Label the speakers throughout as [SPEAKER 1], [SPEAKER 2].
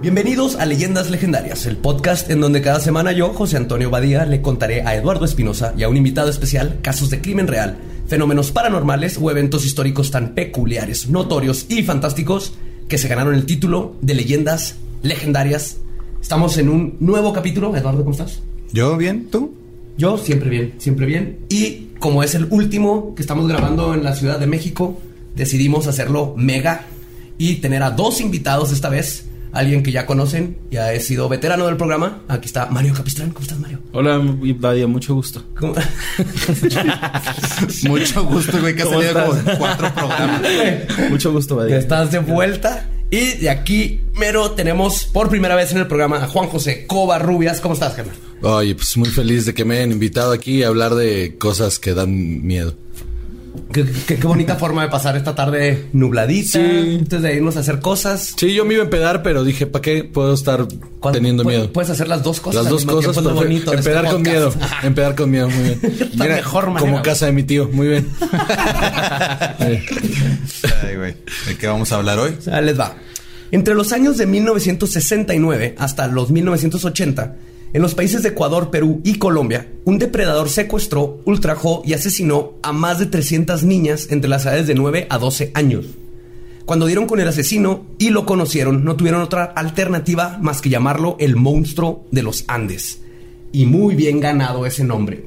[SPEAKER 1] Bienvenidos a Leyendas Legendarias, el podcast en donde cada semana yo, José Antonio Badía, le contaré a Eduardo Espinosa y a un invitado especial casos de crimen real, fenómenos paranormales o eventos históricos tan peculiares, notorios y fantásticos que se ganaron el título de Leyendas Legendarias. Estamos en un nuevo capítulo. Eduardo, ¿cómo estás?
[SPEAKER 2] ¿Yo bien? ¿Tú?
[SPEAKER 1] Yo siempre bien, siempre bien. Y como es el último que estamos grabando en la Ciudad de México, decidimos hacerlo mega y tener a dos invitados esta vez. Alguien que ya conocen, ya he sido veterano del programa. Aquí está Mario Capistrán. ¿Cómo estás, Mario?
[SPEAKER 3] Hola, Badia, mucho gusto.
[SPEAKER 1] ¿Cómo-
[SPEAKER 2] Mucho gusto, güey, que has
[SPEAKER 3] ¿Cómo
[SPEAKER 2] salido como
[SPEAKER 3] estás?
[SPEAKER 2] en cuatro programas.
[SPEAKER 3] Mucho gusto,
[SPEAKER 1] Ya
[SPEAKER 3] Badia.
[SPEAKER 1] Estás de vuelta. Y de aquí, mero, tenemos por primera vez en el programa a Juan José Covarrubias. ¿Cómo estás, carnal?
[SPEAKER 4] Oye, pues muy feliz de que me hayan invitado aquí a hablar de cosas que dan miedo.
[SPEAKER 1] Qué, qué- qué bonita forma de pasar esta tarde nubladita.
[SPEAKER 4] Sí.
[SPEAKER 1] Antes de irnos a hacer cosas.
[SPEAKER 4] Sí, yo me iba a empedar, pero dije, ¿para qué puedo estar
[SPEAKER 1] Cuando-
[SPEAKER 4] teniendo
[SPEAKER 1] pu-
[SPEAKER 4] miedo?
[SPEAKER 1] Puedes hacer las dos cosas.
[SPEAKER 4] Las
[SPEAKER 1] al
[SPEAKER 4] dos
[SPEAKER 1] mismo
[SPEAKER 4] cosas,
[SPEAKER 1] tiempo, es lo
[SPEAKER 4] perfecto.
[SPEAKER 1] bonito de este
[SPEAKER 4] empedar con miedo.
[SPEAKER 1] podcast.
[SPEAKER 4] Empedar con miedo, muy bien.
[SPEAKER 1] La mejor manera,
[SPEAKER 4] Como
[SPEAKER 1] güey.
[SPEAKER 4] casa de mi tío, muy bien. Eh,
[SPEAKER 2] Ay, güey. ¿De qué vamos a hablar hoy?
[SPEAKER 1] Ahí Ah, les va. Entre los años de 1969 hasta los 1980, en los países de Ecuador, Perú y Colombia, un depredador secuestró, ultrajó y asesinó a más de 300 niñas entre las edades de 9 a 12 años. Cuando dieron con el asesino y lo conocieron, no tuvieron otra alternativa más que llamarlo el monstruo de los Andes. Y muy bien ganado ese nombre.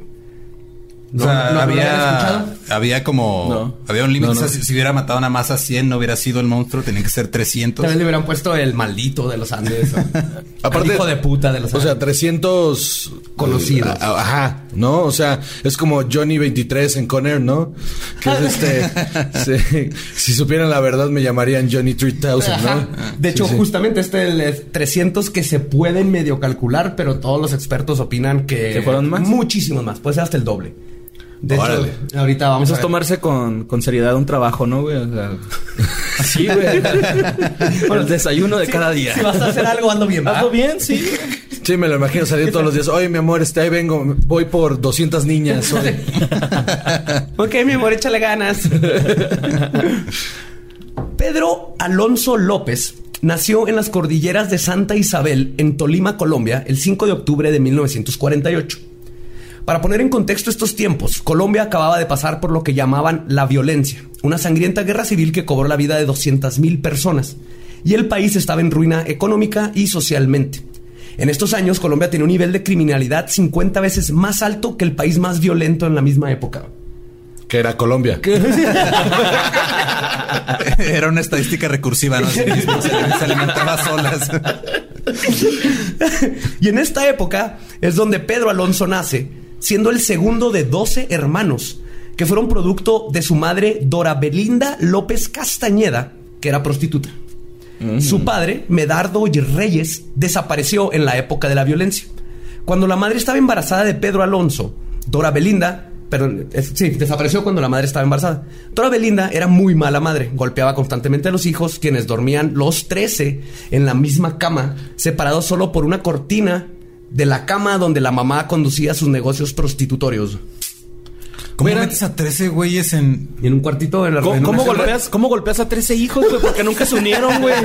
[SPEAKER 2] O sea,
[SPEAKER 1] lo
[SPEAKER 2] había,
[SPEAKER 1] habían escuchado?
[SPEAKER 2] había como...
[SPEAKER 3] No.
[SPEAKER 2] Había un límite.
[SPEAKER 4] No, no.
[SPEAKER 2] O sea, si, si hubiera matado nada más a 100, no hubiera sido el monstruo. Tenía que ser 300.
[SPEAKER 1] Tal vez le hubieran puesto el maldito de los Andes. o
[SPEAKER 4] Aparte-
[SPEAKER 1] el hijo de puta de los
[SPEAKER 4] O
[SPEAKER 1] Andes.
[SPEAKER 4] sea, 300
[SPEAKER 1] Conocidos.
[SPEAKER 4] eh, a- Ajá, ¿no? O sea, es como Johnny 23 en Conner, ¿no? Que es este. sí, si supieran la verdad, me llamarían Johnny 3000,
[SPEAKER 1] Ajá.
[SPEAKER 4] ¿no? Ah,
[SPEAKER 1] De
[SPEAKER 4] Sí,
[SPEAKER 1] hecho,
[SPEAKER 4] sí.
[SPEAKER 1] justamente este el eh, 300 que se pueden medio calcular, pero todos los expertos opinan que
[SPEAKER 3] ¿Que fueron más?
[SPEAKER 1] muchísimos más, puede ser hasta el doble. De
[SPEAKER 4] Órale.
[SPEAKER 1] hecho, ahorita vamos
[SPEAKER 3] Vamos
[SPEAKER 1] a
[SPEAKER 3] a
[SPEAKER 1] ver.
[SPEAKER 3] tomarse con, con seriedad un trabajo, ¿no, güey? O sea, sí, güey. El desayuno de
[SPEAKER 1] Sí,
[SPEAKER 3] cada día.
[SPEAKER 1] Si vas a hacer algo, ando bien. ¿va?
[SPEAKER 3] Hazlo bien, sí.
[SPEAKER 4] Sí, me lo imagino salir todos los días. Oye, mi amor, este, ahí vengo, voy por 200 niñas. oye.
[SPEAKER 1] Ok, mi amor, échale ganas. Pedro Alonso López nació en las cordilleras de Santa Isabel, en Tolima, Colombia, el 5 de octubre de 1948. Para poner en contexto estos tiempos, Colombia acababa de pasar por lo que llamaban la violencia, una sangrienta guerra civil que cobró la vida de 200.000 personas, y el país estaba en ruina económica y socialmente. En estos años, Colombia tenía un nivel de criminalidad 50 veces más alto que el país más violento en la misma época.
[SPEAKER 4] que era Colombia.
[SPEAKER 2] Era una estadística recursiva, ¿no? Sí mismo, se, se alimentaba solas.
[SPEAKER 1] Y en esta época es donde Pedro Alonso nace, siendo el segundo de 12 hermanos, que fueron producto de su madre Dora Belinda López Castañeda, que era prostituta. Su padre, Medardo y Reyes, desapareció en la época de la violencia. Cuando la madre estaba embarazada de Pedro Alonso, Dora Belinda, perdón, es- sí, desapareció cuando la madre estaba embarazada. Dora Belinda era muy mala madre, golpeaba constantemente a los hijos, quienes dormían los 13 en la misma cama, separados solo por una cortina de la cama donde la mamá conducía sus negocios prostitutorios.
[SPEAKER 2] ¿Cómo
[SPEAKER 3] Mira.
[SPEAKER 2] metes a 13 güeyes en...
[SPEAKER 1] Y en un cuartito en la en
[SPEAKER 3] ¿Cómo,
[SPEAKER 1] una
[SPEAKER 3] cómo
[SPEAKER 1] celda-
[SPEAKER 3] golpeas, ¿Cómo golpeas a 13 hijos, güey? Porque nunca se unieron, güey.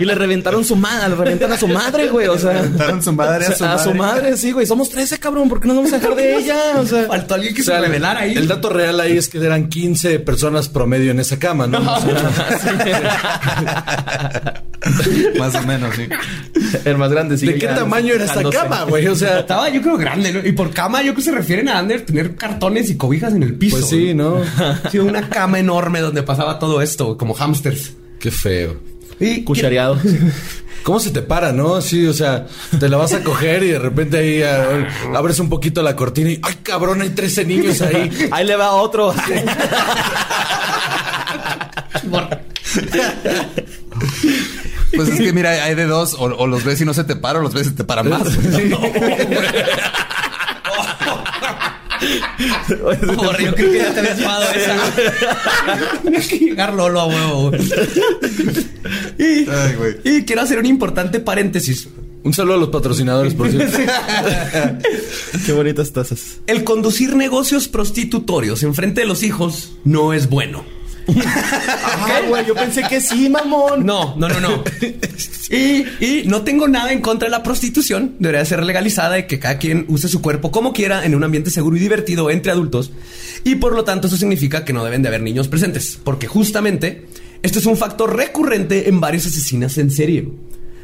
[SPEAKER 3] Y le reventaron su madre, le reventan a su madre, güey. O sea,
[SPEAKER 2] Reventaron su madre a su
[SPEAKER 3] A su madre, sí, güey. Somos 13, cabrón. ¿Por qué nos vamos a dejar de ella? O sea,
[SPEAKER 1] Faltó alguien que
[SPEAKER 4] O sea,
[SPEAKER 1] se revelara ahí.
[SPEAKER 4] El dato real ahí es que eran 15 personas promedio en esa cama, ¿no? O sea,
[SPEAKER 2] Más o menos, sí.
[SPEAKER 3] el más grande, sí.
[SPEAKER 4] ¿De qué
[SPEAKER 3] ya,
[SPEAKER 4] tamaño era esta
[SPEAKER 3] no sé.
[SPEAKER 4] cama, güey? O sea,
[SPEAKER 1] Estaba yo creo grande, ¿no? Y por cama yo creo que se refieren a Ander tener cartones y cobijas en el piso.
[SPEAKER 4] pues sí, ¿no?
[SPEAKER 1] Sí, una cama enorme donde pasaba todo esto, como hamsters.
[SPEAKER 4] Qué feo.
[SPEAKER 1] Y
[SPEAKER 3] Cuchareado.
[SPEAKER 4] ¿Cómo se te para, no? Sí, o sea, te la vas a coger y de repente ahí ah, abres un poquito la cortina y ¡ay, cabrón! Hay 13 niños ahí.
[SPEAKER 3] Ahí le va otro.
[SPEAKER 2] Pues es que mira, hay de dos. O, o los ves y no se te para, o los ves y te para más.
[SPEAKER 1] Por, yo creo que ya te había llevado esa. Tienes que llegar Lolo a huevo. güey. Y,
[SPEAKER 2] Ay, güey.
[SPEAKER 1] y quiero hacer un importante paréntesis.
[SPEAKER 4] Un saludo a los patrocinadores, por cierto.
[SPEAKER 3] qué bonitas tazas.
[SPEAKER 1] El conducir negocios prostitutorios enfrente de los hijos no es bueno.
[SPEAKER 3] Ah, güey, yo pensé que sí, mamón.
[SPEAKER 1] No, no, no, no. Y, y no tengo nada en contra de la prostitución. Debería ser legalizada y que cada quien use su cuerpo como quiera en un ambiente seguro y divertido entre adultos. Y por lo tanto eso significa que no deben de haber niños presentes. Porque justamente este es un factor recurrente en varios asesinas en serie.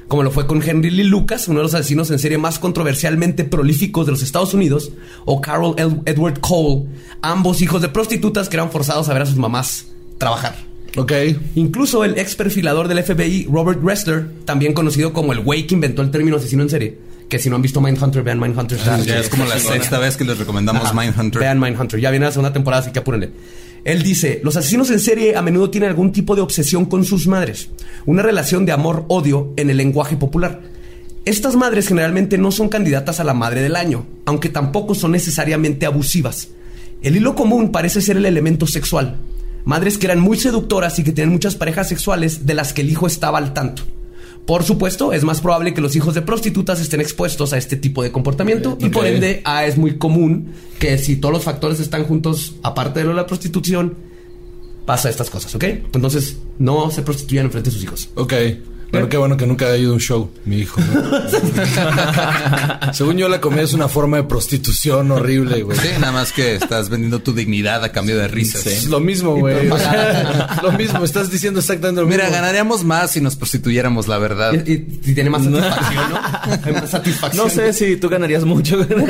[SPEAKER 1] Como lo fue con Henry Lee Lucas, uno de los asesinos en serie más controversialmente prolíficos de los Estados Unidos, o Carol El- Edward Cole, ambos hijos de prostitutas que eran forzados a ver a sus mamás trabajar.
[SPEAKER 4] Ok.
[SPEAKER 1] Incluso el ex perfilador del FBI, Robert Ressler, también conocido como el güey que inventó el término asesino en serie, que si no han visto Mindhunter, vean Mindhunter. Está
[SPEAKER 2] Ah, Ya es como la
[SPEAKER 1] chingona.
[SPEAKER 2] sexta vez que les recomendamos
[SPEAKER 1] Ajá.
[SPEAKER 2] Mindhunter.
[SPEAKER 1] Vean Mindhunter. Ya viene la segunda temporada, así que apúrenle. Él dice, los asesinos en serie a menudo tienen algún tipo de obsesión con sus madres, una relación de amor-odio en el lenguaje popular. Estas madres generalmente no son candidatas a la madre del año, aunque tampoco son necesariamente abusivas. El hilo común parece ser el elemento sexual. Madres que eran muy seductoras y que tienen muchas parejas sexuales de las que el hijo estaba al tanto. Por supuesto, es más probable que los hijos de prostitutas estén expuestos a este tipo de comportamiento y por
[SPEAKER 4] ok.
[SPEAKER 1] ende Ah, es muy común que si todos los factores están juntos, aparte de lo de la prostitución, pasa estas cosas, ¿ok? Entonces, no se prostituyan enfrente de sus hijos.
[SPEAKER 4] Ok. Pero qué bueno que nunca ha ido a un show, mi hijo. ¿no? Según yo, la comida es una forma de prostitución horrible, güey.
[SPEAKER 2] Sí, nada más que estás vendiendo tu dignidad a cambio de risas.
[SPEAKER 4] Es lo mismo, güey. O sea, lo mismo, estás diciendo exactamente lo mismo.
[SPEAKER 2] Mira, ganaríamos más si nos prostituyéramos, la verdad.
[SPEAKER 1] Y, y- y tiene más satisfacción, ¿no? Hay más satisfacción.
[SPEAKER 3] No sé si tú ganarías mucho. güey. pero,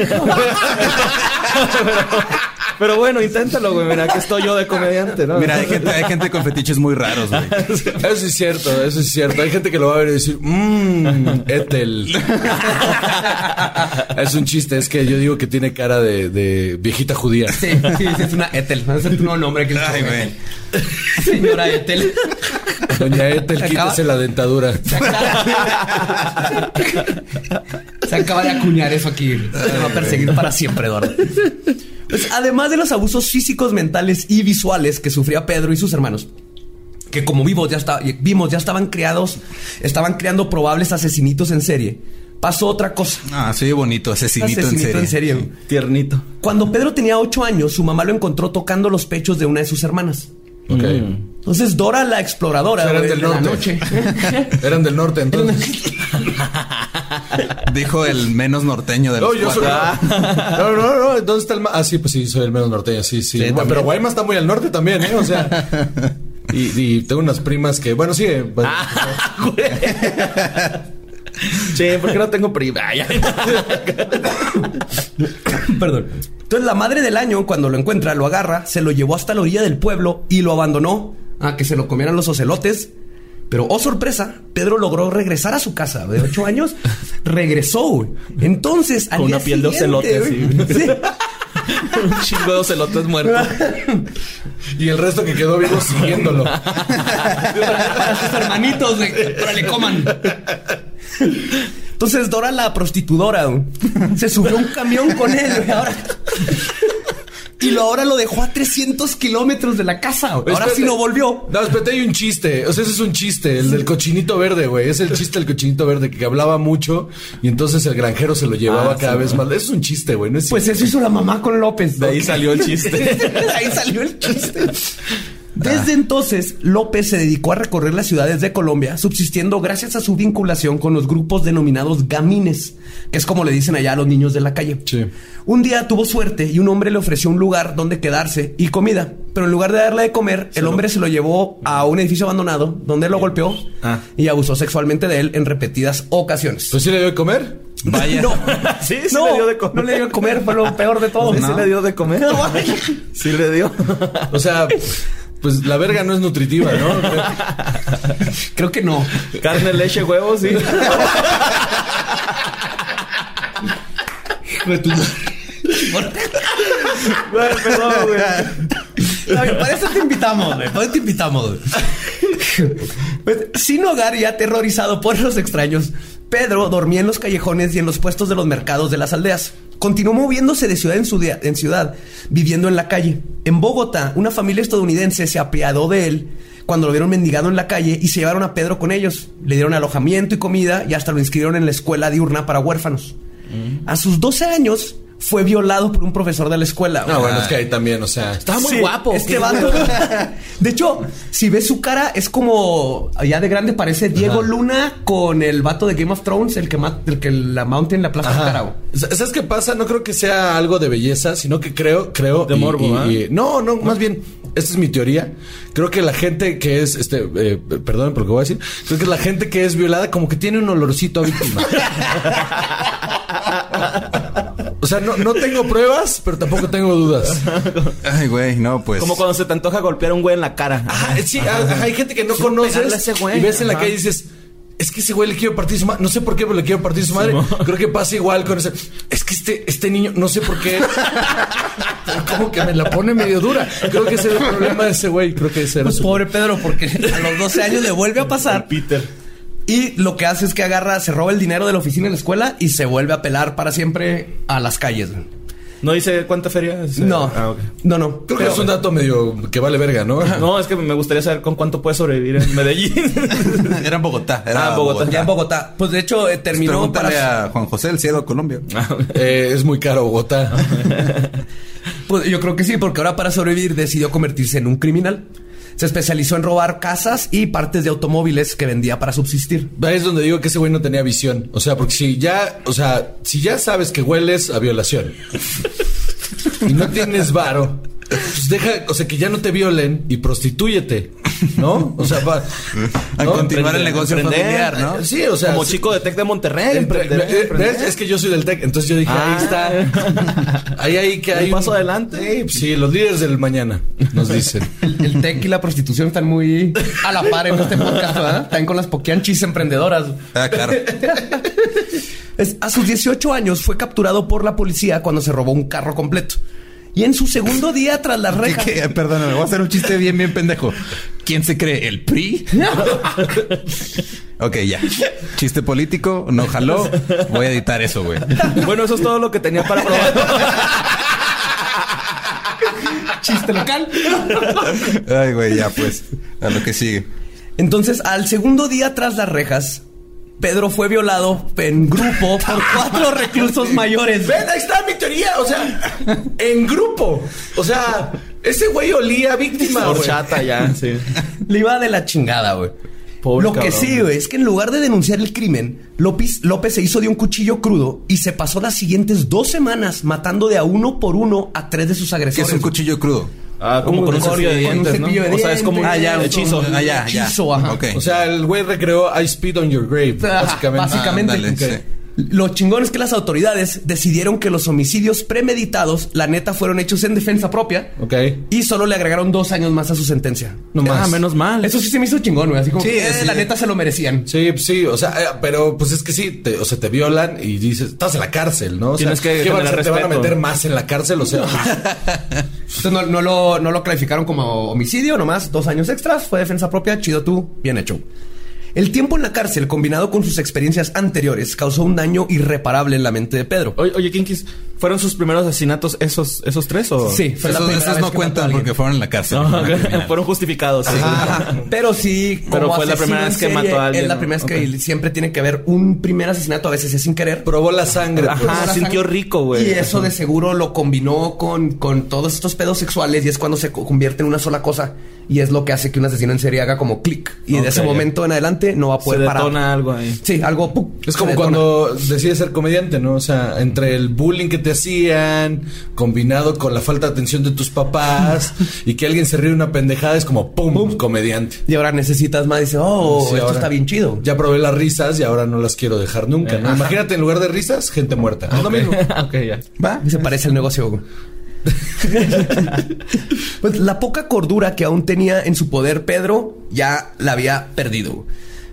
[SPEAKER 3] pero bueno, inténtalo, güey. Mira, que estoy yo de comediante, ¿no?
[SPEAKER 2] Mira, hay gente, hay gente con fetiches muy raros, güey.
[SPEAKER 4] Eso sí es cierto, eso sí es cierto. Hay gente que lo va a ver y decir, mmm, Ethel. es un chiste, es que yo digo que tiene cara de, de viejita judía.
[SPEAKER 1] Sí, sí, sí, es una Ethel. Va a ser tu nuevo nombre que le
[SPEAKER 2] Ay,
[SPEAKER 1] pongo,
[SPEAKER 2] güey.
[SPEAKER 1] Ethel. Señora Ethel.
[SPEAKER 4] Doña Ethel,
[SPEAKER 1] Acaba-
[SPEAKER 4] quítese la dentadura.
[SPEAKER 1] Se acaba de acuñar eso aquí. Se va a perseguir para siempre, Eduardo. Pues, además de los abusos físicos, mentales y visuales que sufría Pedro y sus hermanos, que como vimos ya, esta- vimos, ya estaban creados, estaban creando probables asesinitos en serie, pasó otra cosa.
[SPEAKER 2] Ah, soy bonito, asesinito, en serie.
[SPEAKER 1] en serie.
[SPEAKER 3] Tiernito.
[SPEAKER 1] Cuando Pedro tenía ocho años, su mamá lo encontró tocando los pechos de una de sus hermanas.
[SPEAKER 4] Ok.
[SPEAKER 1] Entonces Dora la exploradora
[SPEAKER 4] Eran
[SPEAKER 1] güey,
[SPEAKER 4] del
[SPEAKER 1] Mm. de la
[SPEAKER 4] norte.
[SPEAKER 1] noche.
[SPEAKER 4] Eran del norte entonces.
[SPEAKER 2] Dijo el menos norteño de los
[SPEAKER 4] No,
[SPEAKER 1] Pues
[SPEAKER 4] yo soy. Ah,
[SPEAKER 2] cuatro.
[SPEAKER 4] No, no, no. ¿Dónde está el ma- Ah, sí, pues sí, soy el menos norteño, sí, sí. Bueno, pero Guaymas está muy al norte también, ¿eh? O sea. Y, y tengo unas primas que, bueno, sí. eh, bueno,
[SPEAKER 1] Ah.
[SPEAKER 3] Ah, Güey. Che, ¿por qué no tengo prima? Ay, ay.
[SPEAKER 1] Perdón. Entonces la madre del año, cuando lo encuentra, lo agarra, se lo llevó hasta la orilla del pueblo y lo abandonó a que se lo comieran los ocelotes. Pero, oh sorpresa, Pedro logró regresar a su casa de ocho años. Regresó, güey. Entonces, al
[SPEAKER 3] Con
[SPEAKER 1] día
[SPEAKER 3] una piel de
[SPEAKER 1] siguiente,
[SPEAKER 3] ocelote,
[SPEAKER 1] güey, sí.
[SPEAKER 3] Un chingo de ocelotes muertos.
[SPEAKER 4] Y el resto que quedó vivo siguiéndolo.
[SPEAKER 1] Para sus hermanitos, güey. Para le coman. Entonces, Dora la prostitudora güey, se subió a un camión con él, güey. Ahora. Y lo, ahora lo dejó a 300 kilómetros de la casa. güey. Ahora sí
[SPEAKER 4] Espérate.
[SPEAKER 1] no volvió.
[SPEAKER 4] No, espérate, hay un chiste. O sea, ese es un chiste, el del cochinito verde, güey. Es el chiste del cochinito verde que hablaba mucho y entonces el granjero se lo llevaba cada vez más. Eso es un chiste, güey. No es
[SPEAKER 1] Ah, Pues eso hizo la mamá con López.
[SPEAKER 3] De ahí salió el chiste.
[SPEAKER 1] De ahí salió el chiste. Desde entonces, López se dedicó a recorrer las ciudades de Colombia, subsistiendo gracias a su vinculación con los grupos denominados gamines, que es como le dicen allá a los niños de la calle.
[SPEAKER 4] Sí.
[SPEAKER 1] Un día tuvo suerte y un hombre le ofreció un lugar donde quedarse y comida, pero en lugar de darle de comer, el hombre se lo llevó a un edificio abandonado donde lo golpeó
[SPEAKER 3] Ah.
[SPEAKER 1] y abusó sexualmente de él en repetidas ocasiones.
[SPEAKER 4] Pues sí le dio de comer.
[SPEAKER 2] Vaya.
[SPEAKER 1] No,
[SPEAKER 3] Sí, sí
[SPEAKER 1] no,
[SPEAKER 3] le dio de comer.
[SPEAKER 1] no le dio de comer, fue lo peor de todo.
[SPEAKER 3] Sí le dio de comer. Sí le dio.
[SPEAKER 4] O sea, pues la verga no es nutritiva, ¿no?
[SPEAKER 1] Creo que no.
[SPEAKER 3] Carne, leche, huevos, sí. Güey, perdón, güey.
[SPEAKER 1] para eso te invitamos, güey. Para eso te invitamos. güey. Pues, sin hogar y aterrorizado por los extraños, Pedro dormía en los callejones y en los puestos de los mercados de las aldeas. Continuó moviéndose de ciudad en, su día- en ciudad, viviendo en la calle. En Bogotá, una familia estadounidense se apiadó de él cuando lo vieron mendigado en la calle y se llevaron a Pedro con ellos. Le dieron Mm. alojamiento y comida y hasta lo inscribieron en la escuela diurna para huérfanos. A sus 12 años, fue violado por un profesor de la escuela.
[SPEAKER 4] No,
[SPEAKER 1] güey.
[SPEAKER 4] bueno, es que ahí también, o sea.
[SPEAKER 3] Estaba muy
[SPEAKER 1] Sí,
[SPEAKER 3] guapo.
[SPEAKER 1] Este
[SPEAKER 3] ¿qué?
[SPEAKER 1] vato. De hecho, si ves su cara, es como. Ya de grande parece Diego Luna con el vato de Game of Thrones, el que, ma- el que la Mountain la aplasta la cara, güey.
[SPEAKER 4] Sa- ¿Sabes qué pasa? No creo que sea algo de belleza, sino que creo, creo.
[SPEAKER 3] De morbo, ¿ah?
[SPEAKER 4] No, no, más bien, esta es mi teoría. Creo que la gente que es, este, eh, perdonen por lo que voy a decir, creo que la gente que es violada como que tiene un olorcito a víctima. o sea, no, no tengo pruebas, pero tampoco tengo dudas.
[SPEAKER 2] Ay, güey, no, pues.
[SPEAKER 3] Como cuando se te antoja golpear a un güey en la cara.
[SPEAKER 4] Ah, sí, ajá, hay gente que no conoces
[SPEAKER 3] pegarle a ese güey,
[SPEAKER 4] y ves en la
[SPEAKER 3] ajá.
[SPEAKER 4] calle y dices, es que ese güey le quiero partir su madre. No sé por qué, pero le quiero partir su madre. Creo que pasa igual con ese. Es que este, este niño, no sé por qué. pero como que me la pone medio dura. Creo que ese era el problema de ese güey. Creo que ese era
[SPEAKER 1] Pues
[SPEAKER 4] su-
[SPEAKER 1] pobre Pedro, porque a los 12 años le vuelve a pasar.
[SPEAKER 3] Peter.
[SPEAKER 1] Y lo que hace es que agarra, se roba el dinero de la oficina de la escuela y se vuelve a pelar para siempre a las calles. güey.
[SPEAKER 3] ¿No dice cuánta feria? es?
[SPEAKER 1] No,
[SPEAKER 3] Ah, ok.
[SPEAKER 1] no, no.
[SPEAKER 4] Creo que es un dato medio que vale verga, ¿no?
[SPEAKER 3] No, es que me gustaría saber con cuánto puede sobrevivir en Medellín.
[SPEAKER 2] Era en Bogotá. Era
[SPEAKER 3] Ah, Bogotá.
[SPEAKER 1] Ya en Bogotá. Pues de hecho, eh, terminó
[SPEAKER 2] Pregúntale
[SPEAKER 1] para.
[SPEAKER 2] a Juan José el Cielo Colombia.
[SPEAKER 4] Eh, es muy caro Bogotá.
[SPEAKER 1] Pues yo creo que sí, porque ahora para sobrevivir decidió convertirse en un criminal. Se especializó en robar casas y partes de automóviles que vendía para subsistir.
[SPEAKER 4] Ahí es donde digo que ese güey no tenía visión. O sea, porque si ya, o sea, si ya sabes que hueles a violación y no tienes varo, pues deja, o sea, que ya no te violen y prostituyete, ¿no? O sea, va
[SPEAKER 2] A
[SPEAKER 4] ¿no?
[SPEAKER 2] continuar el negocio
[SPEAKER 3] emprender,
[SPEAKER 2] familiar, ¿no?
[SPEAKER 4] Sí, o sea,
[SPEAKER 3] Como
[SPEAKER 4] sí.
[SPEAKER 3] chico de Tec de Monterrey.
[SPEAKER 4] Empre-
[SPEAKER 3] emprender,
[SPEAKER 4] eh,
[SPEAKER 3] emprender.
[SPEAKER 4] ¿ves? Es que yo soy del TEC, entonces yo dije,
[SPEAKER 3] Ah.
[SPEAKER 4] ahí está. Ahí, ahí que
[SPEAKER 3] Un
[SPEAKER 4] hay.
[SPEAKER 3] paso adelante.
[SPEAKER 4] Sí, pues Sí, los líderes del mañana nos dicen.
[SPEAKER 1] El, el tech y la prostitución están muy a la par en este podcast, ¿verdad? Están con las poquianchis emprendedoras.
[SPEAKER 2] Ah, claro.
[SPEAKER 1] Es- a sus 18 años fue capturado por la policía cuando se robó un carro completo. Y en su segundo día tras las
[SPEAKER 2] ¿Qué,
[SPEAKER 1] rejas...
[SPEAKER 2] qué? Perdóname, voy a hacer un chiste bien, bien pendejo. ¿Quién se cree? ¿El PRI? ok, ya. Chiste político, no jaló. Voy a editar eso, güey.
[SPEAKER 3] Bueno, eso es todo lo que tenía para probar.
[SPEAKER 1] Chiste local.
[SPEAKER 2] Ay, güey, ya pues. A lo que sigue.
[SPEAKER 1] Entonces, al segundo día tras las rejas, Pedro fue violado en grupo por cuatro reclusos mayores.
[SPEAKER 4] Ven, ahí está mi teoría. O sea, en grupo. O sea, ese güey olía a víctima. güey.
[SPEAKER 3] Horchata ya, sí.
[SPEAKER 1] Le iba de la chingada, güey.
[SPEAKER 3] Pobre
[SPEAKER 1] lo que
[SPEAKER 3] cabrón.
[SPEAKER 1] sí, güey, es que en lugar de denunciar el crimen, López, López se hizo de un cuchillo crudo y se pasó las siguientes dos semanas matando de a uno por uno a tres de sus
[SPEAKER 2] ¿Qué
[SPEAKER 1] agresores.
[SPEAKER 2] es un cuchillo crudo?
[SPEAKER 3] Ah, como con un
[SPEAKER 1] Con-
[SPEAKER 3] cepillo de
[SPEAKER 1] con un
[SPEAKER 3] dientes, ¿no?
[SPEAKER 1] cepillo de
[SPEAKER 3] O sea, es como un
[SPEAKER 1] dientes.
[SPEAKER 3] ah, ya, hechizo.
[SPEAKER 2] Ah, ya, ya.
[SPEAKER 1] Hechizo, ajá.
[SPEAKER 2] Ok.
[SPEAKER 4] O sea, el güey recreó I Speed on Your Grave,
[SPEAKER 1] Ah,
[SPEAKER 4] básicamente.
[SPEAKER 1] Básicamente.
[SPEAKER 2] Ándale,
[SPEAKER 1] Ok.
[SPEAKER 2] sí.
[SPEAKER 1] Lo chingón es que las autoridades decidieron que los homicidios premeditados, la neta, fueron hechos en defensa propia.
[SPEAKER 4] Ah. Ok.
[SPEAKER 1] Y solo le agregaron dos años más a su sentencia.
[SPEAKER 4] No más.
[SPEAKER 3] Ah, menos mal.
[SPEAKER 1] Eso sí se me hizo chingón, güey. Así como,
[SPEAKER 2] Sí,
[SPEAKER 1] que, eh,
[SPEAKER 2] sí.
[SPEAKER 1] la neta se lo merecían.
[SPEAKER 4] Sí, sí, o sea, eh, pero pues es que sí, te- o sea, te violan y dices, estás en la cárcel, ¿no? O sea,
[SPEAKER 3] Tienes que
[SPEAKER 4] ¿qué van a
[SPEAKER 3] generar
[SPEAKER 4] hacer? ¿Te van a
[SPEAKER 3] respeto.
[SPEAKER 4] meter más en la cárcel? O sea, pues,
[SPEAKER 1] Entonces no, no lo, no lo calificaron como homicidio, nomás dos años extras, fue defensa propia, chido tú, bien hecho. El tiempo en la cárcel, combinado con sus experiencias anteriores, causó un daño irreparable en la mente de Pedro.
[SPEAKER 3] Oye, oye, Kinkis, ¿fueron sus primeros asesinatos esos, esos tres o...?
[SPEAKER 1] Sí, fue la
[SPEAKER 2] Esos,
[SPEAKER 1] primera
[SPEAKER 2] esos
[SPEAKER 1] vez
[SPEAKER 2] no
[SPEAKER 1] que mató a
[SPEAKER 2] cuentan
[SPEAKER 1] alguien.
[SPEAKER 2] porque fueron en la cárcel.
[SPEAKER 3] No,
[SPEAKER 2] Ah, criminal.
[SPEAKER 3] fueron justificados. sí.
[SPEAKER 1] Ajá. Ah. Pero sí,
[SPEAKER 3] Pero
[SPEAKER 1] como
[SPEAKER 3] fue la
[SPEAKER 1] asesino
[SPEAKER 3] primera
[SPEAKER 1] en
[SPEAKER 3] vez que mató a alguien,
[SPEAKER 1] Es la
[SPEAKER 3] ¿no?
[SPEAKER 1] primera vez que
[SPEAKER 3] Ok.
[SPEAKER 1] y siempre tiene que haber un primer asesinato, a veces es sin querer.
[SPEAKER 4] probó la sangre.
[SPEAKER 3] Ajá.
[SPEAKER 4] pues.
[SPEAKER 1] Ahora
[SPEAKER 3] Ah, sintió
[SPEAKER 1] sabe-
[SPEAKER 3] rico, güey.
[SPEAKER 1] Y eso de seguro lo combinó con, con todos estos pedos sexuales y es cuando se co- convierte en una sola cosa. Y es lo que hace que un asesino en serie haga como clic. Y
[SPEAKER 3] Ok,
[SPEAKER 1] de ese
[SPEAKER 3] ya.
[SPEAKER 1] momento en adelante no va a
[SPEAKER 3] Se
[SPEAKER 1] poder
[SPEAKER 3] detona
[SPEAKER 1] parar.
[SPEAKER 3] algo ahí.
[SPEAKER 1] Sí, algo. ¡pum!
[SPEAKER 4] Es
[SPEAKER 1] se
[SPEAKER 4] como
[SPEAKER 1] detona.
[SPEAKER 4] cuando decides ser comediante, ¿no? O sea, entre el bullying que te hacían, combinado con la falta de atención de tus papás, y que alguien se ríe una pendejada, es como ¡pum! Comediante.
[SPEAKER 1] Y ahora necesitas más. Dice, oh,
[SPEAKER 4] Sí,
[SPEAKER 1] esto
[SPEAKER 4] ahora-
[SPEAKER 1] está bien chido.
[SPEAKER 4] Ya probé las risas y ahora no las quiero dejar nunca, ¿no? Imagínate, en lugar de risas, gente muerta. Es lo mismo.
[SPEAKER 3] ok, ya.
[SPEAKER 1] Va, se parece al negocio. güey. pues la poca cordura que aún tenía en su poder Pedro ya la había perdido.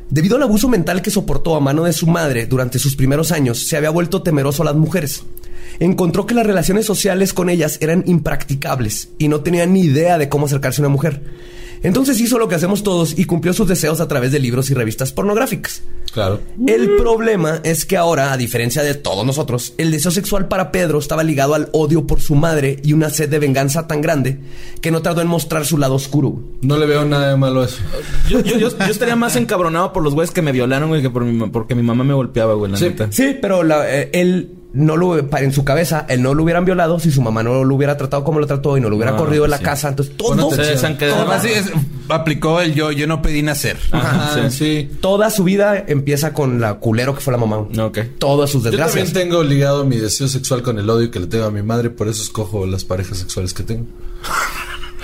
[SPEAKER 1] Debido al abuso mental que soportó a mano de su madre durante sus primeros años, se había vuelto temeroso a las mujeres. Encontró que las relaciones sociales con ellas eran impracticables y no tenía ni idea de cómo acercarse a una mujer. Entonces hizo lo que hacemos todos y cumplió sus deseos a través de libros y revistas pornográficas.
[SPEAKER 4] Claro.
[SPEAKER 1] El problema es que ahora, a diferencia de todos nosotros, el deseo sexual para Pedro estaba ligado al odio por su madre y una sed de venganza tan grande que no tardó en mostrar su lado oscuro.
[SPEAKER 4] No le veo nada de malo a eso.
[SPEAKER 3] Yo, yo, yo, yo estaría más encabronado por los güeyes que me violaron, güey, que por mi, ma- porque mi mamá me golpeaba, güey, la
[SPEAKER 4] Sí.
[SPEAKER 3] neta.
[SPEAKER 1] Sí, pero la- eh, él no lo, para- en su cabeza, él no lo hubieran violado si su mamá no lo hubiera tratado como lo trató y no lo hubiera
[SPEAKER 3] Ah,
[SPEAKER 1] corrido de la
[SPEAKER 3] sí.
[SPEAKER 1] casa. Entonces,
[SPEAKER 4] Pon
[SPEAKER 1] todo,
[SPEAKER 4] atención.
[SPEAKER 3] Ustedes han quedado-
[SPEAKER 2] Además, sí, es- aplicó el yo, yo no pedí nacer.
[SPEAKER 3] Ajá,
[SPEAKER 4] Ajá,
[SPEAKER 3] sí.
[SPEAKER 4] sí.
[SPEAKER 1] toda su vida empieza con la culero que fue la mamá.
[SPEAKER 3] Ok.
[SPEAKER 1] Todas sus
[SPEAKER 4] Yo
[SPEAKER 1] desgracias.
[SPEAKER 4] también tengo ligado mi deseo sexual con el odio que le tengo a mi madre, por eso escojo las parejas sexuales que tengo.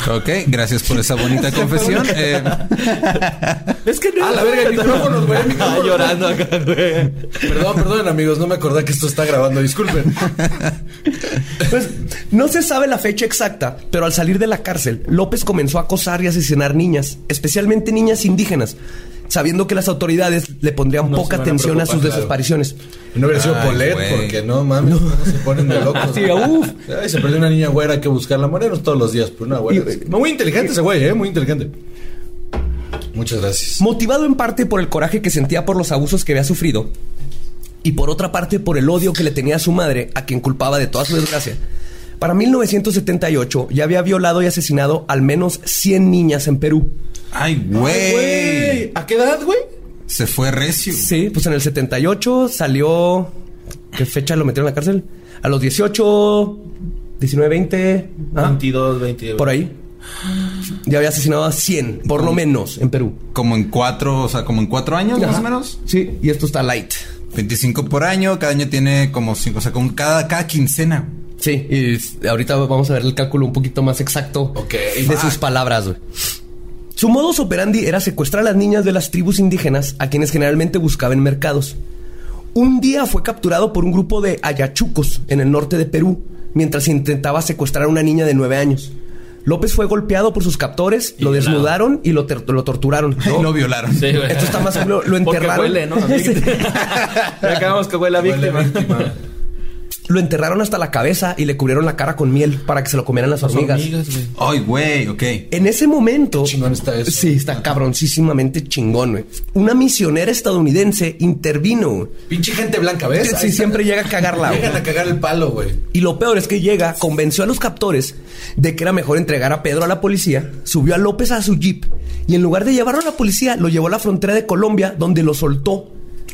[SPEAKER 2] Ok, gracias por esa bonita confesión. Eh,
[SPEAKER 3] Es que no.
[SPEAKER 4] Ah, la verga, el micrófono, güey, el micrófono.
[SPEAKER 3] Ah, llorando acá, güey.
[SPEAKER 4] Perdón, perdón, amigos, no me acordé que esto está grabando, disculpen.
[SPEAKER 1] Pues, no se sabe la fecha exacta, pero al salir de la cárcel, López comenzó a acosar y asesinar niñas, especialmente niñas indígenas, sabiendo que las autoridades le pondrían
[SPEAKER 4] No se
[SPEAKER 1] poca
[SPEAKER 4] van a
[SPEAKER 1] atención a, sus
[SPEAKER 4] preocupar,
[SPEAKER 1] desapariciones.
[SPEAKER 4] No hubiera sido
[SPEAKER 2] Ay,
[SPEAKER 4] Polet,
[SPEAKER 2] güey.
[SPEAKER 4] porque no mames, ¿cómo se ponen de locos.
[SPEAKER 1] Sí, uf.
[SPEAKER 4] Ay, se perdió una niña güera hay que buscarla. Morenos todos los días, pero una güera.
[SPEAKER 1] Y-
[SPEAKER 4] Muy inteligente ese güey, eh, muy inteligente. Muchas gracias.
[SPEAKER 1] Motivado en parte por el coraje que sentía por los abusos que había sufrido y por otra parte por el odio que le tenía a su madre, a quien culpaba de toda su desgracia. Para 1978 ya había violado y asesinado al menos 100 niñas en Perú.
[SPEAKER 2] ay, güey.
[SPEAKER 4] ¿A qué edad, güey?
[SPEAKER 2] Se fue recio.
[SPEAKER 1] Sí, pues en el 78 salió... ¿Qué fecha lo metieron en la cárcel? A los 18, 19, 20... ah,
[SPEAKER 3] 22, 22.
[SPEAKER 1] por ahí. Ya había asesinado a 100, por lo menos, en Perú.
[SPEAKER 2] Como en cuatro, o sea, como en cuatro años más
[SPEAKER 1] Ajá.
[SPEAKER 2] o menos.
[SPEAKER 1] Sí, y esto está light.
[SPEAKER 2] 25 por año, cada año tiene como cinco, o sea, como cada, cada quincena.
[SPEAKER 1] Sí, y s- ahorita vamos a ver el cálculo un poquito más exacto
[SPEAKER 4] Ok,
[SPEAKER 1] de sus palabras, güey. Su modus operandi era secuestrar a las niñas de las tribus indígenas a quienes generalmente buscaba en mercados. Un día fue capturado por un grupo de ayachucos en el norte de Perú mientras intentaba secuestrar a una niña de nueve años. López fue golpeado por sus captores, lo
[SPEAKER 3] violado.
[SPEAKER 1] desnudaron y lo, ter- lo torturaron.
[SPEAKER 2] Y lo violaron.
[SPEAKER 3] Sí, güey.
[SPEAKER 1] Esto está más lo, lo
[SPEAKER 3] Porque
[SPEAKER 1] enterraron.
[SPEAKER 3] huele, ¿no?
[SPEAKER 1] Sí.
[SPEAKER 3] Ya acabamos que huele a
[SPEAKER 4] Huele
[SPEAKER 3] víctima.
[SPEAKER 4] víctima.
[SPEAKER 1] Lo enterraron hasta la cabeza y le cubrieron la cara con miel para que se lo comieran las hormigas.
[SPEAKER 3] güey.
[SPEAKER 2] Ay, güey, ok.
[SPEAKER 1] En ese momento.
[SPEAKER 4] Qué chingón está eso.
[SPEAKER 1] Sí, está cabroncísimamente chingón, güey. Una misionera estadounidense intervino. güey.
[SPEAKER 4] Pinche gente blanca, ¿ves?
[SPEAKER 1] Sí, siempre llega a cagarla. güey.
[SPEAKER 4] Llegan a cagar el palo, güey.
[SPEAKER 1] Y lo peor es que llega, convenció a los captores de que era mejor entregar a Pedro a la policía, subió a López a su jeep y en lugar de llevarlo a la policía, lo llevó a la frontera de Colombia, donde lo soltó.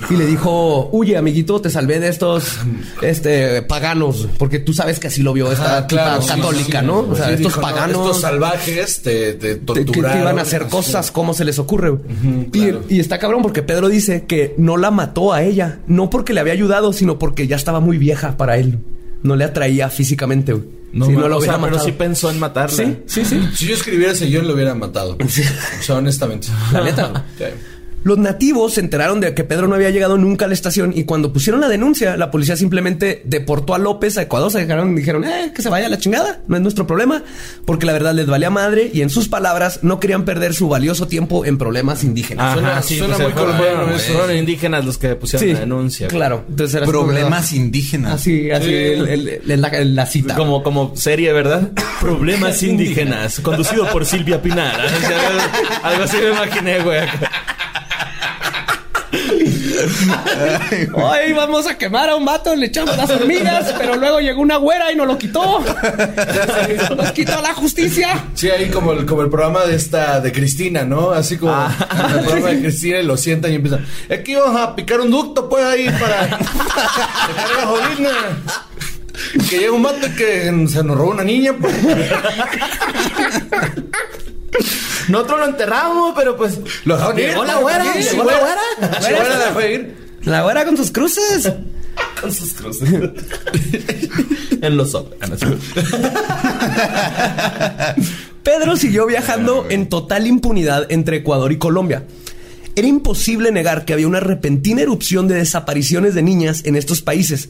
[SPEAKER 1] Y le dijo, huye, amiguito, te salvé de estos este, paganos, porque tú sabes que así lo vio esta
[SPEAKER 4] Ah,
[SPEAKER 1] tipa
[SPEAKER 4] claro, sí,
[SPEAKER 1] católica,
[SPEAKER 4] sí,
[SPEAKER 1] ¿no?
[SPEAKER 4] sí,
[SPEAKER 1] o sea,
[SPEAKER 4] sí,
[SPEAKER 1] estos
[SPEAKER 4] dijo, no,
[SPEAKER 1] paganos.
[SPEAKER 4] estos salvajes te, te
[SPEAKER 1] te- que te
[SPEAKER 4] torturaron.
[SPEAKER 1] iban a hacer cosas, cómo se les ocurre. güey. Y-
[SPEAKER 4] claro.
[SPEAKER 1] y, está cabrón porque Pedro dice que no la mató a ella, no porque le había ayudado, sino porque ya estaba muy vieja para él. No le atraía físicamente, güey. Si no
[SPEAKER 3] ma-
[SPEAKER 1] lo
[SPEAKER 3] o sea,
[SPEAKER 1] hubiera
[SPEAKER 3] pero
[SPEAKER 1] matado.
[SPEAKER 3] sí pensó en matarla.
[SPEAKER 1] Sí, sí, sí.
[SPEAKER 4] Si yo escribiera ese guión, lo hubiera matado. O sea, honestamente.
[SPEAKER 1] La neta.
[SPEAKER 4] Sí.
[SPEAKER 1] Los nativos se enteraron de que Pedro no había llegado nunca a la estación y cuando pusieron la denuncia, la policía simplemente deportó a López a Ecuador. Se dejaron, dijeron, eh, que se vaya a la chingada, no es nuestro problema, porque la verdad les valía madre y en sus palabras no querían perder su valioso tiempo en problemas indígenas.
[SPEAKER 3] Ajá,
[SPEAKER 4] Suena-
[SPEAKER 3] sí,
[SPEAKER 4] suena
[SPEAKER 3] pues,
[SPEAKER 4] muy
[SPEAKER 3] se fueron-
[SPEAKER 4] colombiano eso.
[SPEAKER 3] Fueron indígenas los que pusieron
[SPEAKER 1] Sí,
[SPEAKER 3] la denuncia. güey.
[SPEAKER 1] Claro. Entonces era
[SPEAKER 2] Problemas indígenas.
[SPEAKER 1] ah, Así, así,
[SPEAKER 4] Sí.
[SPEAKER 1] el- el- el- la, la cita.
[SPEAKER 3] Como, como serie, ¿verdad? Problemas indígenas, conducido por Silvia Pinar. O sea, algo así me imaginé, güey.
[SPEAKER 1] Hoy vamos a quemar a un vato, le echamos las hormigas, pero luego llegó una güera y nos lo quitó. Nos quitó la justicia.
[SPEAKER 4] Sí, ahí como el, como el programa de esta, de Cristina, ¿no? Así como
[SPEAKER 1] Ah.
[SPEAKER 4] el programa de Cristina y lo sientan y empiezan. Aquí vamos a picar un ducto, pues, ahí para dejar gasolina. Que llega un mato que se nos robó una niña, pues.
[SPEAKER 3] Nosotros lo enterramos, pero pues.
[SPEAKER 4] Lo dejaron ir.
[SPEAKER 3] Llegó la güera,
[SPEAKER 4] Sí,
[SPEAKER 3] llegó la güera.
[SPEAKER 4] Sí, güera la dejó ir.
[SPEAKER 1] La güera con sus cruces.
[SPEAKER 3] Con sus cruces. en los ojos.
[SPEAKER 1] Pedro siguió
[SPEAKER 3] Ah,
[SPEAKER 1] viajando en total impunidad entre Ecuador y Colombia. Era imposible negar que había una repentina erupción de desapariciones de niñas en estos países,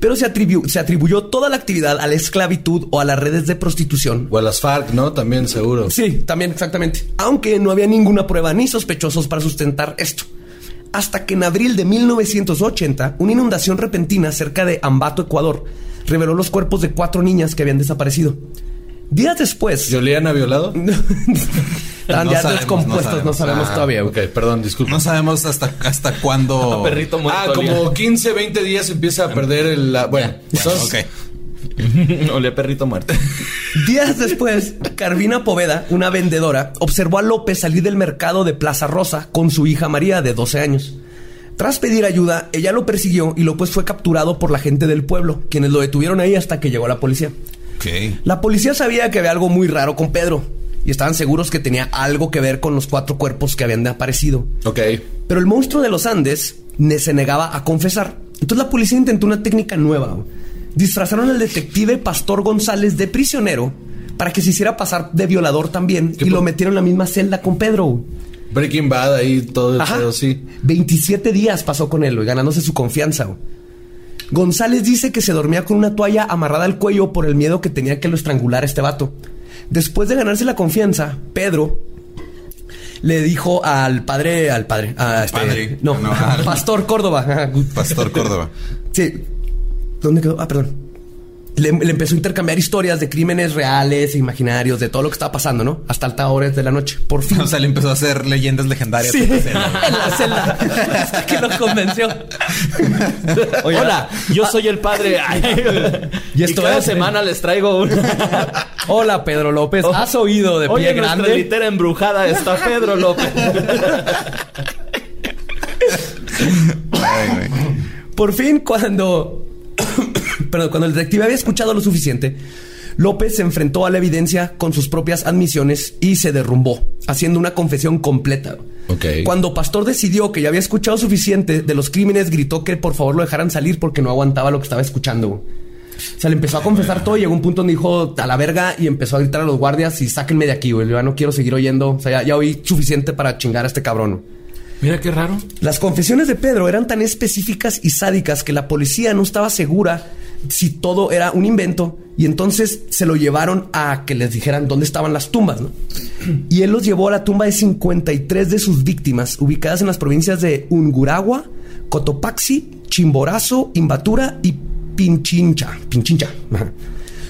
[SPEAKER 1] pero se, atribu- se atribuyó toda la actividad a la esclavitud o a las redes de prostitución
[SPEAKER 4] O a las FARC, ¿no? También, seguro.
[SPEAKER 1] Sí, también, exactamente. Aunque no había ninguna prueba ni sospechosos para sustentar esto. Hasta que en abril de 1980, una inundación repentina cerca de Ambato, Ecuador, reveló los cuerpos de cuatro niñas que habían desaparecido. Días después...
[SPEAKER 4] ¿Yolian ha violado?
[SPEAKER 1] Estaban
[SPEAKER 2] No
[SPEAKER 1] ya
[SPEAKER 2] sabemos,
[SPEAKER 1] descompuestas, no
[SPEAKER 2] no
[SPEAKER 1] sabemos,
[SPEAKER 2] sabemos.
[SPEAKER 1] todavía. güey.
[SPEAKER 4] Ah, Ok, perdón, disculpa.
[SPEAKER 2] No sabemos hasta, hasta cuándo.
[SPEAKER 3] Perrito muerto.
[SPEAKER 4] Ah, como 15, 20 días empieza a perder el... la- bueno,
[SPEAKER 2] Bueno,
[SPEAKER 4] entonces,
[SPEAKER 2] ok.
[SPEAKER 3] como. Olé a perrito muerto.
[SPEAKER 1] Días después, Carvina Poveda, una vendedora, observó a López salir del mercado de Plaza Rosa con su hija María de 12 años. Tras pedir ayuda, ella lo persiguió y López fue capturado por la gente del pueblo, quienes lo detuvieron ahí hasta que llegó la policía.
[SPEAKER 2] Ok.
[SPEAKER 1] La policía sabía que había algo muy raro con Pedro y estaban seguros que tenía algo que ver con los cuatro cuerpos que habían aparecido.
[SPEAKER 4] Ok.
[SPEAKER 1] Pero el monstruo de los Andes ne- se negaba a confesar. Entonces la policía intentó una técnica nueva. güey. Disfrazaron al detective Pastor González de prisionero para que se hiciera pasar de violador también y lo metieron en la misma celda con Pedro. güey.
[SPEAKER 4] Breaking Bad ahí, todo el
[SPEAKER 1] Ajá.
[SPEAKER 4] pedo, sí.
[SPEAKER 1] 27 días pasó con él, güey, ganándose su confianza. güey. González dice que se dormía con una toalla amarrada al cuello por el miedo que tenía que lo estrangular este vato. Después de ganarse la confianza, Pedro le dijo al padre, al padre, a este,
[SPEAKER 2] Padre.
[SPEAKER 1] no,
[SPEAKER 2] No,
[SPEAKER 1] al
[SPEAKER 2] al-
[SPEAKER 1] Pastor Córdoba. ajá.
[SPEAKER 2] Pastor Córdoba.
[SPEAKER 1] Sí. ¿Dónde quedó? Ah, perdón. Le, le empezó a intercambiar historias de crímenes reales, e imaginarios, de todo lo que estaba pasando, ¿no? Hasta altas horas de la noche. Por fin.
[SPEAKER 2] O sea, le empezó a hacer leyendas legendarias.
[SPEAKER 1] Sí, en la celda. Hasta que lo convenció.
[SPEAKER 3] Hola, yo soy el padre. Ay.
[SPEAKER 1] ah. Y
[SPEAKER 3] ah, y eh,
[SPEAKER 1] esto
[SPEAKER 3] cada
[SPEAKER 1] es-
[SPEAKER 3] semana les traigo una.
[SPEAKER 1] Hola, Pedro López. ¿Has oído de pie
[SPEAKER 3] Oye, nuestra
[SPEAKER 1] grande?
[SPEAKER 3] litera embrujada está Pedro López.
[SPEAKER 2] Ay, güey.
[SPEAKER 1] Por fin, cuando. Perdón, cuando el detective había escuchado lo suficiente, López se enfrentó a la evidencia con sus propias admisiones y se derrumbó, haciendo una confesión completa.
[SPEAKER 4] Ok.
[SPEAKER 1] Cuando Pastor decidió que ya había escuchado suficiente de los crímenes, gritó que por favor lo dejaran salir porque no aguantaba lo que estaba escuchando. güey. O sea, le empezó a confesar todo y llegó un punto donde dijo a la verga y empezó a gritar a los guardias y sáquenme de aquí, güey. Ya no quiero seguir oyendo. O sea, ya, ya oí suficiente para chingar a este cabrón.
[SPEAKER 5] Mira qué raro.
[SPEAKER 1] Las confesiones de Pedro eran tan específicas y sádicas que la policía no estaba segura si todo era un invento y entonces se lo llevaron a que les dijeran dónde estaban las tumbas, ¿no? Y él los llevó a la tumba de 53 de sus víctimas, ubicadas en las provincias de Unguragua, Cotopaxi, Chimborazo, Imbatura y Pinchincha. Pinchincha. Ajá.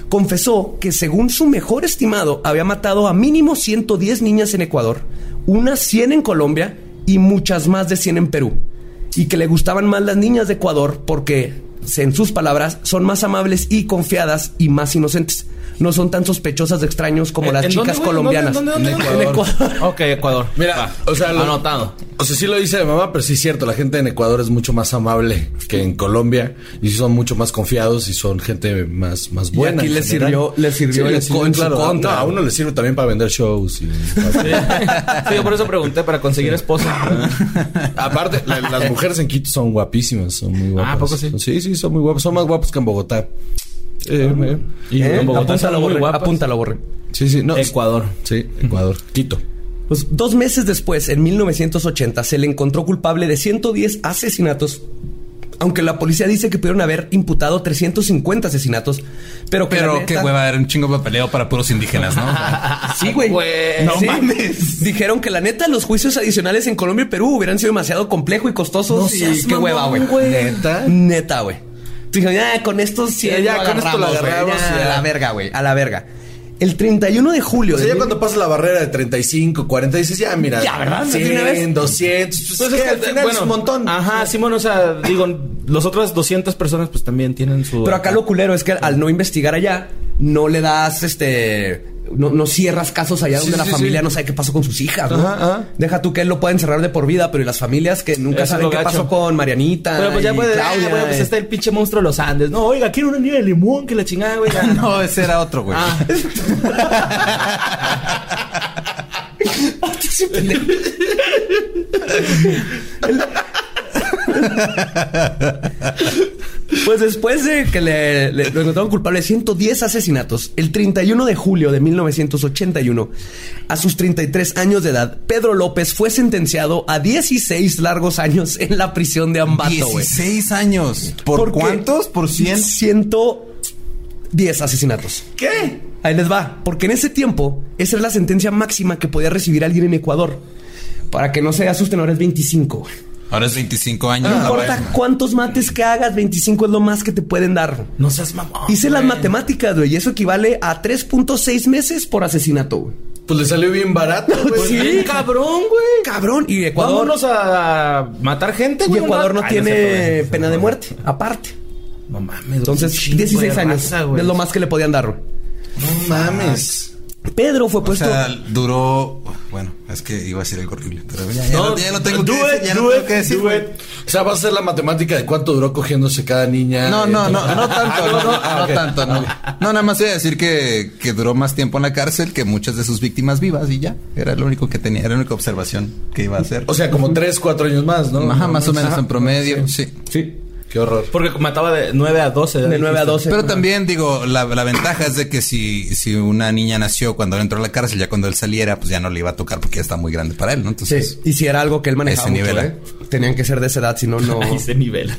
[SPEAKER 1] Confesó que según su mejor estimado había matado a mínimo 110 niñas en Ecuador, unas 100 en Colombia y muchas más de 100 en Perú. Y que le gustaban más las niñas de Ecuador porque, en sus palabras, son más amables y confiadas y más inocentes. No son tan sospechosas de extraños como
[SPEAKER 3] ¿En-
[SPEAKER 1] las
[SPEAKER 3] en
[SPEAKER 1] chicas
[SPEAKER 3] dónde, güey?
[SPEAKER 1] colombianas.
[SPEAKER 3] ¿Dónde, dónde, dónde,
[SPEAKER 1] En
[SPEAKER 3] dónde?
[SPEAKER 1] Ecuador.
[SPEAKER 3] ok, Ecuador.
[SPEAKER 4] Mira,
[SPEAKER 3] Va.
[SPEAKER 4] o sea, lo-
[SPEAKER 3] anotado.
[SPEAKER 4] O sea, sí lo dice de mamá, pero sí es cierto. La gente en Ecuador es mucho más amable que en Colombia y sí son mucho más confiados y son gente más, más buena.
[SPEAKER 1] aquí
[SPEAKER 4] en
[SPEAKER 1] les
[SPEAKER 4] general.
[SPEAKER 1] sirvió- les sirvió en
[SPEAKER 4] les
[SPEAKER 1] co- en su
[SPEAKER 4] No,
[SPEAKER 1] contra.
[SPEAKER 4] a uno le sirve también para vender shows. y-
[SPEAKER 3] Sí, yo por eso pregunté para conseguir esposa.
[SPEAKER 4] Aparte, la- las mujeres en Quito son guapísimas, son muy guapas.
[SPEAKER 5] Ah, ¿a poco sí?
[SPEAKER 4] Sí, sí, son muy guapas. Son más guapas que en Bogotá. Eh, eh.
[SPEAKER 3] Y
[SPEAKER 1] ¿Eh?
[SPEAKER 3] en Bogotá
[SPEAKER 1] Apúntalo,
[SPEAKER 3] están muy
[SPEAKER 1] Borre,
[SPEAKER 3] guapas.
[SPEAKER 1] apúntalo, Borre.
[SPEAKER 4] Sí, sí, no.
[SPEAKER 3] Ecuador.
[SPEAKER 4] Sí, Ecuador. Quito.
[SPEAKER 1] Pues, dos meses después, en 1980, se le encontró culpable de 110 asesinatos. Aunque la policía dice que pudieron haber imputado 350 asesinatos, pero que la
[SPEAKER 2] Pero
[SPEAKER 1] neta- Ah,
[SPEAKER 2] qué hueva, era un chingo de papeleo para puros indígenas, ¿no? O sea,
[SPEAKER 1] Sí, güey.
[SPEAKER 2] No
[SPEAKER 1] Sí.
[SPEAKER 2] mames.
[SPEAKER 1] Dijeron que la neta los juicios adicionales en Colombia y Perú hubieran sido demasiado complejo y costosos
[SPEAKER 4] No
[SPEAKER 1] y
[SPEAKER 4] seas
[SPEAKER 1] qué hueva,
[SPEAKER 4] mamón,
[SPEAKER 1] güey.
[SPEAKER 4] güey. ¿Neta?
[SPEAKER 1] Neta, güey. Dijeron, ya con estos sí,
[SPEAKER 4] Ya, ya, con esto lo agarramos,
[SPEAKER 1] a
[SPEAKER 4] ya.
[SPEAKER 1] la verga, güey, a la verga. El 31 de julio
[SPEAKER 4] O sea,
[SPEAKER 1] de
[SPEAKER 4] ya cuando pasa la barrera de 35, 40, dices, ya, mira.
[SPEAKER 1] Ya, ¿verdad? ¿De
[SPEAKER 4] 100,
[SPEAKER 1] una vez?
[SPEAKER 4] 200. Pues,
[SPEAKER 3] Pues
[SPEAKER 4] es que al final
[SPEAKER 3] bueno,
[SPEAKER 4] es un montón.
[SPEAKER 3] Ajá, Simón, o sea, digo, los otros 200 personas pues también tienen su...
[SPEAKER 1] Pero acá lo culero es que al no investigar allá, no le das este. No, no cierras casos allá
[SPEAKER 4] Sí,
[SPEAKER 1] donde la
[SPEAKER 4] sí,
[SPEAKER 1] familia
[SPEAKER 4] sí.
[SPEAKER 1] no sabe qué pasó con sus hijas. ¿no?
[SPEAKER 4] Ajá, ajá.
[SPEAKER 1] Deja tú que él lo pueda encerrar de por vida, pero y las familias que nunca
[SPEAKER 3] Eso es
[SPEAKER 1] saben
[SPEAKER 3] lo
[SPEAKER 1] qué
[SPEAKER 3] gacho.
[SPEAKER 1] pasó con Marianita.
[SPEAKER 3] Pero pues ya
[SPEAKER 1] y
[SPEAKER 3] puede... ah,
[SPEAKER 1] Claudia,
[SPEAKER 3] güey, pues
[SPEAKER 1] eh.
[SPEAKER 3] está el pinche monstruo de los Andes. No, oiga, quiero una niña de limón que la chingada, güey. ya.
[SPEAKER 2] pues, no, ese era otro, güey.
[SPEAKER 3] Ah.
[SPEAKER 1] Pues después de que le, le- lo encontraron culpable de 110 asesinatos, el 31 de julio de 1981, a sus 33 años de edad, Pedro López fue sentenciado a 16 largos años en la prisión de Ambato, güey.
[SPEAKER 2] 16 años. ¿Por,
[SPEAKER 1] Porque
[SPEAKER 2] cuántos? ¿Por 100?
[SPEAKER 1] 110 asesinatos.
[SPEAKER 4] ¿Qué?
[SPEAKER 1] Ahí les va, porque en ese tiempo esa es la sentencia máxima que podía recibir alguien en Ecuador. Para que no se asusten, ahora es 25. güey.
[SPEAKER 2] Ahora es 25
[SPEAKER 1] No
[SPEAKER 2] años.
[SPEAKER 3] Ah,
[SPEAKER 2] la
[SPEAKER 1] importa
[SPEAKER 2] verdad.
[SPEAKER 1] cuántos mates que hagas, 25 es lo más que te pueden dar.
[SPEAKER 3] No seas mamón.
[SPEAKER 1] Hice las matemáticas, güey, y eso equivale a 3.6 meses por asesinato, güey.
[SPEAKER 4] Pues le salió bien barato. güey.
[SPEAKER 3] Pues bien, cabrón, güey.
[SPEAKER 1] Cabrón, y Ecuador.
[SPEAKER 3] Vámonos a matar gente,
[SPEAKER 1] Y
[SPEAKER 3] güey.
[SPEAKER 1] Ecuador no
[SPEAKER 3] Ay,
[SPEAKER 1] tiene
[SPEAKER 3] sé,
[SPEAKER 1] pena de muerte, aparte.
[SPEAKER 3] No mames.
[SPEAKER 1] Entonces, 16 años es lo más que le podían dar. güey.
[SPEAKER 4] No mames.
[SPEAKER 1] Pedro fue
[SPEAKER 2] O
[SPEAKER 1] puesto.
[SPEAKER 2] sea, duró. Bueno, es que iba a decir algo horrible, pero ya, ya
[SPEAKER 3] No,
[SPEAKER 2] no, ya no tengo
[SPEAKER 3] do
[SPEAKER 2] que
[SPEAKER 3] it,
[SPEAKER 2] decir. Ya no
[SPEAKER 3] do
[SPEAKER 2] tengo
[SPEAKER 3] it,
[SPEAKER 2] que decir.
[SPEAKER 3] do
[SPEAKER 2] güey.
[SPEAKER 3] it.
[SPEAKER 4] O sea, vas a hacer la matemática de cuánto duró cogiéndose cada niña.
[SPEAKER 2] No,
[SPEAKER 4] Eh,
[SPEAKER 2] no, no,
[SPEAKER 4] todo.
[SPEAKER 2] no tanto,
[SPEAKER 4] Ah,
[SPEAKER 2] no, no,
[SPEAKER 4] Ah,
[SPEAKER 2] no
[SPEAKER 4] ok.
[SPEAKER 2] tanto, no. No, nada más iba a decir que, que duró más tiempo en la cárcel que muchas de sus víctimas vivas y ya. Era lo único que tenía, era la única observación que iba a hacer.
[SPEAKER 4] O sea, como tres, cuatro años más, ¿no?
[SPEAKER 2] Ajá, más o menos
[SPEAKER 4] Ajá.
[SPEAKER 2] en promedio, sí.
[SPEAKER 3] Sí.
[SPEAKER 4] Qué horror.
[SPEAKER 3] Porque mataba de 9 a 12.
[SPEAKER 1] De 9 a 12.
[SPEAKER 2] Pero también digo, la, la ventaja es de que si, si una niña nació cuando él entró a la cárcel, ya cuando él saliera, pues ya no le iba a tocar porque ya está muy grande para él, ¿no?
[SPEAKER 1] Sí,
[SPEAKER 2] Entonces,
[SPEAKER 1] y si era algo que él manejaba
[SPEAKER 2] Ese
[SPEAKER 1] mucho,
[SPEAKER 2] nivel,
[SPEAKER 1] ¿eh? Tenían que ser de esa edad, si no, no...
[SPEAKER 3] Ahí se nivela.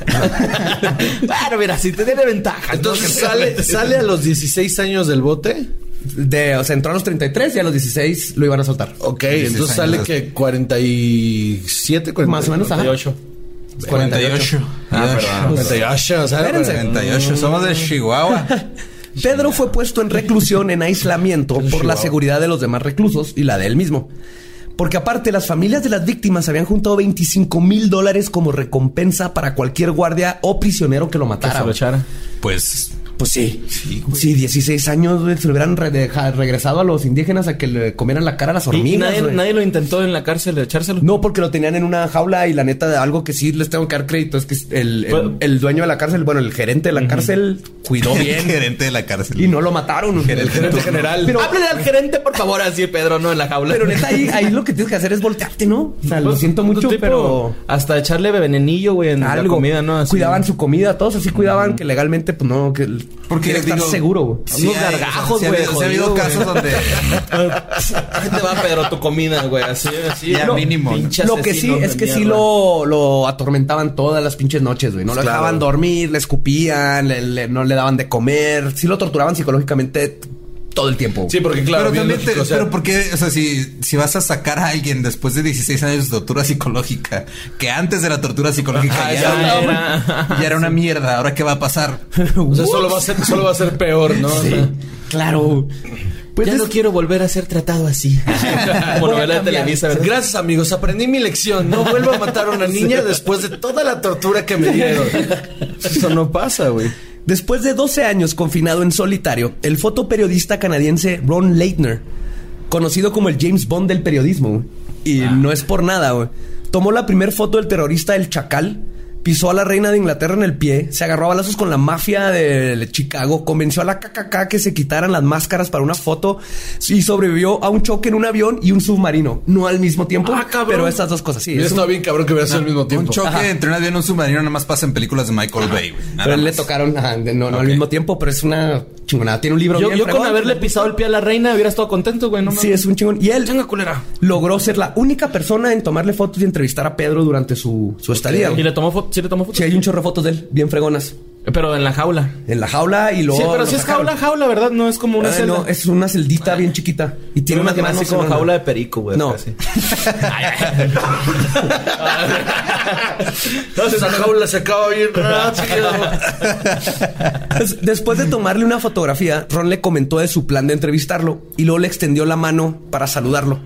[SPEAKER 3] bueno, mira, si te tiene ventaja.
[SPEAKER 4] Entonces sale, sale a los 16 años del bote.
[SPEAKER 1] De, o sea, entró a los 33 y a los 16 lo iban a soltar.
[SPEAKER 4] Ok,
[SPEAKER 2] 16
[SPEAKER 4] entonces sale
[SPEAKER 2] años.
[SPEAKER 4] que 47, 48.
[SPEAKER 1] Más o menos, ajá.
[SPEAKER 3] 48.
[SPEAKER 2] 48.
[SPEAKER 3] Ah, perdón.
[SPEAKER 4] 48, o sea,
[SPEAKER 1] Espérense.
[SPEAKER 2] 48. Somos de Chihuahua.
[SPEAKER 1] Pedro fue puesto en reclusión en aislamiento por la seguridad de los demás reclusos y la de él mismo. Porque aparte, las familias de las víctimas habían juntado 25 mil dólares como recompensa para cualquier guardia o prisionero que lo
[SPEAKER 3] Que se
[SPEAKER 1] matara.
[SPEAKER 3] lo echara.
[SPEAKER 2] Pues
[SPEAKER 1] Pues sí. Sí, 16 años, güey, se lo hubieran re- deja- regresado a los indígenas a que le comieran la cara a las
[SPEAKER 3] Y- Y,
[SPEAKER 1] hormigas.
[SPEAKER 3] nadie,
[SPEAKER 1] güey.
[SPEAKER 3] nadie lo intentó en la cárcel de echárselo.
[SPEAKER 1] No, porque lo tenían en una jaula y la neta, algo que sí les tengo que dar crédito es que el, el- el dueño de la cárcel, bueno, el gerente de la cárcel cuidó
[SPEAKER 2] el
[SPEAKER 1] bien
[SPEAKER 2] gerente de la cárcel.
[SPEAKER 1] y no lo mataron.
[SPEAKER 2] El gerente general.
[SPEAKER 1] Pero,
[SPEAKER 3] Háblele al gerente, por favor, así Pedro, no en la jaula.
[SPEAKER 1] pero neta, ahí, ahí lo que tienes que hacer es voltearte, ¿no? O sea, lo
[SPEAKER 3] Pues,
[SPEAKER 1] siento mucho,
[SPEAKER 3] tipo,
[SPEAKER 1] pero
[SPEAKER 3] Hasta echarle venenillo, güey, en la
[SPEAKER 1] algo.
[SPEAKER 3] comida, ¿no? Así.
[SPEAKER 1] Cuidaban su comida, todos así cuidaban que legalmente, pues no, que
[SPEAKER 2] Porque
[SPEAKER 1] quiere estar
[SPEAKER 2] digo,
[SPEAKER 1] seguro, güey.
[SPEAKER 2] sí
[SPEAKER 3] Unos
[SPEAKER 2] hay, o sea,
[SPEAKER 3] gargajos,
[SPEAKER 2] sí ha
[SPEAKER 3] güey,
[SPEAKER 2] habido- sí ha habido
[SPEAKER 3] jodido,
[SPEAKER 2] casos donde
[SPEAKER 3] Ahí te va, Pedro, tu comida, güey. Así, así.
[SPEAKER 2] Ya mínimo, ¿no?
[SPEAKER 3] pinche
[SPEAKER 1] Lo que sí
[SPEAKER 3] asesino
[SPEAKER 1] es
[SPEAKER 3] de
[SPEAKER 1] que sí
[SPEAKER 3] mierda.
[SPEAKER 1] lo, lo atormentaban todas las pinches noches, güey. No lo
[SPEAKER 2] Claro.
[SPEAKER 1] dejaban dormir, le escupían, le- le- no le daban de comer. Sí lo torturaban psicológicamente t- todo el tiempo. güey.
[SPEAKER 4] Sí, porque claro,
[SPEAKER 2] pero
[SPEAKER 4] bien
[SPEAKER 2] también
[SPEAKER 4] lógico,
[SPEAKER 2] te-
[SPEAKER 4] o sea,
[SPEAKER 2] pero porque, o sea, si, si vas a sacar a alguien después de 16 años de tortura psicológica, que antes de la tortura psicológica
[SPEAKER 4] Ajá,
[SPEAKER 3] Ah,
[SPEAKER 2] ya,
[SPEAKER 4] ya
[SPEAKER 2] era,
[SPEAKER 3] era.
[SPEAKER 2] ya era una mierda, ahora qué va a pasar.
[SPEAKER 4] o sea, solo va a ser, solo va a ser peor, ¿no? O
[SPEAKER 1] Sí,
[SPEAKER 4] sea,
[SPEAKER 1] claro. Pues
[SPEAKER 3] ya
[SPEAKER 1] es-
[SPEAKER 3] no quiero volver a ser tratado así. Como
[SPEAKER 1] Voy a
[SPEAKER 3] novela de
[SPEAKER 1] cambiar.
[SPEAKER 3] Televisa, ¿verdad?
[SPEAKER 4] Gracias amigos, aprendí mi lección. No vuelvo a matar a una niña después de toda la tortura que me dieron. Eso no pasa, güey.
[SPEAKER 1] Después de 12 años confinado en solitario, el fotoperiodista canadiense Ron Leitner, conocido como el James Bond del periodismo, güey, y
[SPEAKER 3] Ah.
[SPEAKER 1] no es por nada, güey, tomó la primer foto del terrorista El Chacal, pisó a la reina de Inglaterra en el pie, se agarró a balazos con la mafia de Chicago, convenció a la KKK que se quitaran las máscaras para una foto y sobrevivió a un choque en un avión y un submarino. No al mismo tiempo,
[SPEAKER 3] Ah, cabrón.
[SPEAKER 1] pero esas dos cosas, sí.
[SPEAKER 4] Mira,
[SPEAKER 1] es un-
[SPEAKER 4] estaba bien cabrón que hubiera sido al mismo
[SPEAKER 2] Un
[SPEAKER 4] tiempo.
[SPEAKER 2] choque entre un avión y un submarino nada más pasa en películas de Michael Bay. güey, nada
[SPEAKER 1] pero él le
[SPEAKER 2] más.
[SPEAKER 1] tocaron ajá, de- no, no al
[SPEAKER 2] Ok.
[SPEAKER 1] mismo tiempo, pero es una chingonada. Tiene un libro
[SPEAKER 3] Yo,
[SPEAKER 1] bien
[SPEAKER 3] yo con
[SPEAKER 1] fregón.
[SPEAKER 3] haberle pisado el pie a la reina hubiera estado contento, güey. No
[SPEAKER 1] Sí, es un chingón. Y él
[SPEAKER 3] Tenga culera.
[SPEAKER 1] logró ser la única persona en tomarle fotos y entrevistar a Pedro durante su, su estadía.
[SPEAKER 3] ¿Y le tomó fotos? Sí, le tomó fotos.
[SPEAKER 1] Sí, hay un chorro de fotos de él, bien fregonas.
[SPEAKER 3] Pero en la jaula.
[SPEAKER 1] En la jaula y luego.
[SPEAKER 3] sí, pero
[SPEAKER 1] lo
[SPEAKER 3] si es
[SPEAKER 1] sacaron.
[SPEAKER 3] jaula, jaula, ¿verdad? No es como una
[SPEAKER 1] Ah,
[SPEAKER 3] celda. Ah.
[SPEAKER 1] no, es una celdita bien chiquita. Y tiene
[SPEAKER 3] Yo me
[SPEAKER 1] unas
[SPEAKER 3] imagino
[SPEAKER 1] manos
[SPEAKER 3] así como
[SPEAKER 1] enormes.
[SPEAKER 3] jaula de perico, güey.
[SPEAKER 1] No.
[SPEAKER 3] acá, así. Entonces,
[SPEAKER 4] Esa jaula se acaba bien
[SPEAKER 1] Des- Después de tomarle una fotografía, Ron le comentó de su plan de entrevistarlo y luego le extendió la mano para saludarlo.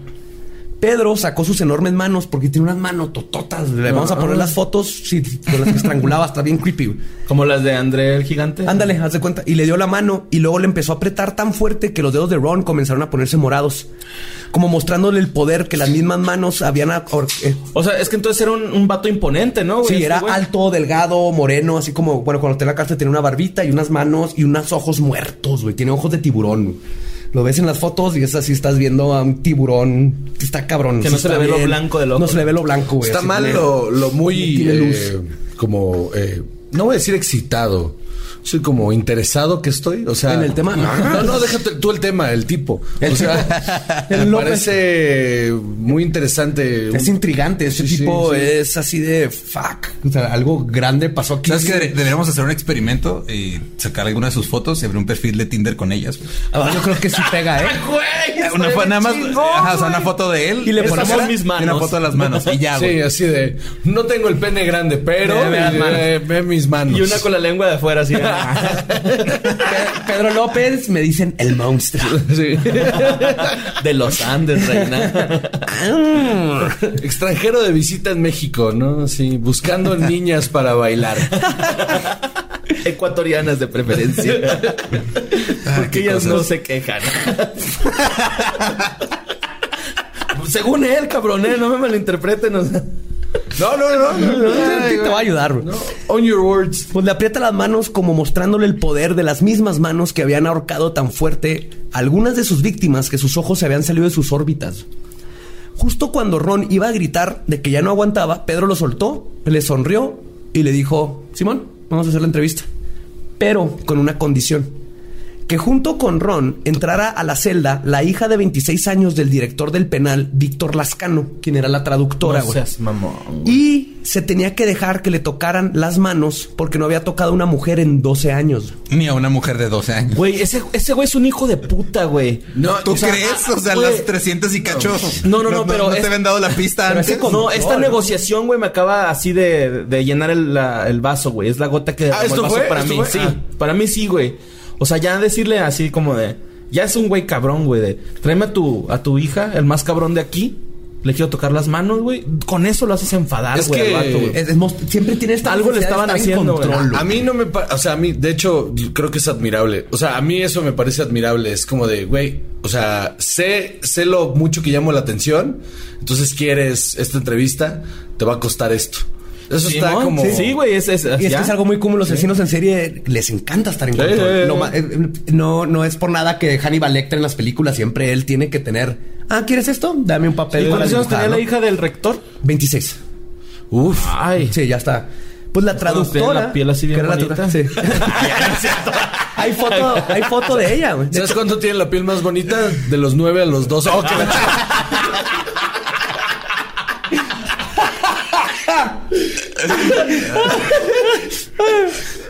[SPEAKER 1] Pedro sacó sus enormes manos porque tiene unas manos tototas. Le vamos
[SPEAKER 3] Ah.
[SPEAKER 1] a poner las fotos sí, con las que estrangulaba. Está bien creepy. güey.
[SPEAKER 3] Como las de André el gigante.
[SPEAKER 1] Ándale, haz de cuenta. Y le dio la mano y luego le empezó a apretar tan fuerte que los dedos de Ron comenzaron a ponerse morados, como mostrándole el poder que las mismas manos habían. acor- eh,
[SPEAKER 3] O sea, es que entonces era un, un vato imponente, ¿no? güey?
[SPEAKER 1] Sí,
[SPEAKER 3] Este
[SPEAKER 1] era
[SPEAKER 3] güey.
[SPEAKER 1] alto, delgado, moreno, así como, bueno, cuando está en la cárcel tiene una barbita y unas manos y unos ojos muertos, güey. Tiene ojos de tiburón. Lo ves en las fotos y es así, estás viendo a un tiburón que está cabrón.
[SPEAKER 3] Que
[SPEAKER 1] Sí
[SPEAKER 3] no se
[SPEAKER 1] está
[SPEAKER 3] le ve lo blanco del ojo.
[SPEAKER 1] No se le ve lo blanco, güey.
[SPEAKER 4] Está
[SPEAKER 1] así
[SPEAKER 4] mal
[SPEAKER 1] tiene-
[SPEAKER 4] lo, lo muy
[SPEAKER 1] Tiene luz.
[SPEAKER 4] eh, como eh, no voy a decir excitado. Soy como interesado que estoy, o sea,
[SPEAKER 1] ¿En el tema?
[SPEAKER 4] No, no, déjate tú el tema, el tipo.
[SPEAKER 1] El
[SPEAKER 4] o sea,
[SPEAKER 1] tipo. El
[SPEAKER 4] me
[SPEAKER 1] López.
[SPEAKER 4] parece muy interesante.
[SPEAKER 1] Es intrigante, ese
[SPEAKER 4] Sí, sí,
[SPEAKER 1] tipo
[SPEAKER 4] sí.
[SPEAKER 1] es así de fuck. O sea, algo grande pasó aquí.
[SPEAKER 2] ¿Sabes que deberíamos hacer un experimento y sacar alguna de sus fotos y abrir un perfil de Tinder con ellas? güey?
[SPEAKER 1] Ah, yo creo que sí pega, ¿eh?
[SPEAKER 2] Una, fo- nada más, ajá, o sea, una foto de él
[SPEAKER 3] Y le
[SPEAKER 2] esa
[SPEAKER 3] ponemos
[SPEAKER 2] cara,
[SPEAKER 3] mis
[SPEAKER 2] y
[SPEAKER 3] manos.
[SPEAKER 2] una foto de las manos y ya,
[SPEAKER 4] Sí,
[SPEAKER 2] güey.
[SPEAKER 4] así de no tengo el pene grande, pero
[SPEAKER 3] Ve, ve las
[SPEAKER 4] eh,
[SPEAKER 3] manos.
[SPEAKER 4] ve mis manos.
[SPEAKER 3] Y una con la lengua de afuera, así.
[SPEAKER 1] Pe- Pedro López me dicen el monstruo.
[SPEAKER 4] Sí.
[SPEAKER 3] de los Andes, reina.
[SPEAKER 4] Extranjero de visita en México, ¿no? Sí, buscando niñas para bailar.
[SPEAKER 3] Ecuatorianas de preferencia. Porque ellas no se quejan. Según él, cabrón, ¿eh? no me malinterpreten. o sea.
[SPEAKER 4] No, no, no. no, no.
[SPEAKER 1] Ay, te va a ayudar, güey.
[SPEAKER 4] On your words.
[SPEAKER 1] Pues le aprieta las manos como mostrándole el poder de las mismas manos que habían ahorcado tan fuerte a algunas de sus víctimas que sus ojos se habían salido de sus órbitas. Justo cuando Ron iba a gritar de que ya no aguantaba, Pedro lo soltó, le sonrió y le dijo, Simón, vamos a hacer la entrevista. Pero con una condición. Que junto con Ron entrara a la celda la hija de 26 años del director del penal, Víctor Lascano, quien era la traductora.
[SPEAKER 3] No
[SPEAKER 1] güey.
[SPEAKER 3] seas mamón. güey.
[SPEAKER 1] Y se tenía que dejar que le tocaran las manos porque no había tocado a una mujer en 12 años.
[SPEAKER 2] Ni a una mujer de 12 años.
[SPEAKER 3] Güey, ese, ese güey es un hijo de puta, güey.
[SPEAKER 4] No,
[SPEAKER 2] ¿Tú
[SPEAKER 4] o sea,
[SPEAKER 2] crees?
[SPEAKER 4] ah,
[SPEAKER 2] O sea,
[SPEAKER 4] güey.
[SPEAKER 2] las 300 y cacho.
[SPEAKER 3] No, no, no, pero
[SPEAKER 2] No
[SPEAKER 3] es-
[SPEAKER 2] te habían dado la pista
[SPEAKER 1] pero ese
[SPEAKER 2] antes.
[SPEAKER 1] con-
[SPEAKER 3] No, esta
[SPEAKER 1] No,
[SPEAKER 3] negociación, güey, me acaba así de, de llenar el, la- el vaso, güey. Es la gota que derramó
[SPEAKER 4] Ah, ¿esto
[SPEAKER 3] el vaso
[SPEAKER 4] fue?
[SPEAKER 3] para
[SPEAKER 4] ¿esto
[SPEAKER 3] mí.
[SPEAKER 4] fue?
[SPEAKER 3] Sí,
[SPEAKER 4] Ah.
[SPEAKER 3] para mí sí, güey. O sea, ya decirle así como de... Ya es un güey cabrón, güey, de... Tráeme a tu, a tu hija, el más cabrón de aquí. Le quiero tocar las manos, güey. Con eso lo haces enfadar,
[SPEAKER 4] Es
[SPEAKER 3] güey, al
[SPEAKER 4] que-
[SPEAKER 3] vato, güey.
[SPEAKER 1] Es- es most- siempre tiene esta
[SPEAKER 3] Algo le
[SPEAKER 1] necesidad
[SPEAKER 3] estaban
[SPEAKER 1] de estar en
[SPEAKER 3] haciendo, güey.
[SPEAKER 1] control, Ah,
[SPEAKER 4] A mí no me parece, o sea, a mí, de hecho, creo que es admirable. O sea, a mí eso me parece admirable. Es como de, güey, o sea, sé, sé lo mucho que llamo la atención. Entonces quieres esta entrevista, te va a costar esto. Eso está
[SPEAKER 3] Simón,
[SPEAKER 4] como.
[SPEAKER 3] sí, Sí, güey, es... es,
[SPEAKER 1] Y es
[SPEAKER 3] ya.
[SPEAKER 1] que es algo muy común. Los asesinos en serie les encanta estar en
[SPEAKER 4] Sí,
[SPEAKER 1] control.
[SPEAKER 4] sí, sí.
[SPEAKER 1] No, ma- eh, no, no es por nada que Hannibal Lecter en las películas siempre él tiene que tener. Ah, ¿quieres esto? Dame un papel.
[SPEAKER 3] ¿Y
[SPEAKER 1] para
[SPEAKER 3] cuántos años
[SPEAKER 1] dibujar,
[SPEAKER 3] tenía la
[SPEAKER 1] ¿no?"
[SPEAKER 3] hija del rector?
[SPEAKER 1] 26.
[SPEAKER 3] Uf. Ay.
[SPEAKER 1] Sí, ya está. Pues la
[SPEAKER 3] Cuando tenía
[SPEAKER 1] traductora.
[SPEAKER 3] la piel así bien
[SPEAKER 1] que era la
[SPEAKER 3] bonita.
[SPEAKER 1] tra- sí. hay foto, hay foto de ella, güey.
[SPEAKER 4] ¿Sabes cuánto tiene la piel más bonita? De los 9 a los 12. Oh, qué la ch-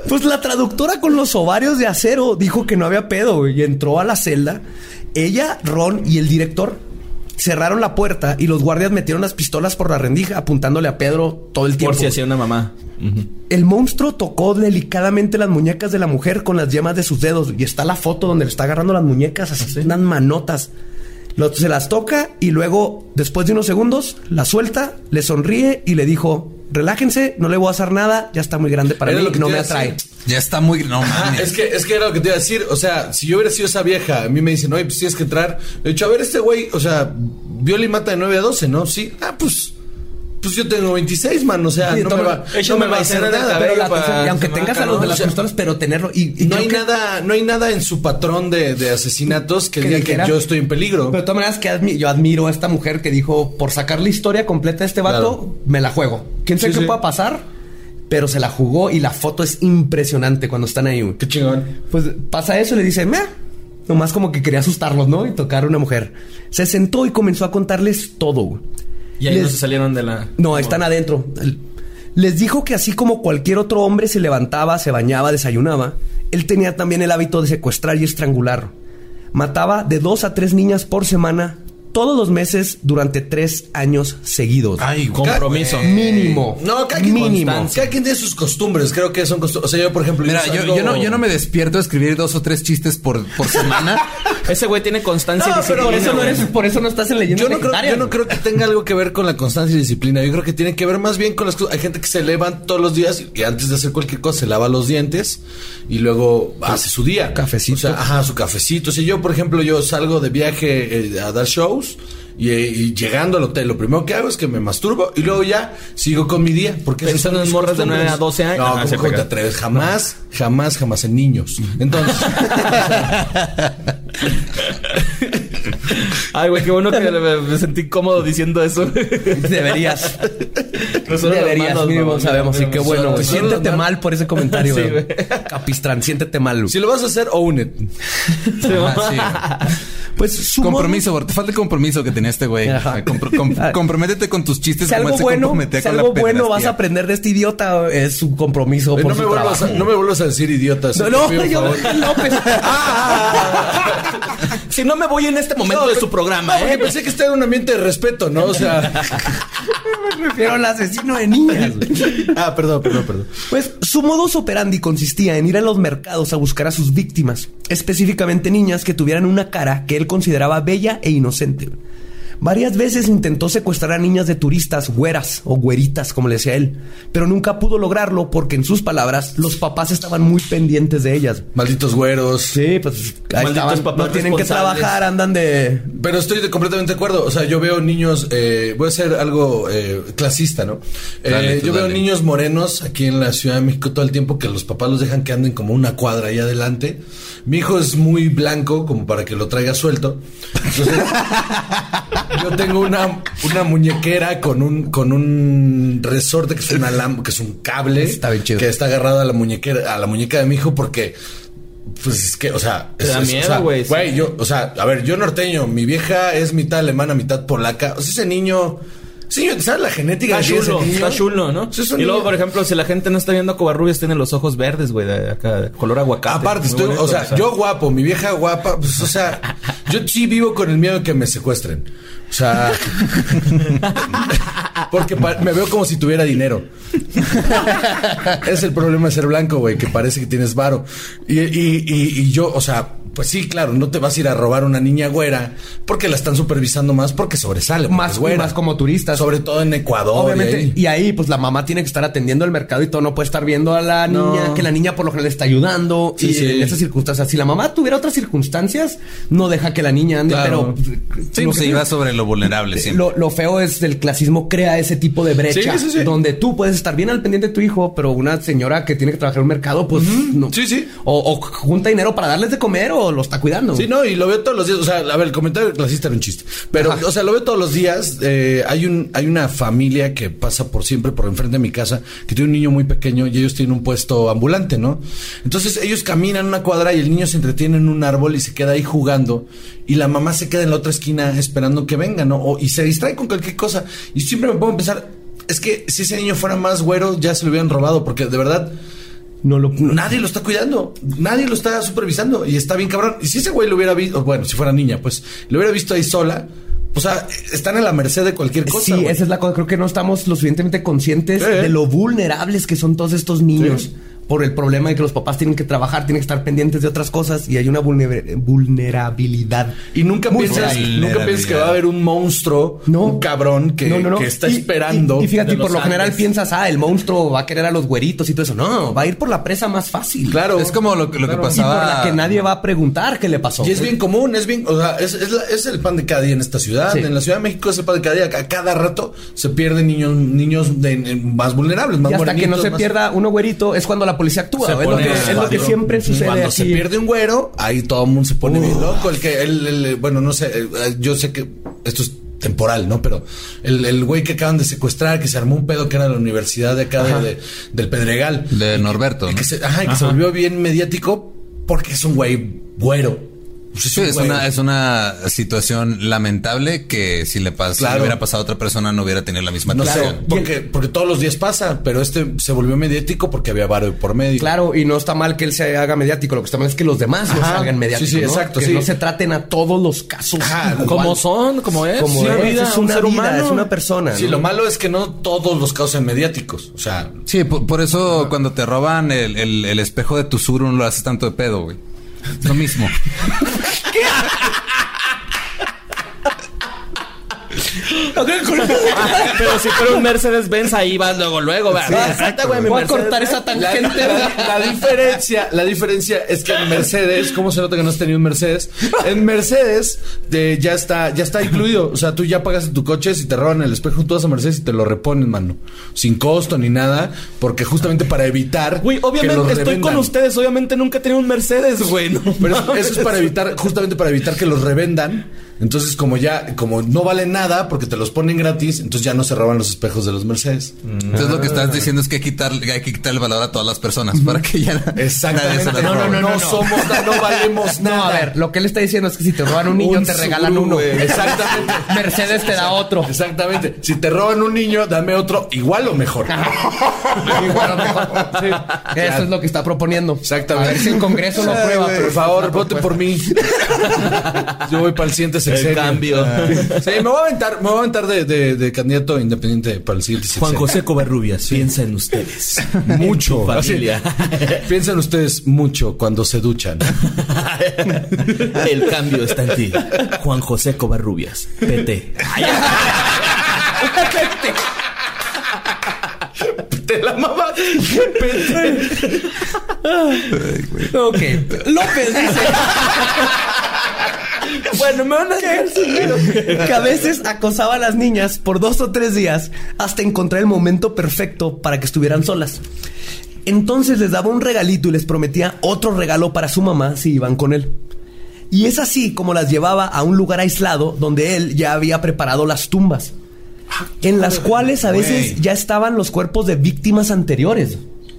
[SPEAKER 1] Pues la traductora con los ovarios de acero dijo que no había pedo güey, y entró a la celda. Ella, Ron y el director cerraron la puerta y los guardias metieron las pistolas por la rendija apuntándole a Pedro todo el tiempo.
[SPEAKER 3] Por si hacía una mamá.
[SPEAKER 1] El monstruo tocó delicadamente las muñecas de la mujer con las yemas de sus dedos y está la foto donde le está agarrando las muñecas, así unas manotas. Lo- se las toca y luego, después de unos segundos, la suelta, le sonríe y le dijo, relájense, no le voy a hacer nada, ya está muy grande para
[SPEAKER 4] Era
[SPEAKER 1] mí
[SPEAKER 4] lo que
[SPEAKER 1] y no
[SPEAKER 4] te
[SPEAKER 1] me
[SPEAKER 4] iba a decir.
[SPEAKER 1] atrae.
[SPEAKER 2] Ya está muy. No
[SPEAKER 4] Ah,
[SPEAKER 2] mames.
[SPEAKER 4] es, que, es que era lo que te iba a decir. O sea, si yo hubiera sido esa vieja, a mí me dicen, oye, pues tienes que entrar. Le he dicho, a ver, este güey, o sea, viola y mata de 9 a 12, ¿no? Sí. Ah, pues. Pues yo tengo 26, man. O sea,
[SPEAKER 1] Sí,
[SPEAKER 4] no
[SPEAKER 1] toma-
[SPEAKER 4] me va,
[SPEAKER 3] ella
[SPEAKER 4] no me
[SPEAKER 3] me
[SPEAKER 4] va a
[SPEAKER 3] va
[SPEAKER 4] hacer
[SPEAKER 3] a hacer
[SPEAKER 4] nada.
[SPEAKER 3] nada,
[SPEAKER 1] Pero la
[SPEAKER 4] para-
[SPEAKER 1] atención- ¿eh? y aunque
[SPEAKER 4] se me
[SPEAKER 1] tengas
[SPEAKER 4] va
[SPEAKER 1] a los de
[SPEAKER 4] cabrón.
[SPEAKER 1] las
[SPEAKER 4] O sea,
[SPEAKER 1] pistolas, pero tenerlo. Y, y
[SPEAKER 4] No
[SPEAKER 1] creo
[SPEAKER 4] hay,
[SPEAKER 1] que-
[SPEAKER 4] nada, no hay nada en su patrón de, de asesinatos que,
[SPEAKER 1] Que
[SPEAKER 4] diga
[SPEAKER 1] dijera-
[SPEAKER 4] que yo estoy en peligro.
[SPEAKER 1] Pero de todas maneras, que admi- yo admiro a esta mujer que dijo: por sacar la historia completa de este vato,
[SPEAKER 4] Claro.
[SPEAKER 1] me la juego. Quién sabe
[SPEAKER 4] Sí,
[SPEAKER 1] qué
[SPEAKER 4] sí.
[SPEAKER 1] pueda pasar, pero se la jugó y la foto es impresionante cuando están ahí. güey.
[SPEAKER 4] Qué chingón.
[SPEAKER 1] Pues pasa eso y le dice: meh, nomás como que quería asustarlos, ¿no? Y tocar a una mujer. Se sentó y comenzó a contarles todo. güey.
[SPEAKER 3] Y ahí
[SPEAKER 1] Les-
[SPEAKER 3] no se salieron de la...
[SPEAKER 1] no, están adentro. Les dijo que así como cualquier otro hombre se levantaba, se bañaba, desayunaba, él tenía también el hábito de secuestrar y estrangular. Mataba de dos a tres niñas por semana, todos los meses, durante tres años seguidos.
[SPEAKER 2] Ay,
[SPEAKER 3] Compromiso.
[SPEAKER 2] ca-
[SPEAKER 1] mínimo.
[SPEAKER 4] No, cada quien,
[SPEAKER 1] mínimo.
[SPEAKER 4] Cada quien tiene sus costumbres. Creo que son costumbres. O sea, yo, por ejemplo.
[SPEAKER 2] Mira, yo,
[SPEAKER 4] salgo-
[SPEAKER 2] yo no, yo no me despierto a escribir dos o tres chistes por, por semana.
[SPEAKER 3] Ese güey tiene constancia
[SPEAKER 4] No,
[SPEAKER 3] y
[SPEAKER 4] pero
[SPEAKER 3] disciplina,
[SPEAKER 1] Por eso, no
[SPEAKER 3] güey.
[SPEAKER 1] eres, por eso no estás en leyenda
[SPEAKER 4] Yo no, creo, yo no creo que tenga algo que ver con la constancia y disciplina. Yo creo que tiene que ver más bien con las cosas. Hay gente que se levanta todos los días y antes de hacer cualquier cosa se lava los dientes y luego hace su día.
[SPEAKER 1] Cafecito.
[SPEAKER 4] O sea, ajá, su cafecito. O sea, yo, por ejemplo, yo salgo de viaje eh, a dar shows y, eh, y llegando al hotel, lo primero que hago es que me masturbo y luego ya sigo con mi día. Porque esas
[SPEAKER 3] Pensando
[SPEAKER 4] son
[SPEAKER 3] en
[SPEAKER 4] mis
[SPEAKER 3] morras de
[SPEAKER 4] costumbres.
[SPEAKER 3] 9 a 12 años.
[SPEAKER 4] No,
[SPEAKER 3] Ah,
[SPEAKER 4] ¿cómo
[SPEAKER 3] se
[SPEAKER 4] que te
[SPEAKER 3] pega.
[SPEAKER 4] atreves? Jamás, jamás, jamás en niños. Entonces,
[SPEAKER 3] Ay, güey, qué bueno que me, me sentí cómodo diciendo eso.
[SPEAKER 1] Deberías.
[SPEAKER 3] Nosotros
[SPEAKER 1] Deberías,
[SPEAKER 3] hermanos,
[SPEAKER 1] mínimo
[SPEAKER 3] mamá,
[SPEAKER 1] sabemos. Y
[SPEAKER 3] mira,
[SPEAKER 1] qué
[SPEAKER 3] mira,
[SPEAKER 1] bueno,
[SPEAKER 4] nosotros
[SPEAKER 1] güey.
[SPEAKER 4] hermanos.
[SPEAKER 1] Siéntete mal por ese comentario,
[SPEAKER 3] Sí,
[SPEAKER 1] güey.
[SPEAKER 3] güey.
[SPEAKER 1] Capistrán, siéntete mal, güey.
[SPEAKER 4] si lo vas a hacer, own it.
[SPEAKER 2] Ah, sí.
[SPEAKER 1] Pues su
[SPEAKER 2] Compromiso, bro. Te falta el compromiso que tenía este güey. O
[SPEAKER 1] Ajá.
[SPEAKER 2] sea, compro- com- comprométete con tus chistes
[SPEAKER 1] Si
[SPEAKER 2] como
[SPEAKER 1] algo
[SPEAKER 2] él se
[SPEAKER 1] bueno,
[SPEAKER 2] comprometía
[SPEAKER 1] si
[SPEAKER 2] con la
[SPEAKER 1] algo bueno vas a
[SPEAKER 2] pederastía.
[SPEAKER 1] aprender de este idiota es su compromiso
[SPEAKER 4] Eh,
[SPEAKER 1] por
[SPEAKER 4] no,
[SPEAKER 1] su
[SPEAKER 4] me vuelvas a,
[SPEAKER 1] trabajo.
[SPEAKER 4] no me vuelvas a decir idiota.
[SPEAKER 1] No,
[SPEAKER 4] sí,
[SPEAKER 1] no,
[SPEAKER 4] te pido un
[SPEAKER 1] yo
[SPEAKER 4] favor.
[SPEAKER 1] López. Ah,
[SPEAKER 3] si no me voy en este momento de su programa,
[SPEAKER 4] No,
[SPEAKER 1] ¿Eh?
[SPEAKER 4] porque pensé que estaba en un ambiente de respeto, ¿no? O sea.
[SPEAKER 1] me refiero al asesino de niñas.
[SPEAKER 4] ah, perdón, perdón, perdón.
[SPEAKER 1] Pues su modus operandi consistía en ir a los mercados a buscar a sus víctimas, específicamente niñas que tuvieran una cara que él consideraba bella e inocente. Varias veces intentó secuestrar a niñas de turistas, güeras o güeritas, como le decía él, pero nunca pudo lograrlo porque, en sus palabras, los papás estaban muy pendientes de ellas.
[SPEAKER 4] Malditos güeros.
[SPEAKER 1] Sí, pues ahí
[SPEAKER 3] Malditos
[SPEAKER 1] estaban,
[SPEAKER 3] papás
[SPEAKER 1] no tienen que
[SPEAKER 3] responsables.
[SPEAKER 1] trabajar, andan de...
[SPEAKER 4] Pero estoy de- completamente de acuerdo. O sea, yo veo niños. eh, voy a ser algo eh, clasista, ¿no? Eh,
[SPEAKER 2] Dale, tú
[SPEAKER 4] yo veo
[SPEAKER 2] dale.
[SPEAKER 4] niños morenos aquí en la Ciudad de México todo el tiempo que los papás los dejan que anden como una cuadra ahí adelante. Mi hijo es muy blanco, como para que lo traiga suelto. Entonces, yo tengo una, una muñequera con un, con un resorte que es un alam- que es un cable.
[SPEAKER 1] Está bien chido.
[SPEAKER 4] Que está agarrado a la muñequera, a la muñeca de mi hijo porque. Pues es que, o sea,
[SPEAKER 3] Te da
[SPEAKER 4] es- es- o
[SPEAKER 3] miedo,
[SPEAKER 4] sea,
[SPEAKER 3] güey, sí.
[SPEAKER 4] Güey, yo, o sea, a ver, yo norteño, mi vieja es mitad alemana, mitad polaca. O sea, ese niño. Ese niño, ¿sabes la genética
[SPEAKER 3] Está
[SPEAKER 4] que tiene ese
[SPEAKER 3] chulo,
[SPEAKER 4] niño?
[SPEAKER 3] está chulo, ¿no?
[SPEAKER 4] Sí, es un
[SPEAKER 3] Y luego,
[SPEAKER 4] niño-
[SPEAKER 3] por ejemplo, si la gente no está viendo a Covarrubias, tiene los ojos verdes, güey, de acá, de color aguacate.
[SPEAKER 4] Aparte,
[SPEAKER 3] Muy
[SPEAKER 4] estoy,
[SPEAKER 3] bonito,
[SPEAKER 4] o sea, yo guapo, mi vieja guapa, pues, o sea, yo sí vivo con el miedo de que me secuestren. O sea, porque pa- me veo como si tuviera dinero. es el problema de ser blanco, güey, que parece que tienes varo. Y, y- y- y yo, o sea, pues sí, claro, no te vas a ir a robar una niña güera porque la están supervisando más porque sobresale. porque
[SPEAKER 1] Más-
[SPEAKER 4] es güera.
[SPEAKER 1] más como turistas.
[SPEAKER 4] Sobre todo en Ecuador. y
[SPEAKER 1] Obviamente,
[SPEAKER 4] ahí.
[SPEAKER 1] y ahí pues la mamá tiene que estar atendiendo el mercado y todo, no puede estar viendo a la niña, que la niña por lo general está ayudando.
[SPEAKER 4] Sí,
[SPEAKER 1] y
[SPEAKER 4] sí.
[SPEAKER 1] en esas circunstancias, si la mamá tuviera otras circunstancias, no deja que la niña ande,
[SPEAKER 4] Claro.
[SPEAKER 1] pero
[SPEAKER 2] Sí,
[SPEAKER 1] lo
[SPEAKER 2] pues se
[SPEAKER 1] que-
[SPEAKER 2] iba sobre lo vulnerable siempre.
[SPEAKER 1] Lo, lo feo es el clasismo crea ese tipo de brecha
[SPEAKER 4] Sí, sí, sí.
[SPEAKER 1] donde tú puedes estar bien al pendiente de tu hijo, pero una señora que tiene que trabajar en un mercado, pues no.
[SPEAKER 4] Sí, sí.
[SPEAKER 1] O, o junta dinero para darles de comer o lo está cuidando.
[SPEAKER 4] Sí, no, y lo veo todos los días. O sea, a ver, el comentario clasista era un chiste. Pero, o sea, lo veo todos los días. Eh, hay, un, hay una familia que pasa por siempre por enfrente de mi casa, que tiene un niño muy pequeño y ellos tienen un puesto ambulante, ¿no? Entonces ellos caminan una cuadra y el niño se entretiene en un árbol y se queda ahí jugando. Y la mamá se queda en la otra esquina esperando que venga, ¿no? O- y se distrae con cualquier cosa. Y siempre me pongo a pensar, es que si ese niño fuera más güero, ya se lo hubieran robado, porque de verdad...
[SPEAKER 1] No lo. no-
[SPEAKER 4] Nadie lo está cuidando, nadie lo está supervisando y está bien cabrón. Y si ese güey lo hubiera visto, bueno, si fuera niña, pues lo hubiera visto ahí sola, o sea, están a la merced de cualquier cosa.
[SPEAKER 1] Sí,
[SPEAKER 4] güey.
[SPEAKER 1] esa es la cosa. Creo que no estamos lo suficientemente conscientes
[SPEAKER 4] Sí.
[SPEAKER 1] de lo vulnerables que son todos estos niños
[SPEAKER 4] Sí.
[SPEAKER 1] por el problema de que los papás tienen que trabajar, tienen que estar pendientes de otras cosas y hay una vulner- vulnerabilidad.
[SPEAKER 4] Y nunca
[SPEAKER 1] Muy
[SPEAKER 4] piensas,
[SPEAKER 2] vulnerable.
[SPEAKER 4] nunca piensas que va a haber un monstruo, un cabrón que,
[SPEAKER 1] No, no, no.
[SPEAKER 4] que está
[SPEAKER 1] Y-
[SPEAKER 4] esperando.
[SPEAKER 1] Y, y fíjate,
[SPEAKER 4] de
[SPEAKER 1] y por
[SPEAKER 4] los
[SPEAKER 1] lo general
[SPEAKER 4] Andes.
[SPEAKER 1] piensas, ah, el monstruo va a querer a los güeritos y todo eso. No, va a ir por la presa más fácil.
[SPEAKER 4] Claro.
[SPEAKER 2] es como lo, que- lo
[SPEAKER 1] Claro.
[SPEAKER 2] que
[SPEAKER 1] Y por
[SPEAKER 2] pasaba.
[SPEAKER 1] la que nadie va a preguntar qué le pasó.
[SPEAKER 4] Y es bien común, es bien, o sea, es, es la- es el pan de cada día en esta ciudad.
[SPEAKER 1] Sí.
[SPEAKER 4] En la Ciudad de México es el pan de cada día. A cada rato se pierden niños, niños de- de- más vulnerables, más
[SPEAKER 1] Y hasta que no
[SPEAKER 4] morenitos,
[SPEAKER 1] se
[SPEAKER 4] más-
[SPEAKER 1] pierda uno güerito es cuando la policía actúa. ¿eh?
[SPEAKER 3] Se
[SPEAKER 1] Es lo
[SPEAKER 3] pone
[SPEAKER 1] que,
[SPEAKER 3] a-
[SPEAKER 1] es lo que
[SPEAKER 3] cuando-
[SPEAKER 1] siempre sucede
[SPEAKER 4] Cuando se
[SPEAKER 1] aquí.
[SPEAKER 4] pierde un güero, ahí todo el mundo se pone bien loco. El que, el, el- bueno, no sé, eh, yo sé que esto es temporal, ¿no? Pero el, el güey que acaban de secuestrar, que se armó un pedo que era de la universidad de acá de- de- del Pedregal.
[SPEAKER 2] De Norberto. ¿no?
[SPEAKER 4] Que se, ajá, y que se volvió bien mediático porque es un güey güero. Pues
[SPEAKER 2] Sí,
[SPEAKER 4] un
[SPEAKER 2] es
[SPEAKER 4] güey.
[SPEAKER 2] una, es una situación lamentable que si le, pas- si le
[SPEAKER 4] Claro.
[SPEAKER 2] hubiera pasado a otra persona no hubiera tenido la misma
[SPEAKER 4] No
[SPEAKER 2] atención.
[SPEAKER 4] sé, porque, porque todos los días pasa, pero este se volvió mediático porque había varo de por medio.
[SPEAKER 1] Claro, y no está mal que él se haga mediático. Lo que está mal es que los demás no
[SPEAKER 4] Ajá.
[SPEAKER 1] se hagan mediáticos.
[SPEAKER 4] Sí, sí,
[SPEAKER 1] ¿no?
[SPEAKER 4] exacto,
[SPEAKER 1] Que
[SPEAKER 4] sí.
[SPEAKER 1] no se traten a todos los casos.
[SPEAKER 4] Ajá,
[SPEAKER 1] igual.
[SPEAKER 3] Como son, como es.
[SPEAKER 1] Como
[SPEAKER 3] sí,
[SPEAKER 1] es,
[SPEAKER 3] vida,
[SPEAKER 1] es
[SPEAKER 3] un
[SPEAKER 1] una
[SPEAKER 3] ser
[SPEAKER 1] vida,
[SPEAKER 3] humano.
[SPEAKER 1] es una persona.
[SPEAKER 4] Sí,
[SPEAKER 1] ¿no?
[SPEAKER 4] lo malo es que no todos los casos son mediáticos. O sea,
[SPEAKER 2] Sí, por, por eso cuando te roban el, el- el espejo de tu sur no lo haces tanto de pedo, güey. Es lo mismo.
[SPEAKER 3] Ah, pero si fuera un Mercedes Benz, ahí vas luego, luego, va.
[SPEAKER 1] Sí, exacto, güey. Voy a cortar
[SPEAKER 4] ¿eh?
[SPEAKER 1] esa tangente.
[SPEAKER 4] La diferencia, la diferencia es que en Mercedes, ¿cómo se nota que no has tenido un Mercedes? En Mercedes eh, ya está, ya está incluido. O sea, tú ya pagas tu coche, si te roban el espejo, tú vas a Mercedes y te lo reponen, mano. Sin costo ni nada, porque justamente para evitar.
[SPEAKER 3] Güey,
[SPEAKER 4] que los
[SPEAKER 3] obviamente estoy con
[SPEAKER 4] revendan.
[SPEAKER 3] ustedes. Obviamente nunca he tenido un Mercedes, güey. no
[SPEAKER 4] Pero eso,
[SPEAKER 3] mames.
[SPEAKER 4] eso es para evitar, justamente para evitar que los revendan. Entonces, como ya, como no valen nada porque te los ponen gratis, entonces ya no se roban los espejos de los Mercedes.
[SPEAKER 2] Entonces lo que estás diciendo es que hay que quitar, hay que quitar el valor a todas las personas para que ya nadie se
[SPEAKER 4] Exactamente.
[SPEAKER 2] las
[SPEAKER 4] No, no,
[SPEAKER 2] robe.
[SPEAKER 4] no, no, somos, no valemos
[SPEAKER 1] No,
[SPEAKER 4] nada.
[SPEAKER 1] a ver, lo que él está diciendo es que si te roban un niño,
[SPEAKER 4] Un
[SPEAKER 1] te regalan
[SPEAKER 4] Subaru,
[SPEAKER 1] uno.
[SPEAKER 4] güey. Exactamente.
[SPEAKER 1] Mercedes te da otro.
[SPEAKER 4] Exactamente. Si te roban un niño, dame otro igual o mejor.
[SPEAKER 1] Igual o mejor.
[SPEAKER 4] Sí.
[SPEAKER 1] Eso es lo que está proponiendo.
[SPEAKER 4] Exactamente.
[SPEAKER 1] A ver si el Congreso lo aprueba.
[SPEAKER 4] Por favor, vote por mí. Yo voy para el siguiente sexenio.
[SPEAKER 3] cambio.
[SPEAKER 4] Ah. Sí, me voy a aventar, me voy a aventar andar de, de- de candidato independiente para el siguiente
[SPEAKER 3] Juan
[SPEAKER 4] sexenio.
[SPEAKER 3] José Covarrubias, piensa en ustedes.
[SPEAKER 4] Mucho.
[SPEAKER 3] En tu familia.
[SPEAKER 4] Así, piensan ustedes mucho cuando se duchan.
[SPEAKER 3] El cambio está en ti. Juan José Covarrubias, PT.
[SPEAKER 4] Te la mamá.
[SPEAKER 1] Ok. López dice
[SPEAKER 3] Bueno, me van a
[SPEAKER 1] que a veces acosaba a las niñas por dos o tres días hasta encontrar el momento perfecto para que estuvieran solas. Entonces les daba un regalito y les prometía otro regalo para su mamá si iban con él. Y es así como las llevaba a un lugar aislado donde él ya había preparado las tumbas, en las cuales a veces
[SPEAKER 2] Güey.
[SPEAKER 1] ya estaban los cuerpos de víctimas anteriores.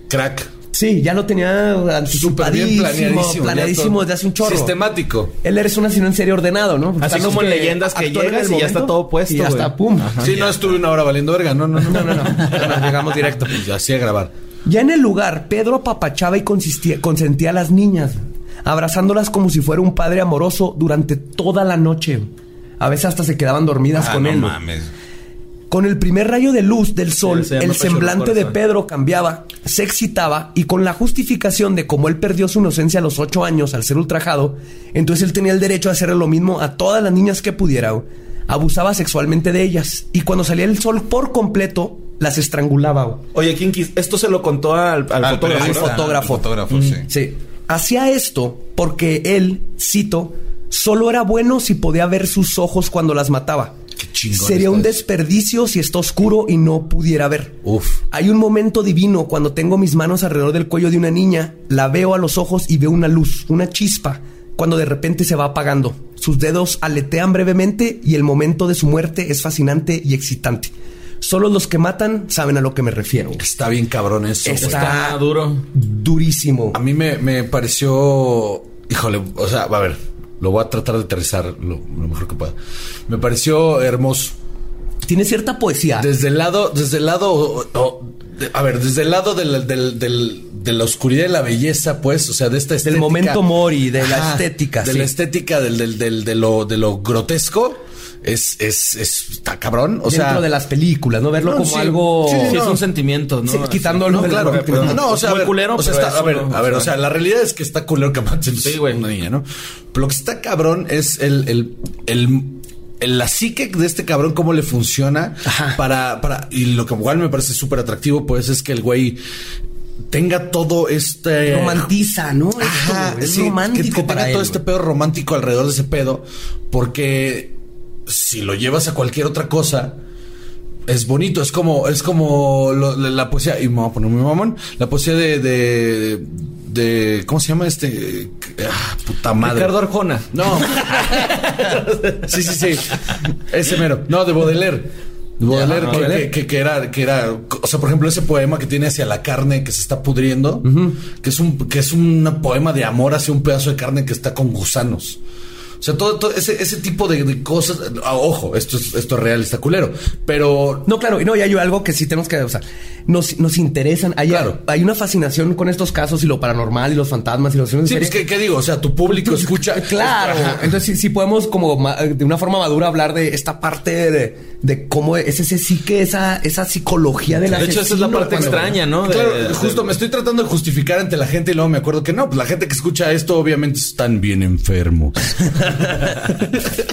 [SPEAKER 4] Crack.
[SPEAKER 1] Sí, ya lo tenía
[SPEAKER 4] Súper
[SPEAKER 1] anticipadísimo,
[SPEAKER 4] bien planeadísimo. ya
[SPEAKER 1] planeadísimo
[SPEAKER 4] todo.
[SPEAKER 1] desde hace un chorro.
[SPEAKER 4] Sistemático.
[SPEAKER 1] Él eres un asesino en serie ordenado, ¿no?
[SPEAKER 3] Así como en leyendas que
[SPEAKER 1] actúa en
[SPEAKER 3] llegas
[SPEAKER 1] el
[SPEAKER 3] y ya está
[SPEAKER 1] momento
[SPEAKER 3] todo puesto,
[SPEAKER 1] Y ya
[SPEAKER 3] güey.
[SPEAKER 1] está, pum.
[SPEAKER 4] sí, no estuve una hora valiendo verga. No, no, no.
[SPEAKER 1] No, no, no.
[SPEAKER 4] Nos llegamos directo. Pues así a grabar.
[SPEAKER 1] Ya en el lugar, Pedro apapachaba y consistía- consentía a las niñas, abrazándolas como si fuera un padre amoroso durante toda la noche. A veces hasta se quedaban dormidas
[SPEAKER 2] Ah,
[SPEAKER 1] con
[SPEAKER 2] no
[SPEAKER 1] él.
[SPEAKER 2] mames.
[SPEAKER 1] Con el primer rayo de luz del sol,
[SPEAKER 3] se llama
[SPEAKER 1] el
[SPEAKER 3] Pacho
[SPEAKER 1] semblante de
[SPEAKER 3] Locorza.
[SPEAKER 1] Pedro cambiaba, se excitaba y con la justificación de cómo él perdió su inocencia a los ocho años al ser ultrajado, entonces él tenía el derecho a hacer lo mismo a todas las niñas que pudiera. güey. Abusaba sexualmente de ellas y cuando salía el sol por completo, las estrangulaba. güey.
[SPEAKER 3] Oye, ¿quién quis- Esto se lo contó al, al
[SPEAKER 2] Al
[SPEAKER 3] fotógrafo.
[SPEAKER 2] periodista,
[SPEAKER 3] ¿no?
[SPEAKER 1] fotógrafo.
[SPEAKER 2] al Fotógrafo, sí.
[SPEAKER 1] Sí. Hacía esto porque él, cito, solo era bueno si podía ver sus ojos cuando las mataba.
[SPEAKER 4] Qué chingón
[SPEAKER 1] Sería un
[SPEAKER 4] está
[SPEAKER 1] desperdicio si está oscuro y no pudiera ver.
[SPEAKER 4] Uf.
[SPEAKER 1] Hay un momento divino cuando tengo mis manos alrededor del cuello de una niña, la veo a los ojos y veo una luz, una chispa, cuando de repente se va apagando. Sus dedos aletean brevemente y el momento de su muerte es fascinante y excitante. Solo los que matan saben a lo que me refiero.
[SPEAKER 4] Está bien cabrón eso. güey.
[SPEAKER 1] Está
[SPEAKER 3] duro.
[SPEAKER 1] durísimo.
[SPEAKER 4] A mí me, me pareció. Híjole, o sea, a ver, lo voy a tratar de aterrizar lo, lo mejor que pueda. Me pareció hermoso.
[SPEAKER 1] Tiene cierta poesía.
[SPEAKER 4] Desde el lado, desde el lado. o- o- de- a ver, desde el lado del- del- del- de la oscuridad y la belleza, pues, o sea, de esta estética.
[SPEAKER 1] momento mori, de la estética,
[SPEAKER 4] De
[SPEAKER 1] sí.
[SPEAKER 4] la estética, del, del- del- de, lo, de lo grotesco. Es, es, es, está cabrón. O sea,
[SPEAKER 1] dentro de las películas, ¿no? Verlo
[SPEAKER 4] no,
[SPEAKER 1] como
[SPEAKER 4] sí.
[SPEAKER 1] algo.
[SPEAKER 4] Sí,
[SPEAKER 3] Sí,
[SPEAKER 4] no.
[SPEAKER 3] es un sentimiento, ¿no?
[SPEAKER 1] Sí, quitando
[SPEAKER 4] No,
[SPEAKER 1] lo de la
[SPEAKER 4] claro,
[SPEAKER 1] víctima.
[SPEAKER 4] pero- no, o sea, a
[SPEAKER 3] Muy
[SPEAKER 4] ver,
[SPEAKER 3] culero,
[SPEAKER 4] o sea,
[SPEAKER 3] pero
[SPEAKER 4] está- a
[SPEAKER 3] eso
[SPEAKER 4] ver,
[SPEAKER 3] no,
[SPEAKER 4] a ver,
[SPEAKER 3] o
[SPEAKER 4] o sea, la realidad es que está culero que maten
[SPEAKER 3] Sí, güey.
[SPEAKER 4] una niña, ¿no? Pero lo que está cabrón es el, el, el, el- la psique de este cabrón, cómo le funciona para, para, y lo que igual me parece súper atractivo, pues es que el güey tenga todo
[SPEAKER 1] eh,
[SPEAKER 4] este
[SPEAKER 1] Romantiza, ¿no? Esto,
[SPEAKER 4] Ajá,
[SPEAKER 1] güey, es
[SPEAKER 4] sí, que-
[SPEAKER 1] romántico
[SPEAKER 4] que, tenga
[SPEAKER 1] para él,
[SPEAKER 4] todo
[SPEAKER 1] güey.
[SPEAKER 4] este pedo romántico alrededor de ese pedo, porque si lo llevas a cualquier otra cosa es bonito, es como es como lo- la, la poesía y me voy a poner muy mamón, la poesía de de, de- ¿cómo se llama este? Ah, puta madre.
[SPEAKER 3] Ricardo Arjona.
[SPEAKER 4] No. sí, sí, sí. Ese mero. No, de Baudelaire. De Baudelaire,
[SPEAKER 3] Ajá,
[SPEAKER 4] que-
[SPEAKER 3] Baudelaire.
[SPEAKER 4] Que, que era, que era, o sea, por ejemplo, ese poema que tiene hacia la carne que se está pudriendo, que es un, que es un poema de amor hacia un pedazo de carne que está con gusanos. O sea, todo, todo ese, ese tipo de, de cosas. ah, ojo, esto es, esto es real, está culero. Pero
[SPEAKER 1] No, claro, y no, y hay algo que sí tenemos que, o sea, nos, nos interesan. Hay,
[SPEAKER 4] Claro.
[SPEAKER 1] hay una fascinación con estos casos y lo paranormal y los fantasmas y los asesinos en
[SPEAKER 4] Sí,
[SPEAKER 1] serie.
[SPEAKER 4] pues, ¿qué, qué digo? O sea, tu público escucha.
[SPEAKER 1] Claro,
[SPEAKER 4] Ajá.
[SPEAKER 1] entonces sí, sí podemos como ma- de una forma madura hablar de esta parte de, de cómo es ese psique, esa, esa psicología de la
[SPEAKER 3] De hecho, esa es la parte extraña, ¿no? De-
[SPEAKER 4] Claro,
[SPEAKER 3] de-
[SPEAKER 4] justo me estoy tratando de justificar ante la gente y luego me acuerdo que no, pues la gente que escucha esto obviamente están bien enfermos.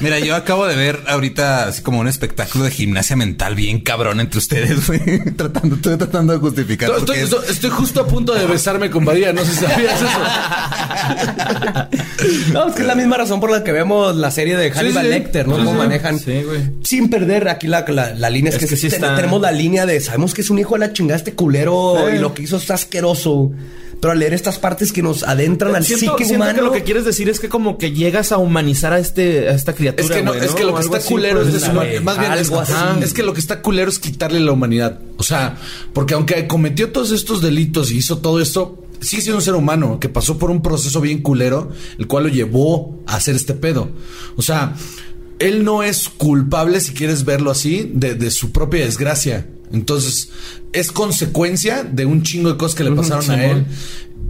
[SPEAKER 2] Mira, yo acabo de ver ahorita así como un espectáculo de gimnasia mental bien cabrón entre ustedes, güey. Tratando, estoy tratando de justificar.
[SPEAKER 4] estoy,
[SPEAKER 2] porque es-
[SPEAKER 4] estoy- estoy justo a punto de besarme con Badía, no sé si sabías eso.
[SPEAKER 1] No, es que es la misma razón por la que vemos la serie de Hannibal
[SPEAKER 4] sí.
[SPEAKER 1] Lecter, ¿no?
[SPEAKER 3] Sí,
[SPEAKER 1] Cómo
[SPEAKER 3] sí.
[SPEAKER 1] manejan.
[SPEAKER 3] Sí, güey.
[SPEAKER 1] Sin perder aquí la, la- la línea es,
[SPEAKER 3] Es
[SPEAKER 1] que,
[SPEAKER 3] que sí
[SPEAKER 1] ten-
[SPEAKER 3] está-
[SPEAKER 1] tenemos la línea de sabemos que es un hijo de la chingada este culero y lo que hizo está asqueroso. Pero al leer estas partes que nos adentran al
[SPEAKER 3] Eh, Siento,
[SPEAKER 1] psique
[SPEAKER 3] siento
[SPEAKER 1] humano.
[SPEAKER 3] que lo que quieres decir es que como que llegas a humanizar a este a esta criatura.
[SPEAKER 4] Es que, no,
[SPEAKER 3] güey,
[SPEAKER 4] es que lo que
[SPEAKER 3] Algo
[SPEAKER 4] está
[SPEAKER 3] así,
[SPEAKER 4] culero
[SPEAKER 3] pues,
[SPEAKER 4] es deshumanizar.
[SPEAKER 1] güey,
[SPEAKER 4] Más bien,
[SPEAKER 1] algo
[SPEAKER 4] es,
[SPEAKER 1] así.
[SPEAKER 4] es que lo que está culero es quitarle la humanidad. O sea, porque aunque cometió todos estos delitos y hizo todo esto, sigue siendo un ser humano que pasó por un proceso bien culero, el cual lo llevó a hacer este pedo. O sea, él no es culpable, si quieres verlo así, de, de su propia desgracia. Entonces, es consecuencia de un chingo de cosas que le pasaron a él.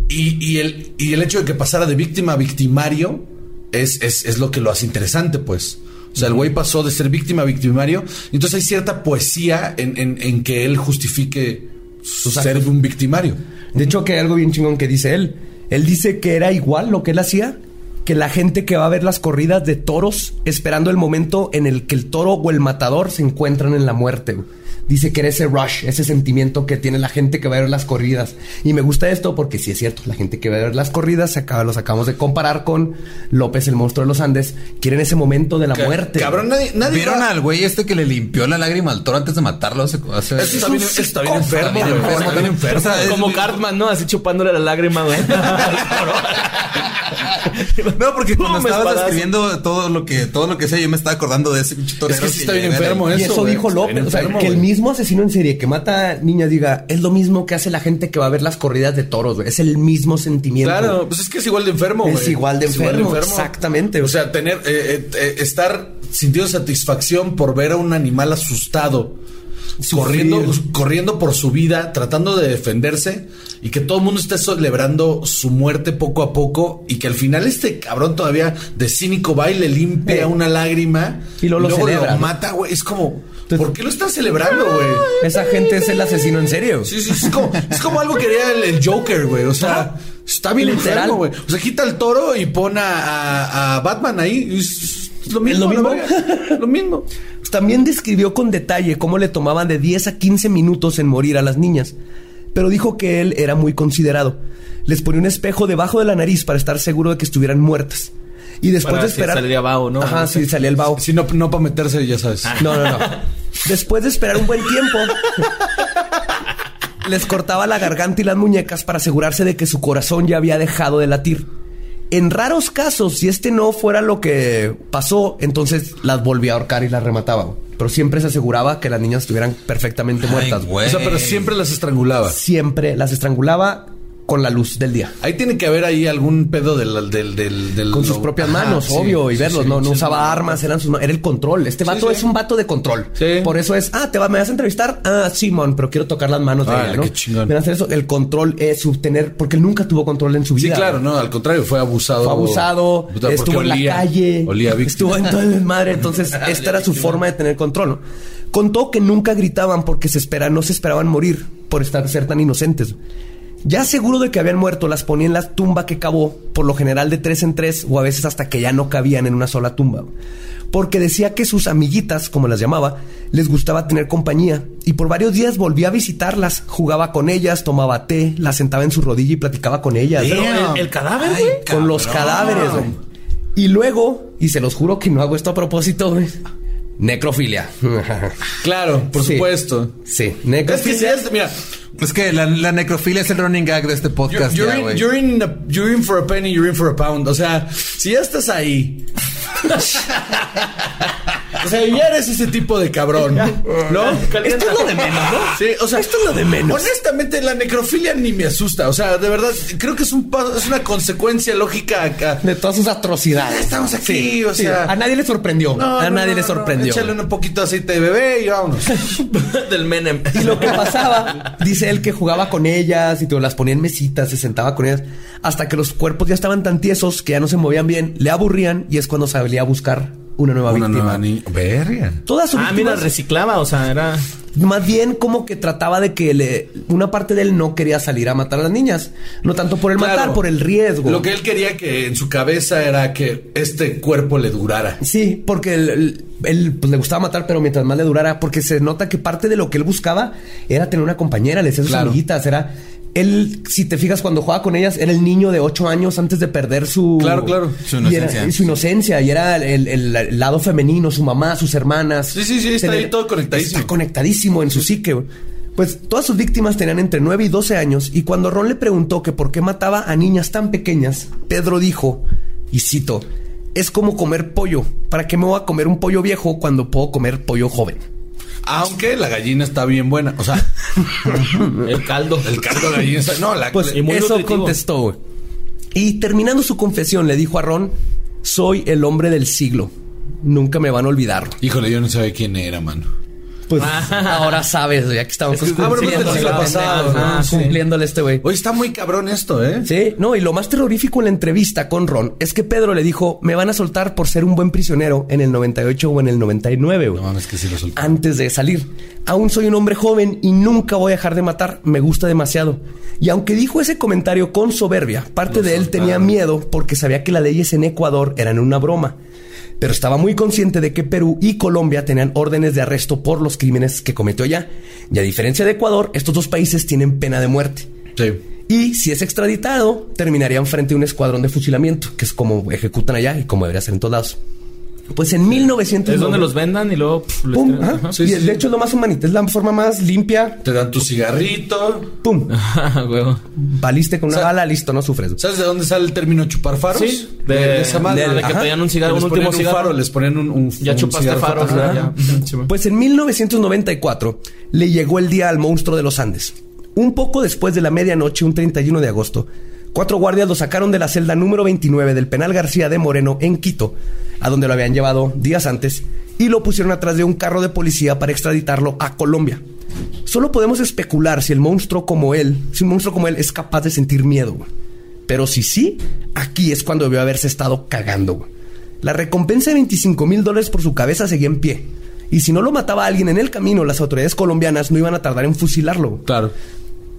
[SPEAKER 4] Y, y el, y el hecho de que pasara de víctima a victimario es, es, es lo que lo hace interesante, pues. O O sea, el güey pasó de ser víctima a victimario. Y entonces hay cierta poesía en, en- en que él justifique su ser un victimario.
[SPEAKER 1] De hecho, que hay algo bien chingón que dice él. Él dice que era igual lo que él hacía que la gente que va a ver las corridas de toros esperando el momento en el que el toro o el matador se encuentran en la muerte. güey. Dice que era ese rush, ese sentimiento que tiene la gente que va a ver las corridas. Y me gusta esto porque sí es cierto, la gente que va a ver las corridas, se acaba, los acabamos de comparar con López, el monstruo de los Andes, quieren ese momento de la
[SPEAKER 4] Ca-
[SPEAKER 1] muerte.
[SPEAKER 4] Cabrón, nadie, nadie
[SPEAKER 2] ¿Vieron
[SPEAKER 4] va-
[SPEAKER 2] al güey este que le limpió la lágrima al toro antes de matarlo? Hace, hace-
[SPEAKER 4] Eso está bien- eso está bien enfermo,
[SPEAKER 2] Está bien
[SPEAKER 4] güey.
[SPEAKER 2] enfermo, está bien enfermo. O sea, es-
[SPEAKER 3] Como Cartman, ¿no? Así chupándole la lágrima, güey.
[SPEAKER 2] No, porque cuando
[SPEAKER 3] Pum,
[SPEAKER 2] estabas
[SPEAKER 3] espadazo.
[SPEAKER 2] escribiendo todo lo que todo lo que sé, yo me estaba acordando de ese pinche torero
[SPEAKER 4] Es que sí está bien
[SPEAKER 2] llega y-
[SPEAKER 4] enfermo, ¿eh?
[SPEAKER 1] Y
[SPEAKER 4] Eso,
[SPEAKER 1] eso
[SPEAKER 4] güey,
[SPEAKER 1] dijo
[SPEAKER 4] está
[SPEAKER 1] López.
[SPEAKER 4] bien
[SPEAKER 1] O sea,
[SPEAKER 4] enfermo,
[SPEAKER 1] que el
[SPEAKER 4] güey.
[SPEAKER 1] mismo asesino en serie que mata niñas diga, es lo mismo que hace la gente que va a ver las corridas de toros, güey. Es el mismo sentimiento.
[SPEAKER 4] Claro, pues es que es igual de enfermo,
[SPEAKER 1] Es
[SPEAKER 4] güey.
[SPEAKER 1] igual de enfermo, exactamente.
[SPEAKER 4] O sea, tener, eh, eh, eh, estar sintiendo satisfacción por ver a un animal asustado.
[SPEAKER 1] Sufrir.
[SPEAKER 4] Corriendo, pues, corriendo por su vida, tratando de defenderse y que todo el mundo esté celebrando su muerte poco a poco y que al final este cabrón todavía de cínico va y le limpia
[SPEAKER 1] Sí.
[SPEAKER 4] una lágrima
[SPEAKER 1] Eh. Y luego lo celebra, ¿no?
[SPEAKER 4] mata, güey. Es como,
[SPEAKER 1] Entonces-
[SPEAKER 4] ¿por qué lo están celebrando, güey?
[SPEAKER 1] Esa gente es el asesino en serio.
[SPEAKER 4] Sí, sí, es como, es como algo que haría el, el Joker, güey. O sea, está bien
[SPEAKER 1] Literal.
[SPEAKER 4] enfermo, güey. O sea, quita el toro y pone a, a- a Batman ahí. y Es, es lo mismo.
[SPEAKER 1] Es lo
[SPEAKER 4] la
[SPEAKER 1] mismo.
[SPEAKER 4] verga. Lo mismo.
[SPEAKER 1] También describió con detalle cómo le tomaban de 10 a 15 minutos en morir a las niñas, pero dijo que él era muy considerado. Les ponía un espejo debajo de la nariz para estar seguro de que estuvieran muertas. Y después
[SPEAKER 3] Para
[SPEAKER 1] de
[SPEAKER 3] si
[SPEAKER 1] esperar...
[SPEAKER 3] salía vaho, ¿no?
[SPEAKER 1] Ajá,
[SPEAKER 3] No
[SPEAKER 1] sí,
[SPEAKER 3] sé.
[SPEAKER 1] salía el vaho.
[SPEAKER 4] Si no, no para meterse, ya sabes.
[SPEAKER 1] No, no, no. Después de esperar un buen tiempo, les cortaba la garganta y las muñecas para asegurarse de que su corazón ya había dejado de latir. En raros casos, si este no fuera lo que pasó, entonces las volvía a ahorcar y las remataba. güey. Pero siempre se aseguraba que las niñas estuvieran perfectamente muertas. güey.
[SPEAKER 2] Ay, güey.
[SPEAKER 4] O sea, pero siempre las estrangulaba.
[SPEAKER 1] Siempre las estrangulaba con la luz del día.
[SPEAKER 4] Ahí tiene que haber ahí algún pedo del... del, del, del-
[SPEAKER 1] Con sus
[SPEAKER 4] lo-
[SPEAKER 1] propias
[SPEAKER 4] Ajá,
[SPEAKER 1] manos,
[SPEAKER 4] sí,
[SPEAKER 1] obvio, y
[SPEAKER 4] sí,
[SPEAKER 1] verlos,
[SPEAKER 4] sí,
[SPEAKER 1] no, no
[SPEAKER 4] sí.
[SPEAKER 1] usaba armas, eran sus- era el control. Este vato
[SPEAKER 4] sí.
[SPEAKER 1] es un vato de control.
[SPEAKER 4] Sí.
[SPEAKER 1] Por eso es, ah, te va, me vas a entrevistar, ah, Simón, pero quiero tocar las manos de
[SPEAKER 4] Órale,
[SPEAKER 1] ella, ¿no?
[SPEAKER 4] qué chingón.
[SPEAKER 1] Ven a hacer eso, el control es subtener, porque él nunca tuvo control en su
[SPEAKER 4] Sí,
[SPEAKER 1] vida.
[SPEAKER 4] claro, no, al contrario, fue abusado.
[SPEAKER 1] Fue abusado,
[SPEAKER 4] Puta, porque
[SPEAKER 1] estuvo en la
[SPEAKER 4] olía-
[SPEAKER 1] calle,
[SPEAKER 4] Olía a víctima.
[SPEAKER 1] estuvo en todo el desmadre. Entonces, esta era su forma de tener control. ¿no? Contó que nunca gritaban porque se espera, no se esperaban morir por estar, ser tan inocentes. Ya seguro de que habían muerto, las ponía en la tumba que cavó, por lo general de tres en tres, o a veces hasta que ya no cabían en una sola tumba. Porque decía que sus amiguitas, como las llamaba, les gustaba tener compañía, y por varios días volvía a visitarlas, jugaba con ellas, tomaba té, las sentaba en su rodilla y platicaba con ellas.
[SPEAKER 3] Pero el, el cadáver, güey.
[SPEAKER 1] Con los cadáveres, güey. Y luego, y se los juro que no hago esto a propósito, güey. Necrofilia.
[SPEAKER 4] Claro, por
[SPEAKER 1] Sí.
[SPEAKER 4] supuesto.
[SPEAKER 1] sí,
[SPEAKER 4] Es que si
[SPEAKER 1] necrofilia.
[SPEAKER 4] es, mira,
[SPEAKER 2] Es que la, la necrofilia es el running gag de este
[SPEAKER 4] You're,
[SPEAKER 2] podcast.
[SPEAKER 4] you're
[SPEAKER 2] ya,
[SPEAKER 4] in,
[SPEAKER 2] güey.
[SPEAKER 4] you're in a- you're in for a penny, you're in for a pound. O sea, si ya estás ahí. o sea, ya eres ese tipo de cabrón. ¿No?
[SPEAKER 3] Calienta.
[SPEAKER 4] Esto es lo de menos, ¿no? Sí, o sea, esto es lo de menos. Honestamente, la necrofilia ni me asusta. O sea, de verdad, creo que es, un, pa- es una consecuencia lógica acá.
[SPEAKER 1] De todas sus atrocidades.
[SPEAKER 4] Estamos aquí, o
[SPEAKER 1] Sí,
[SPEAKER 4] sea.
[SPEAKER 1] a nadie le sorprendió.
[SPEAKER 4] No,
[SPEAKER 1] a
[SPEAKER 4] no,
[SPEAKER 1] nadie
[SPEAKER 4] no,
[SPEAKER 1] le
[SPEAKER 4] no,
[SPEAKER 1] sorprendió.
[SPEAKER 4] Échale un poquito de aceite de bebé y vámonos.
[SPEAKER 3] Del Menem.
[SPEAKER 1] Y lo que pasaba, dice él que jugaba con ellas y todo, las ponía en mesitas, se sentaba con ellas, hasta que los cuerpos ya estaban tan tiesos que ya no se movían bien, le aburrían y es cuando salía a buscar una nueva
[SPEAKER 4] Una
[SPEAKER 1] víctima.
[SPEAKER 4] nueva ni- Verga.
[SPEAKER 1] Todas sus
[SPEAKER 3] Ah, mira,
[SPEAKER 1] víctimas-
[SPEAKER 3] reciclaba, o sea, era.
[SPEAKER 1] Más bien como que trataba de que le- una parte de él no quería salir a matar a las niñas. No tanto por el
[SPEAKER 4] Claro.
[SPEAKER 1] matar, por el riesgo.
[SPEAKER 4] Lo que él quería que en su cabeza era que este cuerpo le durara.
[SPEAKER 1] Sí, porque él, él- él, pues, le gustaba matar, pero mientras más le durara, porque se nota que parte de lo que él buscaba era tener una compañera, le decía a sus
[SPEAKER 4] Claro.
[SPEAKER 1] amiguitas, era... Él, si te fijas, cuando jugaba con ellas, era el niño de ocho años antes de perder su...
[SPEAKER 4] Claro, claro.
[SPEAKER 2] Su
[SPEAKER 1] y era-
[SPEAKER 2] inocencia.
[SPEAKER 1] y su inocencia, y era el, el- el lado femenino, su mamá, sus hermanas.
[SPEAKER 4] Sí, sí, sí, está
[SPEAKER 1] Tener-
[SPEAKER 4] ahí todo conectadísimo.
[SPEAKER 1] Está conectadísimo en su psique. güey. Pues todas sus víctimas tenían entre 9 y 12 años y cuando Ron le preguntó que por qué mataba a niñas tan pequeñas, Pedro dijo, y cito, es como comer pollo. ¿Para qué me voy a comer un pollo viejo cuando puedo comer pollo joven?
[SPEAKER 4] Aunque la gallina está bien buena. O sea,
[SPEAKER 3] El caldo.
[SPEAKER 4] el caldo de gallina está. No, la.
[SPEAKER 1] Pues
[SPEAKER 3] Y muy
[SPEAKER 1] eso
[SPEAKER 3] nutritivo.
[SPEAKER 1] contestó. güey. Y terminando su confesión le dijo a Ron, soy el hombre del siglo. Nunca me van a olvidar.
[SPEAKER 4] Híjole, yo no sabía quién era, mano.
[SPEAKER 1] Pues ahora sabes, güey, ya que estamos
[SPEAKER 4] Es que- ah, bueno, pues, del siglo pasado,
[SPEAKER 3] ¿no?
[SPEAKER 1] ah,
[SPEAKER 3] Sí.
[SPEAKER 1] cumpliéndole a este güey.
[SPEAKER 4] Hoy está muy cabrón esto, ¿eh?
[SPEAKER 1] Sí, no, y lo más terrorífico en la entrevista con Ron es que Pedro le dijo, me van a soltar por ser un buen prisionero en el 98 o en el 99, güey.
[SPEAKER 4] No mames, que sí lo soltó.
[SPEAKER 1] Antes de salir, aún soy un hombre joven y nunca voy a dejar de matar, me gusta demasiado. Y aunque dijo ese comentario con soberbia, parte de él tenía miedo porque sabía que las leyes en Ecuador eran una broma. Pero estaba muy consciente de que Perú y Colombia tenían órdenes de arresto por los crímenes que cometió allá. Y a diferencia de Ecuador, estos dos países tienen pena de muerte.
[SPEAKER 4] Sí.
[SPEAKER 1] Y si es extraditado, terminarían frente a un escuadrón de fusilamiento, que es como ejecutan allá y como debería ser en todos lados. Pues en 1900...
[SPEAKER 3] Es donde los vendan y luego... pues, pf, les
[SPEAKER 1] ¡Pum! ah.
[SPEAKER 3] tiran.
[SPEAKER 1] ajá.
[SPEAKER 3] Ajá.
[SPEAKER 4] Sí,
[SPEAKER 1] y
[SPEAKER 4] sí,
[SPEAKER 1] de
[SPEAKER 4] sí.
[SPEAKER 1] hecho es lo más humanita, es la forma más limpia.
[SPEAKER 4] Te dan tu cigarrito.
[SPEAKER 1] ¡Pum!
[SPEAKER 3] Ajá, Ah, huevo.
[SPEAKER 1] Baliste con una
[SPEAKER 4] O sea,
[SPEAKER 1] bala, listo, no sufres.
[SPEAKER 4] ¿Sabes de dónde sale el término chupar faros?
[SPEAKER 3] Sí, de-
[SPEAKER 1] de que
[SPEAKER 4] Ajá.
[SPEAKER 1] pedían
[SPEAKER 3] un cigarro,
[SPEAKER 4] Les
[SPEAKER 3] un
[SPEAKER 4] ponían
[SPEAKER 3] último cigarro.
[SPEAKER 4] faro, les ponían un, un-
[SPEAKER 3] Ya
[SPEAKER 4] un
[SPEAKER 3] chupaste
[SPEAKER 4] cigarro
[SPEAKER 3] faro.
[SPEAKER 4] atrás.
[SPEAKER 3] ajá, ya. Sí, va.
[SPEAKER 1] Pues en 1994 le llegó el día al monstruo de los Andes. Un poco después de la medianoche, un 31 de agosto, cuatro guardias lo sacaron de la celda número 29 del penal García de Moreno en Quito, a donde lo habían llevado días antes, y lo pusieron atrás de un carro de policía para extraditarlo a Colombia. Solo podemos especular si el monstruo como él, si un monstruo como él es capaz de sentir miedo. güey. Pero si sí, aquí es cuando debió haberse estado cagando. güey. La recompensa de 25 mil dólares por su cabeza seguía en pie. Y si no lo mataba alguien en el camino, las autoridades colombianas no iban a tardar en fusilarlo.
[SPEAKER 4] Claro.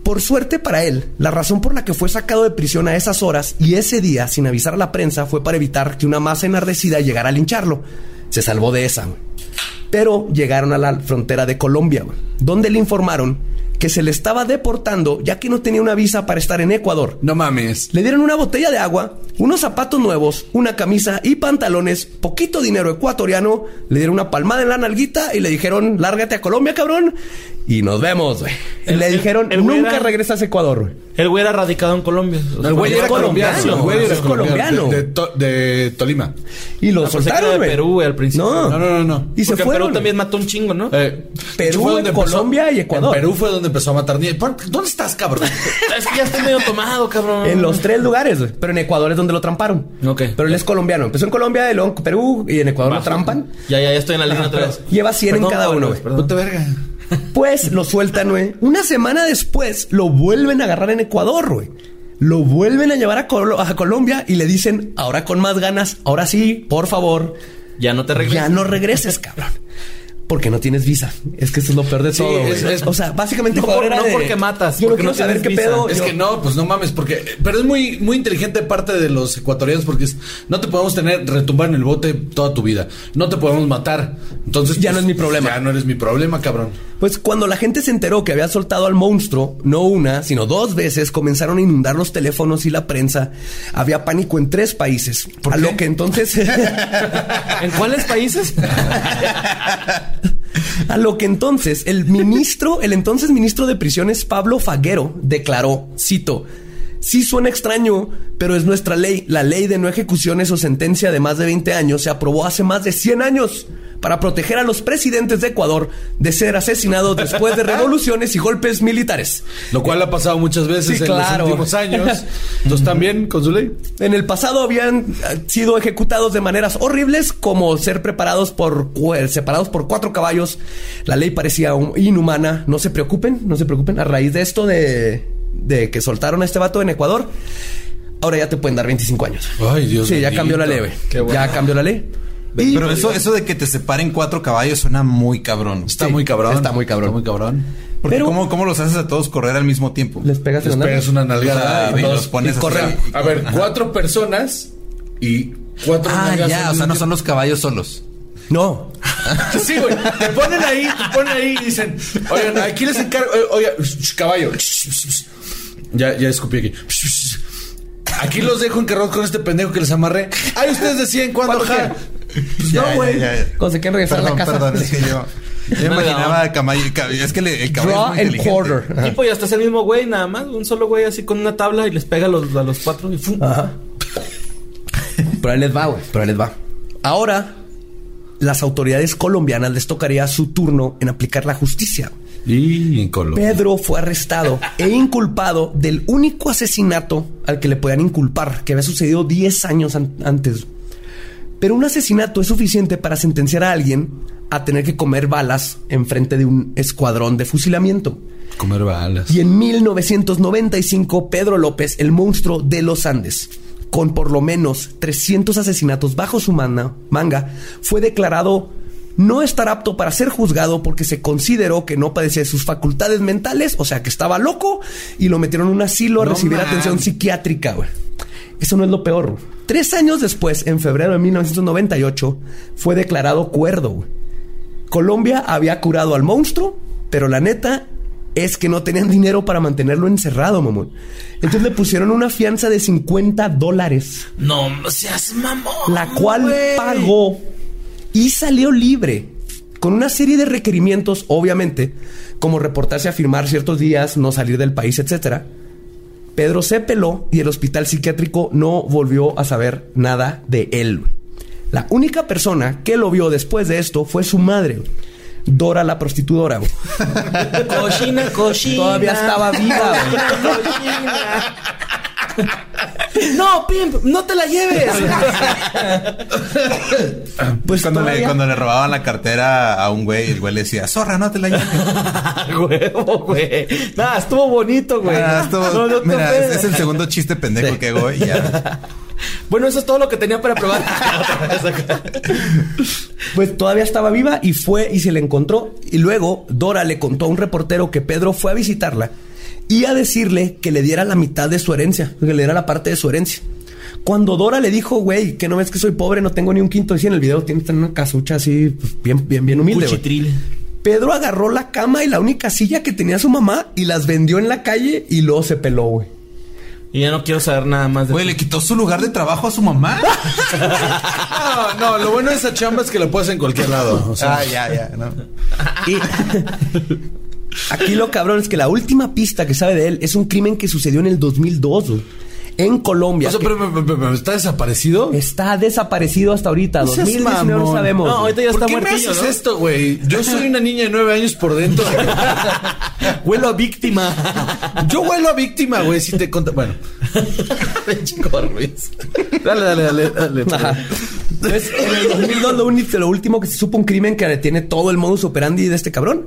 [SPEAKER 1] Por suerte para él, la razón por la que fue sacado de prisión a esas horas y ese día sin avisar a la prensa fue para evitar que una masa enardecida llegara a lincharlo. Se salvó de esa. güey. Pero llegaron a la frontera de Colombia, güey, donde le informaron que se le estaba deportando ya que no tenía una visa para estar en Ecuador.
[SPEAKER 4] No mames.
[SPEAKER 1] Le dieron una botella de agua, unos zapatos nuevos, una camisa y pantalones, poquito dinero ecuatoriano, le dieron una palmada en la nalguita y le dijeron, lárgate a Colombia, cabrón, y nos vemos, güey. Y
[SPEAKER 3] El-
[SPEAKER 1] Le
[SPEAKER 3] el-
[SPEAKER 1] dijeron,
[SPEAKER 3] el güey
[SPEAKER 1] nunca
[SPEAKER 3] era-
[SPEAKER 1] regresas a Ecuador, güey.
[SPEAKER 3] El güey era radicado en Colombia.
[SPEAKER 4] No, el güey
[SPEAKER 1] Es
[SPEAKER 4] era colombiano.
[SPEAKER 1] colombiano,
[SPEAKER 4] El güey era
[SPEAKER 1] es
[SPEAKER 4] colombiano.
[SPEAKER 1] colombiano.
[SPEAKER 4] De, de To- de Tolima.
[SPEAKER 1] Y lo
[SPEAKER 3] Ah, pensé que era
[SPEAKER 1] soltaron,
[SPEAKER 3] de
[SPEAKER 1] güey.
[SPEAKER 3] Perú, güey, al principio.
[SPEAKER 1] No,
[SPEAKER 4] No, no, no, no.
[SPEAKER 1] Y se
[SPEAKER 3] Porque en
[SPEAKER 1] fueron.
[SPEAKER 3] Perú también mató un chingo, ¿no?
[SPEAKER 4] Eh,
[SPEAKER 1] Perú,
[SPEAKER 4] fue donde empezó-
[SPEAKER 1] Colombia y Ecuador.
[SPEAKER 4] En Perú fue donde empezó a matar niños. ¿Por- ¿Dónde estás, cabrón?
[SPEAKER 3] Es que ya está medio tomado, cabrón.
[SPEAKER 1] En los tres lugares, güey. Pero en Ecuador es donde lo tramparon.
[SPEAKER 3] Ok.
[SPEAKER 1] Pero él es colombiano. Empezó en Colombia, y luego en Perú y en Ecuador lo trampan.
[SPEAKER 3] Ya, ya, ya estoy en la línea otra vez.
[SPEAKER 1] Lleva 100 en
[SPEAKER 3] Perdón,
[SPEAKER 1] cada uno,
[SPEAKER 3] Álvarez,
[SPEAKER 1] güey.
[SPEAKER 3] perdón.
[SPEAKER 4] Puta verga.
[SPEAKER 1] Pues lo sueltan, güey. Una semana después lo vuelven a agarrar en Ecuador, güey. Lo vuelven a llevar a, Colo- a Colombia y le dicen, ahora con más ganas, ahora sí, por favor,
[SPEAKER 3] Ya no te
[SPEAKER 1] ya
[SPEAKER 3] regresas.
[SPEAKER 1] no regreses, cabrón. Porque no tienes visa. Es que eso es lo peor de todo. güey.
[SPEAKER 4] es- es-
[SPEAKER 1] o sea, básicamente
[SPEAKER 3] No
[SPEAKER 1] Ecuador
[SPEAKER 3] por-
[SPEAKER 1] era
[SPEAKER 3] no
[SPEAKER 1] de-
[SPEAKER 3] porque matas,
[SPEAKER 1] Yo no
[SPEAKER 3] porque
[SPEAKER 1] quiero
[SPEAKER 3] no
[SPEAKER 1] saber qué
[SPEAKER 3] tienes visa.
[SPEAKER 1] pedo.
[SPEAKER 4] Es
[SPEAKER 1] yo-
[SPEAKER 4] que no, pues no mames, porque. Pero es muy, muy inteligente parte de los ecuatorianos, porque es, no te podemos tener retumbar en el bote toda tu vida. No te podemos matar. Entonces. pues,
[SPEAKER 1] Ya no es mi problema.
[SPEAKER 4] Ya no eres mi problema, cabrón.
[SPEAKER 1] Pues cuando la gente se enteró que había soltado al monstruo, no una, sino dos veces, comenzaron a inundar los teléfonos y la prensa. Había pánico en tres países. a lo que entonces.
[SPEAKER 3] ¿En cuáles países?
[SPEAKER 1] A lo que entonces el ministro, el entonces ministro de prisiones Pablo Faguero declaró, cito, Sí suena extraño, pero es nuestra ley. La ley de no ejecuciones o sentencia de más de 20 años se aprobó hace más de 100 años para proteger a los presidentes de Ecuador de ser asesinados después de revoluciones y golpes militares.
[SPEAKER 4] Lo cual ha pasado muchas veces
[SPEAKER 1] Sí,
[SPEAKER 4] en
[SPEAKER 1] claro.
[SPEAKER 4] los últimos años. Entonces también con su ley.
[SPEAKER 1] En el pasado habían eh, sido ejecutados de maneras horribles, como ser preparados por cu- eh, separados por cuatro caballos. La ley parecía un- inhumana. No se preocupen, no se preocupen. A raíz de esto de, de que soltaron a este vato en Ecuador, ahora ya te pueden dar 25 años.
[SPEAKER 4] Ay, Oh, Dios
[SPEAKER 1] Sí, ya
[SPEAKER 4] bendito.
[SPEAKER 1] cambió la ley. güey.
[SPEAKER 3] Qué bueno.
[SPEAKER 1] Ya cambió la ley. Y-
[SPEAKER 2] Pero eso, eso de que te separen cuatro caballos suena muy cabrón.
[SPEAKER 4] Está
[SPEAKER 1] Sí,
[SPEAKER 4] muy cabrón.
[SPEAKER 1] está muy cabrón.
[SPEAKER 4] Está muy cabrón.
[SPEAKER 2] Porque
[SPEAKER 1] pero-
[SPEAKER 2] ¿cómo, ¿cómo los haces a todos correr al mismo tiempo?
[SPEAKER 1] les pegas en
[SPEAKER 4] Les
[SPEAKER 1] la
[SPEAKER 4] pegas una nalgada.
[SPEAKER 2] Ah, y
[SPEAKER 4] a
[SPEAKER 2] los
[SPEAKER 4] todos.
[SPEAKER 2] pones
[SPEAKER 1] y corre.
[SPEAKER 2] así.
[SPEAKER 4] A ver, cuatro personas y cuatro
[SPEAKER 2] Ah,
[SPEAKER 4] nalgas
[SPEAKER 2] ya,
[SPEAKER 4] al
[SPEAKER 2] o sea,
[SPEAKER 4] mismo
[SPEAKER 2] no son los caballos solos.
[SPEAKER 1] No.
[SPEAKER 4] Sí, güey. Te ponen ahí, te ponen ahí y dicen, oigan, aquí les encargo. eh, Oigan, sh- caballo. Ya, ya escupí aquí. Aquí los dejo encargados con este pendejo que les amarré. Ay, ustedes deciden cuándo jalar. Pues
[SPEAKER 2] Ya,
[SPEAKER 4] no,
[SPEAKER 2] ya,
[SPEAKER 4] güey.
[SPEAKER 2] ya, ya.
[SPEAKER 1] Cuando se quieren regresar a
[SPEAKER 2] Perdón,
[SPEAKER 1] la casa.
[SPEAKER 2] perdón, es que yo. Yo
[SPEAKER 3] No,
[SPEAKER 2] imaginaba caballo. cab- Es que le- el caballo.
[SPEAKER 1] Draw
[SPEAKER 2] es muy
[SPEAKER 1] and
[SPEAKER 2] inteligente.
[SPEAKER 1] quarter.
[SPEAKER 3] Tipo, pues, ya está el mismo güey, nada más. Un solo güey así con una tabla y les pega a los, a los cuatro y ¡fum!
[SPEAKER 1] Ajá. Pero ahí les va, güey. Pero ahí les va. Ahora, las autoridades colombianas les tocaría su turno en aplicar la justicia.
[SPEAKER 4] Y en Colombia.
[SPEAKER 1] Pedro fue arrestado e inculpado del único asesinato al que le podían inculpar, que había sucedido 10 años an- antes. Pero un asesinato es suficiente para sentenciar a alguien a tener que comer balas enfrente de un escuadrón de fusilamiento.
[SPEAKER 4] Comer balas.
[SPEAKER 1] Y en 1995, Pedro López, el monstruo de los Andes, con por lo menos 300 asesinatos bajo su mana- manga, fue declarado no estar apto para ser juzgado porque se consideró que no padecía de sus facultades mentales, o sea que estaba loco y lo metieron en un asilo a
[SPEAKER 4] No
[SPEAKER 1] recibir
[SPEAKER 4] man.
[SPEAKER 1] atención psiquiátrica. güey. Eso no es lo peor. güey. Tres años después, en febrero de 1998, fue declarado cuerdo. güey. Colombia había curado al monstruo, pero la neta es que no tenían dinero para mantenerlo encerrado, mamón. Entonces le pusieron una fianza de 50 dólares,
[SPEAKER 3] No seas mamón.
[SPEAKER 1] la cual
[SPEAKER 3] güey.
[SPEAKER 1] pagó y salió libre. Con una serie de requerimientos, obviamente, como reportarse a firmar ciertos días, no salir del país, etc. Pedro se peló y el hospital psiquiátrico no volvió a saber nada de él. güey. La única persona que lo vio después de esto fue su madre, güey. Dora la prostitudora. güey.
[SPEAKER 3] Cochina, cochina.
[SPEAKER 1] Todavía estaba viva, güey.
[SPEAKER 3] No, Pimp, no te la lleves.
[SPEAKER 1] Pues
[SPEAKER 2] cuando, le,
[SPEAKER 1] todavía-
[SPEAKER 2] cuando le robaban la cartera a un güey, el güey le decía, zorra, no te la lleves.
[SPEAKER 3] Ah, Huevo, güey. Nada, estuvo bonito, güey.
[SPEAKER 2] Ah, esto-
[SPEAKER 3] No, no te
[SPEAKER 2] mira, es,
[SPEAKER 3] ofendas.
[SPEAKER 2] es el segundo chiste pendejo que hago y ya.
[SPEAKER 3] Bueno, eso es todo lo que tenía para probar.
[SPEAKER 1] Pues todavía estaba viva y fue y se le encontró. Y luego Dora le contó a un reportero que Pedro fue a visitarla y a decirle que le diera la mitad de su herencia, que le diera la parte de su herencia. Cuando Dora le dijo, güey, que no ves que soy pobre, no tengo ni un quinto de cien, el video tiene que tener una casucha así, pues, bien, bien, bien humilde. güey.
[SPEAKER 3] Cuchitril.
[SPEAKER 1] Pedro agarró la cama y la única silla que tenía su mamá y las vendió en la calle y luego se peló, güey.
[SPEAKER 3] Y ya no quiero saber nada más de
[SPEAKER 2] Güey, le quitó su lugar de trabajo a su mamá.
[SPEAKER 4] No, no, lo bueno de esa chamba es que la puedes en cualquier lado. O sea,
[SPEAKER 2] ah, ya, ya. No.
[SPEAKER 1] Y aquí lo cabrón es que la última pista que sabe de él es un crimen que sucedió en el 2002 güey, en Colombia.
[SPEAKER 4] o sea
[SPEAKER 1] que
[SPEAKER 4] pero, pero- pero- pero, ¿está desaparecido?
[SPEAKER 1] está desaparecido hasta ahorita.
[SPEAKER 4] No seas
[SPEAKER 1] 2019 no
[SPEAKER 4] mamón.
[SPEAKER 1] sabemos.
[SPEAKER 3] No,
[SPEAKER 1] güey.
[SPEAKER 3] ahorita ya
[SPEAKER 4] ¿Por
[SPEAKER 3] está
[SPEAKER 4] qué me
[SPEAKER 3] muertillo,
[SPEAKER 4] haces
[SPEAKER 3] ¿no?
[SPEAKER 4] esto, güey? Yo soy una niña de nueve años por dentro.
[SPEAKER 3] Huelo a víctima.
[SPEAKER 4] Yo huelo a víctima, güey, si te conta... Bueno. Dale, dale, dale, dale.
[SPEAKER 1] Ajá.
[SPEAKER 3] pues.
[SPEAKER 1] Entonces, en el 2002 lo, uni- lo último que se supo un crimen que detiene todo el modus operandi de este cabrón,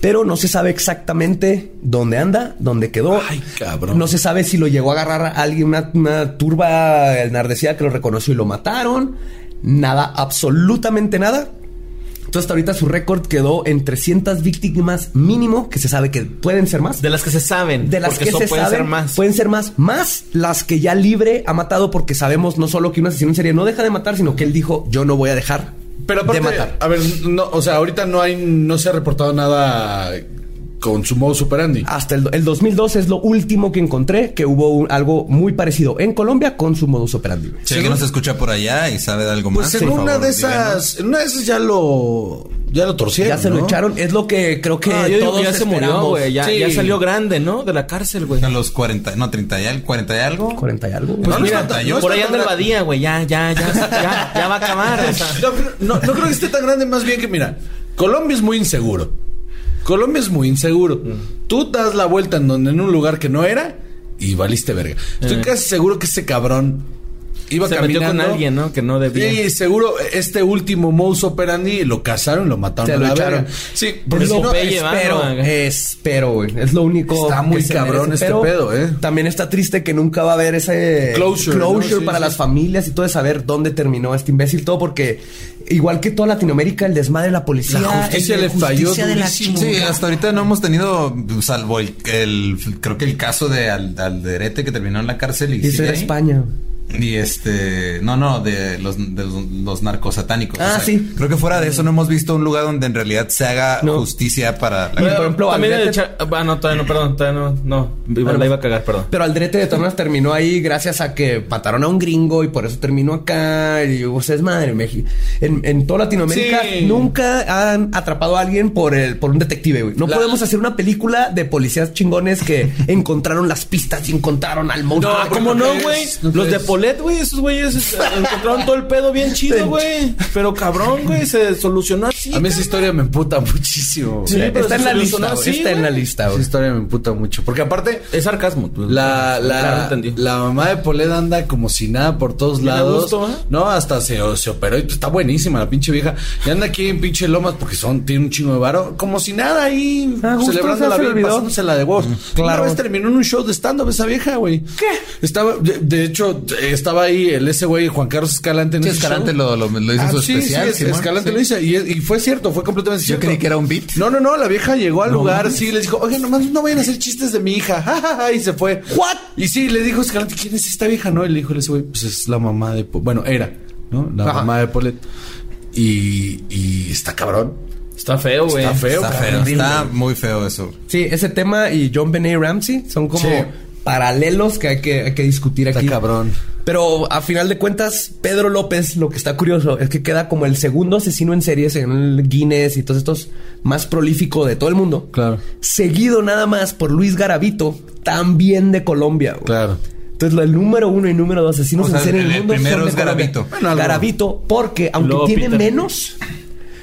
[SPEAKER 1] pero no se sabe exactamente dónde anda, dónde quedó.
[SPEAKER 4] Ay, cabrón.
[SPEAKER 1] No se sabe si lo llegó a agarrar a alguien, una, una turba enardecida que lo reconoció y lo mataron. Nada, absolutamente nada. Entonces, hasta ahorita su récord quedó en 300 víctimas mínimo, que se sabe que pueden ser más.
[SPEAKER 3] De las que se saben.
[SPEAKER 1] De las
[SPEAKER 3] porque
[SPEAKER 1] que
[SPEAKER 3] eso
[SPEAKER 1] se
[SPEAKER 3] puede
[SPEAKER 1] saben,
[SPEAKER 3] ser más.
[SPEAKER 1] pueden ser más. Más las que ya libre ha matado porque sabemos no solo que un asesino en serie no deja de matar, sino que él dijo, yo no voy a dejar
[SPEAKER 4] Pero aparte,
[SPEAKER 1] de matar.
[SPEAKER 4] a ver, no, o sea, ahorita no hay, no se ha reportado nada con su modo superandi.
[SPEAKER 1] Hasta el, el 2012 es lo último que encontré que hubo un- algo muy parecido en Colombia con su modus operandi.
[SPEAKER 2] Si alguien nos escucha por allá y sabe de algo
[SPEAKER 4] Pues
[SPEAKER 2] más,
[SPEAKER 4] en
[SPEAKER 2] Ah, por
[SPEAKER 4] una
[SPEAKER 2] favor,
[SPEAKER 4] de
[SPEAKER 2] díganos.
[SPEAKER 4] esas, en una de esas ya lo, ya lo torcieron.
[SPEAKER 1] Ya se lo
[SPEAKER 4] ¿no?
[SPEAKER 1] echaron, es lo que creo que
[SPEAKER 3] Ah, yo digo
[SPEAKER 1] todos
[SPEAKER 3] que ya se murió,
[SPEAKER 1] esperamos.
[SPEAKER 3] güey. Ya,
[SPEAKER 4] Sí.
[SPEAKER 3] ya salió grande, ¿no? De la cárcel, güey.
[SPEAKER 2] A los 40, no, 30 y algo, 40 y algo.
[SPEAKER 1] 40 y algo. güey.
[SPEAKER 4] Pues
[SPEAKER 2] No,
[SPEAKER 4] mira,
[SPEAKER 2] no está- no
[SPEAKER 4] no está
[SPEAKER 3] Por ahí
[SPEAKER 4] tan
[SPEAKER 3] anda el
[SPEAKER 4] gra-
[SPEAKER 3] Badía, güey. Ya, ya, ya, ya, ya va a acabar. o sea.
[SPEAKER 4] No, pero no, no creo que esté tan grande, más bien que mira, Colombia es muy inseguro. Colombia es muy inseguro. Tú das la vuelta en donde en un lugar que no era y valiste verga. Estoy casi seguro que ese cabrón iba
[SPEAKER 3] Se metió
[SPEAKER 4] caminando.
[SPEAKER 3] con alguien, ¿no? Que no debía.
[SPEAKER 4] Y seguro este último modus operandi lo cazaron, lo mataron,
[SPEAKER 1] Se
[SPEAKER 4] a
[SPEAKER 1] lo
[SPEAKER 4] la
[SPEAKER 1] echaron.
[SPEAKER 4] verga. Sí, porque
[SPEAKER 1] Es
[SPEAKER 4] si
[SPEAKER 1] lo
[SPEAKER 4] no,
[SPEAKER 1] que
[SPEAKER 3] Popeye,
[SPEAKER 1] espero,
[SPEAKER 3] vamos, acá.
[SPEAKER 1] espero, güey. Es lo único.
[SPEAKER 4] Está muy
[SPEAKER 1] que se
[SPEAKER 4] cabrón este
[SPEAKER 1] pero
[SPEAKER 4] pedo, eh.
[SPEAKER 1] También está triste que nunca va a haber ese
[SPEAKER 4] Closure, ¿no? Sí,
[SPEAKER 1] para
[SPEAKER 4] sí.
[SPEAKER 1] las familias y todo de saber dónde terminó este imbécil, todo porque igual que toda Latinoamérica, el desmadre de la policía,
[SPEAKER 4] La justicia
[SPEAKER 1] el de
[SPEAKER 4] le falló
[SPEAKER 1] justicia de la
[SPEAKER 4] durísimo.
[SPEAKER 2] Sí,
[SPEAKER 1] chingada.
[SPEAKER 2] hasta ahorita no hemos tenido, salvo el, el- creo que el caso de Al- Alderete que terminó en la cárcel y,
[SPEAKER 1] Y eso
[SPEAKER 2] sigue
[SPEAKER 4] ¿eh?
[SPEAKER 1] era
[SPEAKER 2] ahí.
[SPEAKER 1] España.
[SPEAKER 2] Y este, no, no, de los, de los, los narcosatánicos.
[SPEAKER 1] Ah, sí.
[SPEAKER 2] Creo que fuera de eso no hemos visto un lugar donde en realidad se haga
[SPEAKER 1] No.
[SPEAKER 2] justicia para la
[SPEAKER 1] Y
[SPEAKER 2] gente.
[SPEAKER 1] por ejemplo,
[SPEAKER 3] También el
[SPEAKER 1] Alderete-
[SPEAKER 3] cha- Ah, no, todavía no, perdón, todavía no. No, iba- la iba a cagar, perdón.
[SPEAKER 1] Pero Aldrete de Tornas terminó ahí gracias a que mataron a un gringo y por eso terminó acá. Y hubo ese desmadre en México. En, en toda Latinoamérica
[SPEAKER 4] Sí.
[SPEAKER 1] nunca han atrapado a alguien por el, por un detective, güey. No
[SPEAKER 4] La-
[SPEAKER 1] podemos hacer una película de policías chingones que encontraron las pistas y encontraron al monstruo.
[SPEAKER 4] No,
[SPEAKER 1] Ah,
[SPEAKER 4] porque
[SPEAKER 1] ¿cómo
[SPEAKER 3] ¿Cómo no,
[SPEAKER 4] crees?
[SPEAKER 3] güey?
[SPEAKER 4] ¿No
[SPEAKER 3] Los de
[SPEAKER 4] crees?
[SPEAKER 3] Colette, güey, esos güeyes eh, encontraron todo el pedo bien chido, güey. Pero cabrón, güey, se solucionó así.
[SPEAKER 4] A mí esa historia me emputa muchísimo. güey.
[SPEAKER 3] Sí, pero
[SPEAKER 1] está en la
[SPEAKER 3] se
[SPEAKER 1] lista,
[SPEAKER 3] solucionó
[SPEAKER 1] güey,
[SPEAKER 3] así,
[SPEAKER 1] está en la
[SPEAKER 3] güey.
[SPEAKER 1] lista,
[SPEAKER 4] Esa
[SPEAKER 1] güey.
[SPEAKER 4] historia me emputa mucho. Porque aparte,
[SPEAKER 3] Es sarcasmo. pues.
[SPEAKER 4] La, la,
[SPEAKER 3] Claro, entendí.
[SPEAKER 4] la mamá de Poleda anda como si nada por todos
[SPEAKER 3] Bien a
[SPEAKER 4] lados.
[SPEAKER 3] gusto, ¿eh?
[SPEAKER 4] No, hasta se, se operó y pues, está buenísima la pinche vieja. Y anda aquí en pinche Lomas porque son, tiene un chingo de varo. Como si nada ahí
[SPEAKER 3] Ah, justo
[SPEAKER 4] celebrando
[SPEAKER 3] esa
[SPEAKER 4] la
[SPEAKER 3] se le
[SPEAKER 4] vida y
[SPEAKER 3] olvidó.
[SPEAKER 4] pasándose la de
[SPEAKER 2] Mm.
[SPEAKER 4] vos. Claro. Una vez terminó en un show de stand-up esa vieja, güey. ¿Qué? Estaba, de, de hecho, estaba ahí el ese güey Juan Carlos Escalante en
[SPEAKER 2] Sí,
[SPEAKER 4] ese
[SPEAKER 2] Escalante lo,
[SPEAKER 4] show.
[SPEAKER 2] lo, lo hizo en
[SPEAKER 4] Ah,
[SPEAKER 2] su
[SPEAKER 4] sí,
[SPEAKER 2] especial.
[SPEAKER 4] sí, es-
[SPEAKER 2] Simón,
[SPEAKER 4] Escalante
[SPEAKER 2] sí.
[SPEAKER 4] lo hizo. Y, y fue cierto, fue completamente
[SPEAKER 2] Yo
[SPEAKER 4] cierto.
[SPEAKER 2] creí que era un beat.
[SPEAKER 4] No, no, no. La vieja llegó al lugar, sí, les dijo, oye, nomás no vayan a hacer chistes de mi hija. Ja, ja, ja, y se fue.
[SPEAKER 1] ¿What?
[SPEAKER 4] Y sí, le dijo Escalante, ¿quién es esta vieja? No, y le dijo, ese güey, pues es la mamá de. Po- Bueno, era, ¿no? La
[SPEAKER 2] Ajá.
[SPEAKER 4] mamá de Paulette. Y, y está cabrón.
[SPEAKER 3] Está feo, güey.
[SPEAKER 4] Está feo,
[SPEAKER 2] Está
[SPEAKER 4] cabrón.
[SPEAKER 2] feo, está muy feo eso.
[SPEAKER 1] Sí, ese tema y John Benet Ramsey son como
[SPEAKER 4] Sí.
[SPEAKER 1] paralelos que hay, que hay que discutir
[SPEAKER 4] Está
[SPEAKER 1] aquí.
[SPEAKER 4] cabrón.
[SPEAKER 1] Pero a final de cuentas, Pedro López, lo que está curioso es que queda como el segundo asesino en series en el Guinness y todos estos más prolífico de todo el mundo.
[SPEAKER 4] Claro.
[SPEAKER 1] Seguido nada más por Luis Garavito, también de Colombia. güey.
[SPEAKER 4] Claro.
[SPEAKER 1] Entonces, lo- el número uno y número dos asesinos
[SPEAKER 2] O sea,
[SPEAKER 1] en serie
[SPEAKER 2] el-
[SPEAKER 1] en
[SPEAKER 2] el
[SPEAKER 1] el mundo son
[SPEAKER 2] primero
[SPEAKER 1] de
[SPEAKER 2] es
[SPEAKER 1] Colombia.
[SPEAKER 2] Garavito.
[SPEAKER 4] Bueno, algo.
[SPEAKER 1] Garavito, porque aunque
[SPEAKER 3] Luego
[SPEAKER 1] tiene
[SPEAKER 3] Peter.
[SPEAKER 1] menos,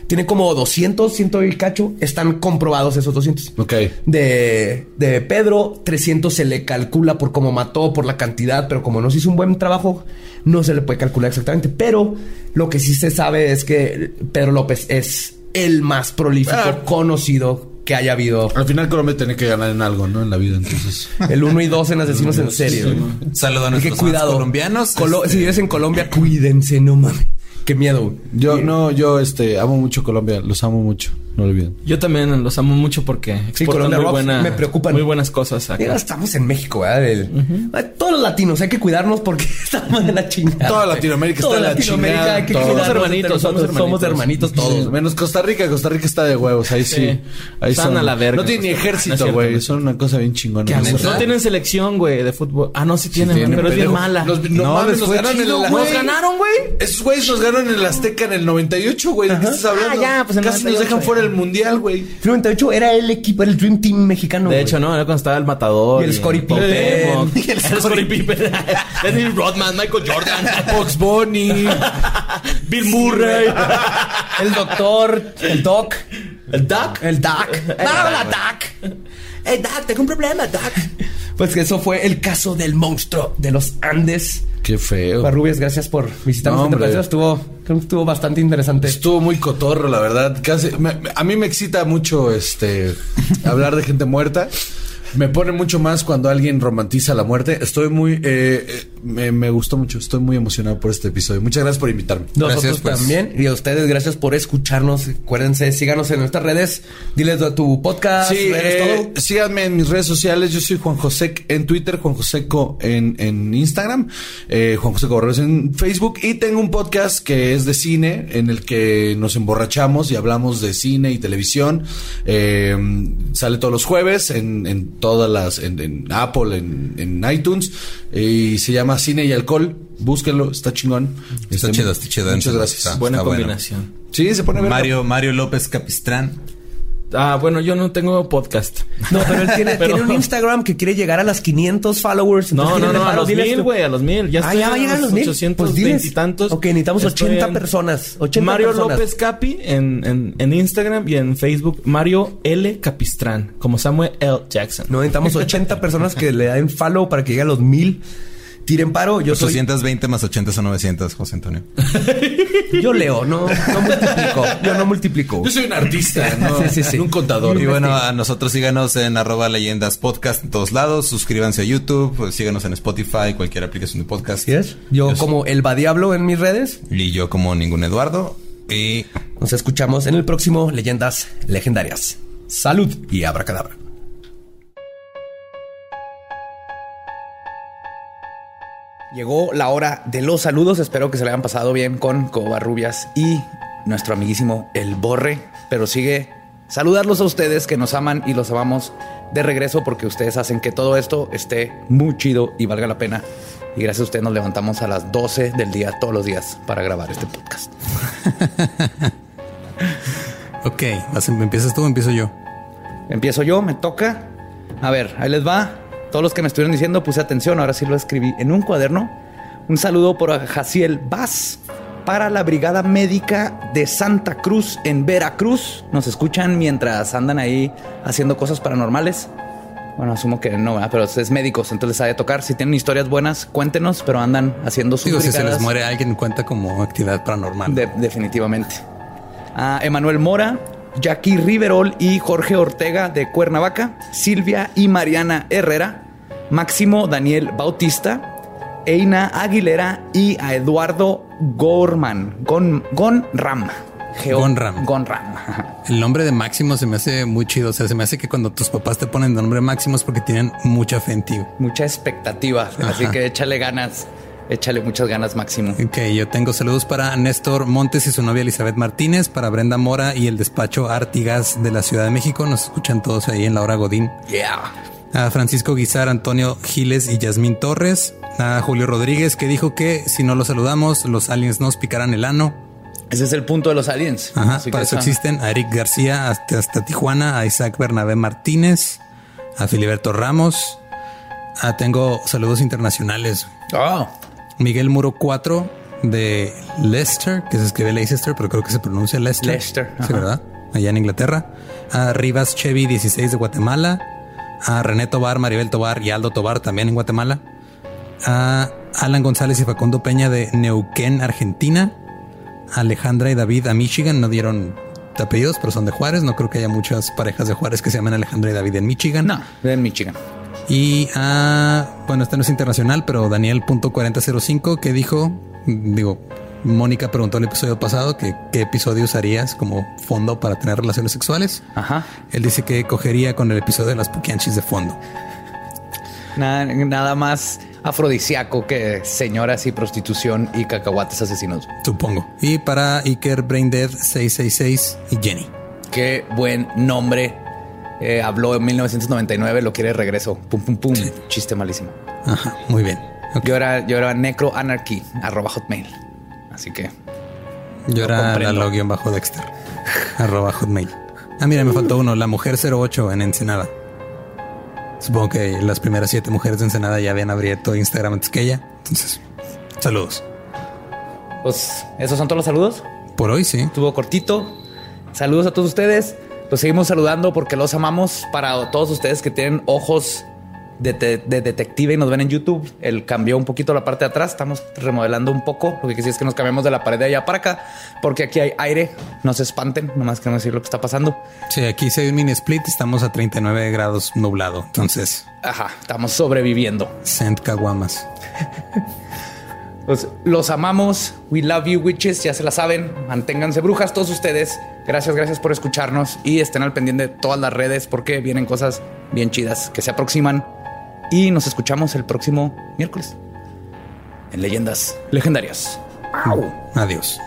[SPEAKER 1] tiene como 200, 100 y cacho, están comprobados esos 200.
[SPEAKER 4] Ok.
[SPEAKER 1] De, de Pedro, 300 se le calcula por cómo mató, por la cantidad, pero como no se hizo un buen trabajo, no se le puede calcular exactamente. Pero lo que sí se sabe es que Pedro López es el más prolífico
[SPEAKER 4] Ah.
[SPEAKER 1] conocido que haya habido.
[SPEAKER 4] Al final Colombia tiene que ganar en algo, ¿no? En la vida, entonces.
[SPEAKER 1] El 1 y 2 en asesinos en serie. güey.
[SPEAKER 2] Saludos a
[SPEAKER 1] Así que
[SPEAKER 2] nuestros
[SPEAKER 1] cuidado.
[SPEAKER 2] más colombianos.
[SPEAKER 1] Colo- Si
[SPEAKER 2] Este,
[SPEAKER 1] vives en Colombia, cuídense, no mames. Qué miedo. güey.
[SPEAKER 4] Yo, no, yo, este, amo mucho Colombia. Los amo mucho. No lo olviden.
[SPEAKER 3] Yo también los amo mucho porque exportan
[SPEAKER 1] Colombia
[SPEAKER 3] muy,
[SPEAKER 1] Rocks
[SPEAKER 3] buena-
[SPEAKER 1] me preocupan.
[SPEAKER 3] muy buenas cosas acá.
[SPEAKER 1] Mira, estamos en México, ¿verdad? El- Ay, Todos los latinos, hay que cuidarnos porque estamos de la chingada.
[SPEAKER 4] Toda Latinoamérica está
[SPEAKER 1] Toda
[SPEAKER 4] de la
[SPEAKER 1] Latinoamérica
[SPEAKER 4] chingada,
[SPEAKER 1] hay que
[SPEAKER 4] todos.
[SPEAKER 1] cuidarnos
[SPEAKER 3] Somos
[SPEAKER 1] entre
[SPEAKER 3] hermanitos,
[SPEAKER 1] nosotros,
[SPEAKER 3] somos
[SPEAKER 1] somos hermanitos todos.
[SPEAKER 4] Sí, Menos Costa Rica, Costa Rica está de huevos, ahí sí.
[SPEAKER 3] Sí.
[SPEAKER 4] Ahí
[SPEAKER 3] Están
[SPEAKER 4] son-
[SPEAKER 3] a la verga,
[SPEAKER 4] No tienen ni
[SPEAKER 3] Costa Rica. No es
[SPEAKER 4] ejército,
[SPEAKER 3] cierto,
[SPEAKER 4] güey.
[SPEAKER 3] no es
[SPEAKER 4] son una cosa bien chingona.
[SPEAKER 3] Qué
[SPEAKER 4] No
[SPEAKER 3] aburrido.
[SPEAKER 4] sé.
[SPEAKER 3] No tienen selección, güey, de fútbol. Ah, no, sí tienen,
[SPEAKER 4] tienen,
[SPEAKER 3] pero es bien
[SPEAKER 4] pendejo.
[SPEAKER 3] mala.
[SPEAKER 4] Los- no mames,
[SPEAKER 3] les
[SPEAKER 4] nos
[SPEAKER 3] fue
[SPEAKER 4] ganaron en
[SPEAKER 3] chido,
[SPEAKER 4] el-
[SPEAKER 3] güey.
[SPEAKER 4] Nos
[SPEAKER 3] ganaron, güey.
[SPEAKER 4] Esos güeyes nos ganaron en el Azteca en el 98, güey. ¿De qué estás hablando?
[SPEAKER 3] Ah, ya, pues en el
[SPEAKER 4] Casi nos
[SPEAKER 3] 98,
[SPEAKER 4] dejan fuera el mundial, güey.
[SPEAKER 1] 98 era el equipo, era el Dream Team mexicano.
[SPEAKER 3] De
[SPEAKER 1] güey.
[SPEAKER 3] hecho, no, era cuando estaba el matador.
[SPEAKER 1] Y el Scottie Pippen.
[SPEAKER 3] Cuauhtémoc.
[SPEAKER 1] Y el
[SPEAKER 3] El Scottie Pippen. Dennis Rodman, Michael Jordan,
[SPEAKER 4] Fox Bunny.
[SPEAKER 3] Bill Murray.
[SPEAKER 1] el doctor, el doc,
[SPEAKER 3] El Duck.
[SPEAKER 1] el doc. ¡Habla, doc! ¡Hey, doc, tengo un problema, doc! Pues que eso fue el caso del monstruo de los Andes.
[SPEAKER 4] Qué feo.
[SPEAKER 1] Barrubias, gracias por
[SPEAKER 4] No,
[SPEAKER 1] visitarnos.
[SPEAKER 4] hombre.
[SPEAKER 1] estuvo, creo que estuvo bastante interesante.
[SPEAKER 4] Estuvo muy cotorro, la verdad. Casi, me- me- a mí me excita mucho este hablar de gente muerta. Me pone mucho más cuando alguien romantiza la muerte. Estoy muy... eh, eh, me, me gustó mucho. Estoy muy emocionado por este episodio. Muchas gracias por invitarme.
[SPEAKER 1] Nosotros
[SPEAKER 2] Gracias, pues.
[SPEAKER 1] también. Y a ustedes, gracias por escucharnos. Acuérdense, síganos en nuestras redes. Diles de tu podcast.
[SPEAKER 4] Sí,
[SPEAKER 1] redes,
[SPEAKER 4] eh,
[SPEAKER 1] todo.
[SPEAKER 4] síganme en mis redes sociales. Yo soy Juan José en Twitter, Juan Joseco en, en Instagram, eh, Juan José Correos en Facebook. Y tengo un podcast que es de cine, en el que nos emborrachamos y hablamos de cine y televisión. Eh, sale todos los jueves en, en todas las, en, en Apple, en, en iTunes. Y se llama Cine y Alcohol. Búsquenlo, está chingón. Este,
[SPEAKER 2] Está chido, está chido.
[SPEAKER 4] Muchas
[SPEAKER 2] Está-
[SPEAKER 4] gracias.
[SPEAKER 2] está
[SPEAKER 3] Buena
[SPEAKER 2] bueno.
[SPEAKER 3] combinación.
[SPEAKER 4] Sí, se pone verga.
[SPEAKER 2] Mario, Mario López Capistrán.
[SPEAKER 3] Ah, bueno, yo no tengo podcast.
[SPEAKER 1] No, pero él tiene,
[SPEAKER 3] Pero-
[SPEAKER 1] tiene un Instagram que quiere llegar a las 500 followers.
[SPEAKER 3] No,
[SPEAKER 1] Entonces,
[SPEAKER 3] no,
[SPEAKER 1] ¿quién le
[SPEAKER 3] no, a
[SPEAKER 1] paro?
[SPEAKER 3] los
[SPEAKER 1] Diles
[SPEAKER 3] mil,
[SPEAKER 1] tú.
[SPEAKER 3] güey, a los mil. Ya,
[SPEAKER 1] Ah,
[SPEAKER 3] estoy
[SPEAKER 1] ya va a llegar a los mil.
[SPEAKER 3] 800
[SPEAKER 1] Pues diles.
[SPEAKER 3] y tantos.
[SPEAKER 1] Ok, necesitamos
[SPEAKER 3] Estoy
[SPEAKER 1] 80 personas, 80
[SPEAKER 3] Mario
[SPEAKER 1] personas.
[SPEAKER 3] López Capi en, en, en Instagram y en Facebook. Mario L. Capistrán, como Samuel L. Jackson.
[SPEAKER 1] No, necesitamos 80 personas que le den follow para que llegue a los mil. Tiren paro. Yo soy
[SPEAKER 2] 820 más 80 son 900, José Antonio.
[SPEAKER 1] Yo leo, no, no multiplico. Yo no multiplico.
[SPEAKER 4] Yo soy un artista, ¿no?
[SPEAKER 1] Sí, sí, sí.
[SPEAKER 4] un contador.
[SPEAKER 2] Y bueno, a nosotros síganos en arroba leyendas podcast en todos lados. Suscríbanse a YouTube, pues, síganos en Spotify, cualquier aplicación de podcast.
[SPEAKER 1] Así es. Yo
[SPEAKER 2] Yo-
[SPEAKER 1] como el Diablo en mis redes.
[SPEAKER 2] Y yo como ningún Eduardo. Y
[SPEAKER 1] Nos escuchamos en el próximo Leyendas Legendarias. Salud y abracadabra. Llegó la hora de los saludos. Espero que se le hayan pasado bien con Covarrubias y nuestro amiguísimo El Borre. Pero sigue saludarlos a ustedes que nos aman y los amamos de regreso porque ustedes hacen que todo esto esté muy chido y valga la pena. Y gracias a ustedes nos levantamos a las 12 del día todos los días para grabar este podcast.
[SPEAKER 5] Ok, vas- empiezas tú, o empiezo yo.
[SPEAKER 1] Empiezo yo, me toca. A ver, ahí les va. Todos los que me estuvieron diciendo, puse atención, ahora sí lo escribí en un cuaderno.
[SPEAKER 6] Un saludo por Jaciel Vaz para la Brigada Médica de Santa Cruz en Veracruz. Nos escuchan mientras andan ahí haciendo cosas paranormales. Bueno, asumo que no, ¿verdad? pero es médicos, entonces les ha de tocar. Si tienen historias buenas, cuéntenos, pero andan haciendo sus
[SPEAKER 5] Digo, si se les
[SPEAKER 6] brigadas.
[SPEAKER 5] muere alguien, cuenta como actividad paranormal.
[SPEAKER 6] De- definitivamente. A Emanuel Mora, Jackie Riverol y Jorge Ortega de Cuernavaca, Silvia y Mariana Herrera, Máximo Daniel Bautista, Eina Aguilera y a Eduardo Gorman, Gon, Gonram. Geo-
[SPEAKER 5] Gonram.
[SPEAKER 6] Gonram, ajá.
[SPEAKER 5] El nombre de Máximo se me hace muy chido. O sea, se me hace que cuando tus papás te ponen de nombre Máximo es porque tienen mucha fe en ti.
[SPEAKER 6] Mucha expectativa, así que échale ganas, échale muchas ganas, Máximo.
[SPEAKER 5] Ok, yo tengo saludos para Néstor Montes y su novia Elizabeth Martínez, para Brenda Mora y el despacho Artigas de la Ciudad de México. Nos escuchan todos ahí en la hora Godín.
[SPEAKER 6] Yeah.
[SPEAKER 5] A Francisco Guizar, Antonio Giles y Yasmín Torres. A Julio Rodríguez que dijo que si no los saludamos, los aliens nos picarán el ano.
[SPEAKER 6] Ese es el punto de los aliens.
[SPEAKER 5] Ajá,
[SPEAKER 6] Así que
[SPEAKER 5] para eso
[SPEAKER 6] esa-
[SPEAKER 5] existen a Eric García hasta, hasta Tijuana, a Isaac Bernabé Martínez, a Filiberto Ramos. Ah, tengo saludos internacionales.
[SPEAKER 6] Oh,
[SPEAKER 5] Miguel Muro 4 de Leicester, que se escribe Leicester, pero creo que se pronuncia Leicester.
[SPEAKER 6] Leicester,
[SPEAKER 5] Sí,
[SPEAKER 6] ajá.
[SPEAKER 5] ¿verdad? Allá en Inglaterra. A Rivas Chevy 16 de Guatemala. A René Tobar, Maribel Tobar y Aldo Tobar también en Guatemala. A Alan González y Facundo Peña de Neuquén, Argentina. Alejandra y David a Michigan. No dieron apellidos, pero son de Juárez. No creo que haya muchas parejas de Juárez que se llamen Alejandra y David en Michigan.
[SPEAKER 6] no, de Michigan.
[SPEAKER 5] Y a, bueno, este no es internacional, pero Daniel.4005 que dijo, digo, Mónica preguntó el episodio pasado que qué episodio usarías como fondo para tener relaciones sexuales.
[SPEAKER 6] Ajá.
[SPEAKER 5] Él dice que cogería con el episodio de las puquianchis de fondo.
[SPEAKER 6] Nada, nada más afrodisiaco que señoras y prostitución y cacahuates asesinos.
[SPEAKER 5] Supongo. Y para Iker Braindead 666 y Jenny.
[SPEAKER 6] Qué buen nombre. Eh, habló en 1999, lo quiere de regreso. Pum, pum, pum. Chiste malísimo.
[SPEAKER 5] Ajá, muy bien. Ok.
[SPEAKER 6] Yo era, yo era necroanarchy, arroba hotmail. Así que
[SPEAKER 5] Yo era
[SPEAKER 6] comprendo.
[SPEAKER 5] la guión bajo Dexter. arroba hotmail. Ah, mira, me faltó uno. La mujer 08 en Ensenada. Supongo que las primeras siete mujeres de Ensenada ya habían abierto Instagram antes que ella. Entonces, saludos.
[SPEAKER 6] pues esos son todos los saludos.
[SPEAKER 5] Por hoy sí.
[SPEAKER 6] Estuvo cortito. Saludos a todos ustedes. Los seguimos saludando porque los amamos. Para todos ustedes que tienen ojos de, te- de detective y nos ven en YouTube, el cambió un poquito la parte de atrás. Estamos remodelando un poco. Lo que sí es que nos cambiamos de la pared de allá para acá porque aquí hay aire. No se espanten. Nomás queremos decir lo que está pasando.
[SPEAKER 5] Sí, aquí se hay un mini split. Estamos a 39 grados nublado. Entonces,
[SPEAKER 6] Ajá, estamos sobreviviendo.
[SPEAKER 5] send caguamas.
[SPEAKER 6] Los, los amamos. We love you, witches. Ya se la saben. Manténganse brujas todos ustedes. Gracias, gracias por escucharnos y estén al pendiente de todas las redes porque vienen cosas bien chidas que se aproximan. Y nos escuchamos el próximo miércoles en Leyendas Legendarias. ¡Au!
[SPEAKER 5] Adiós.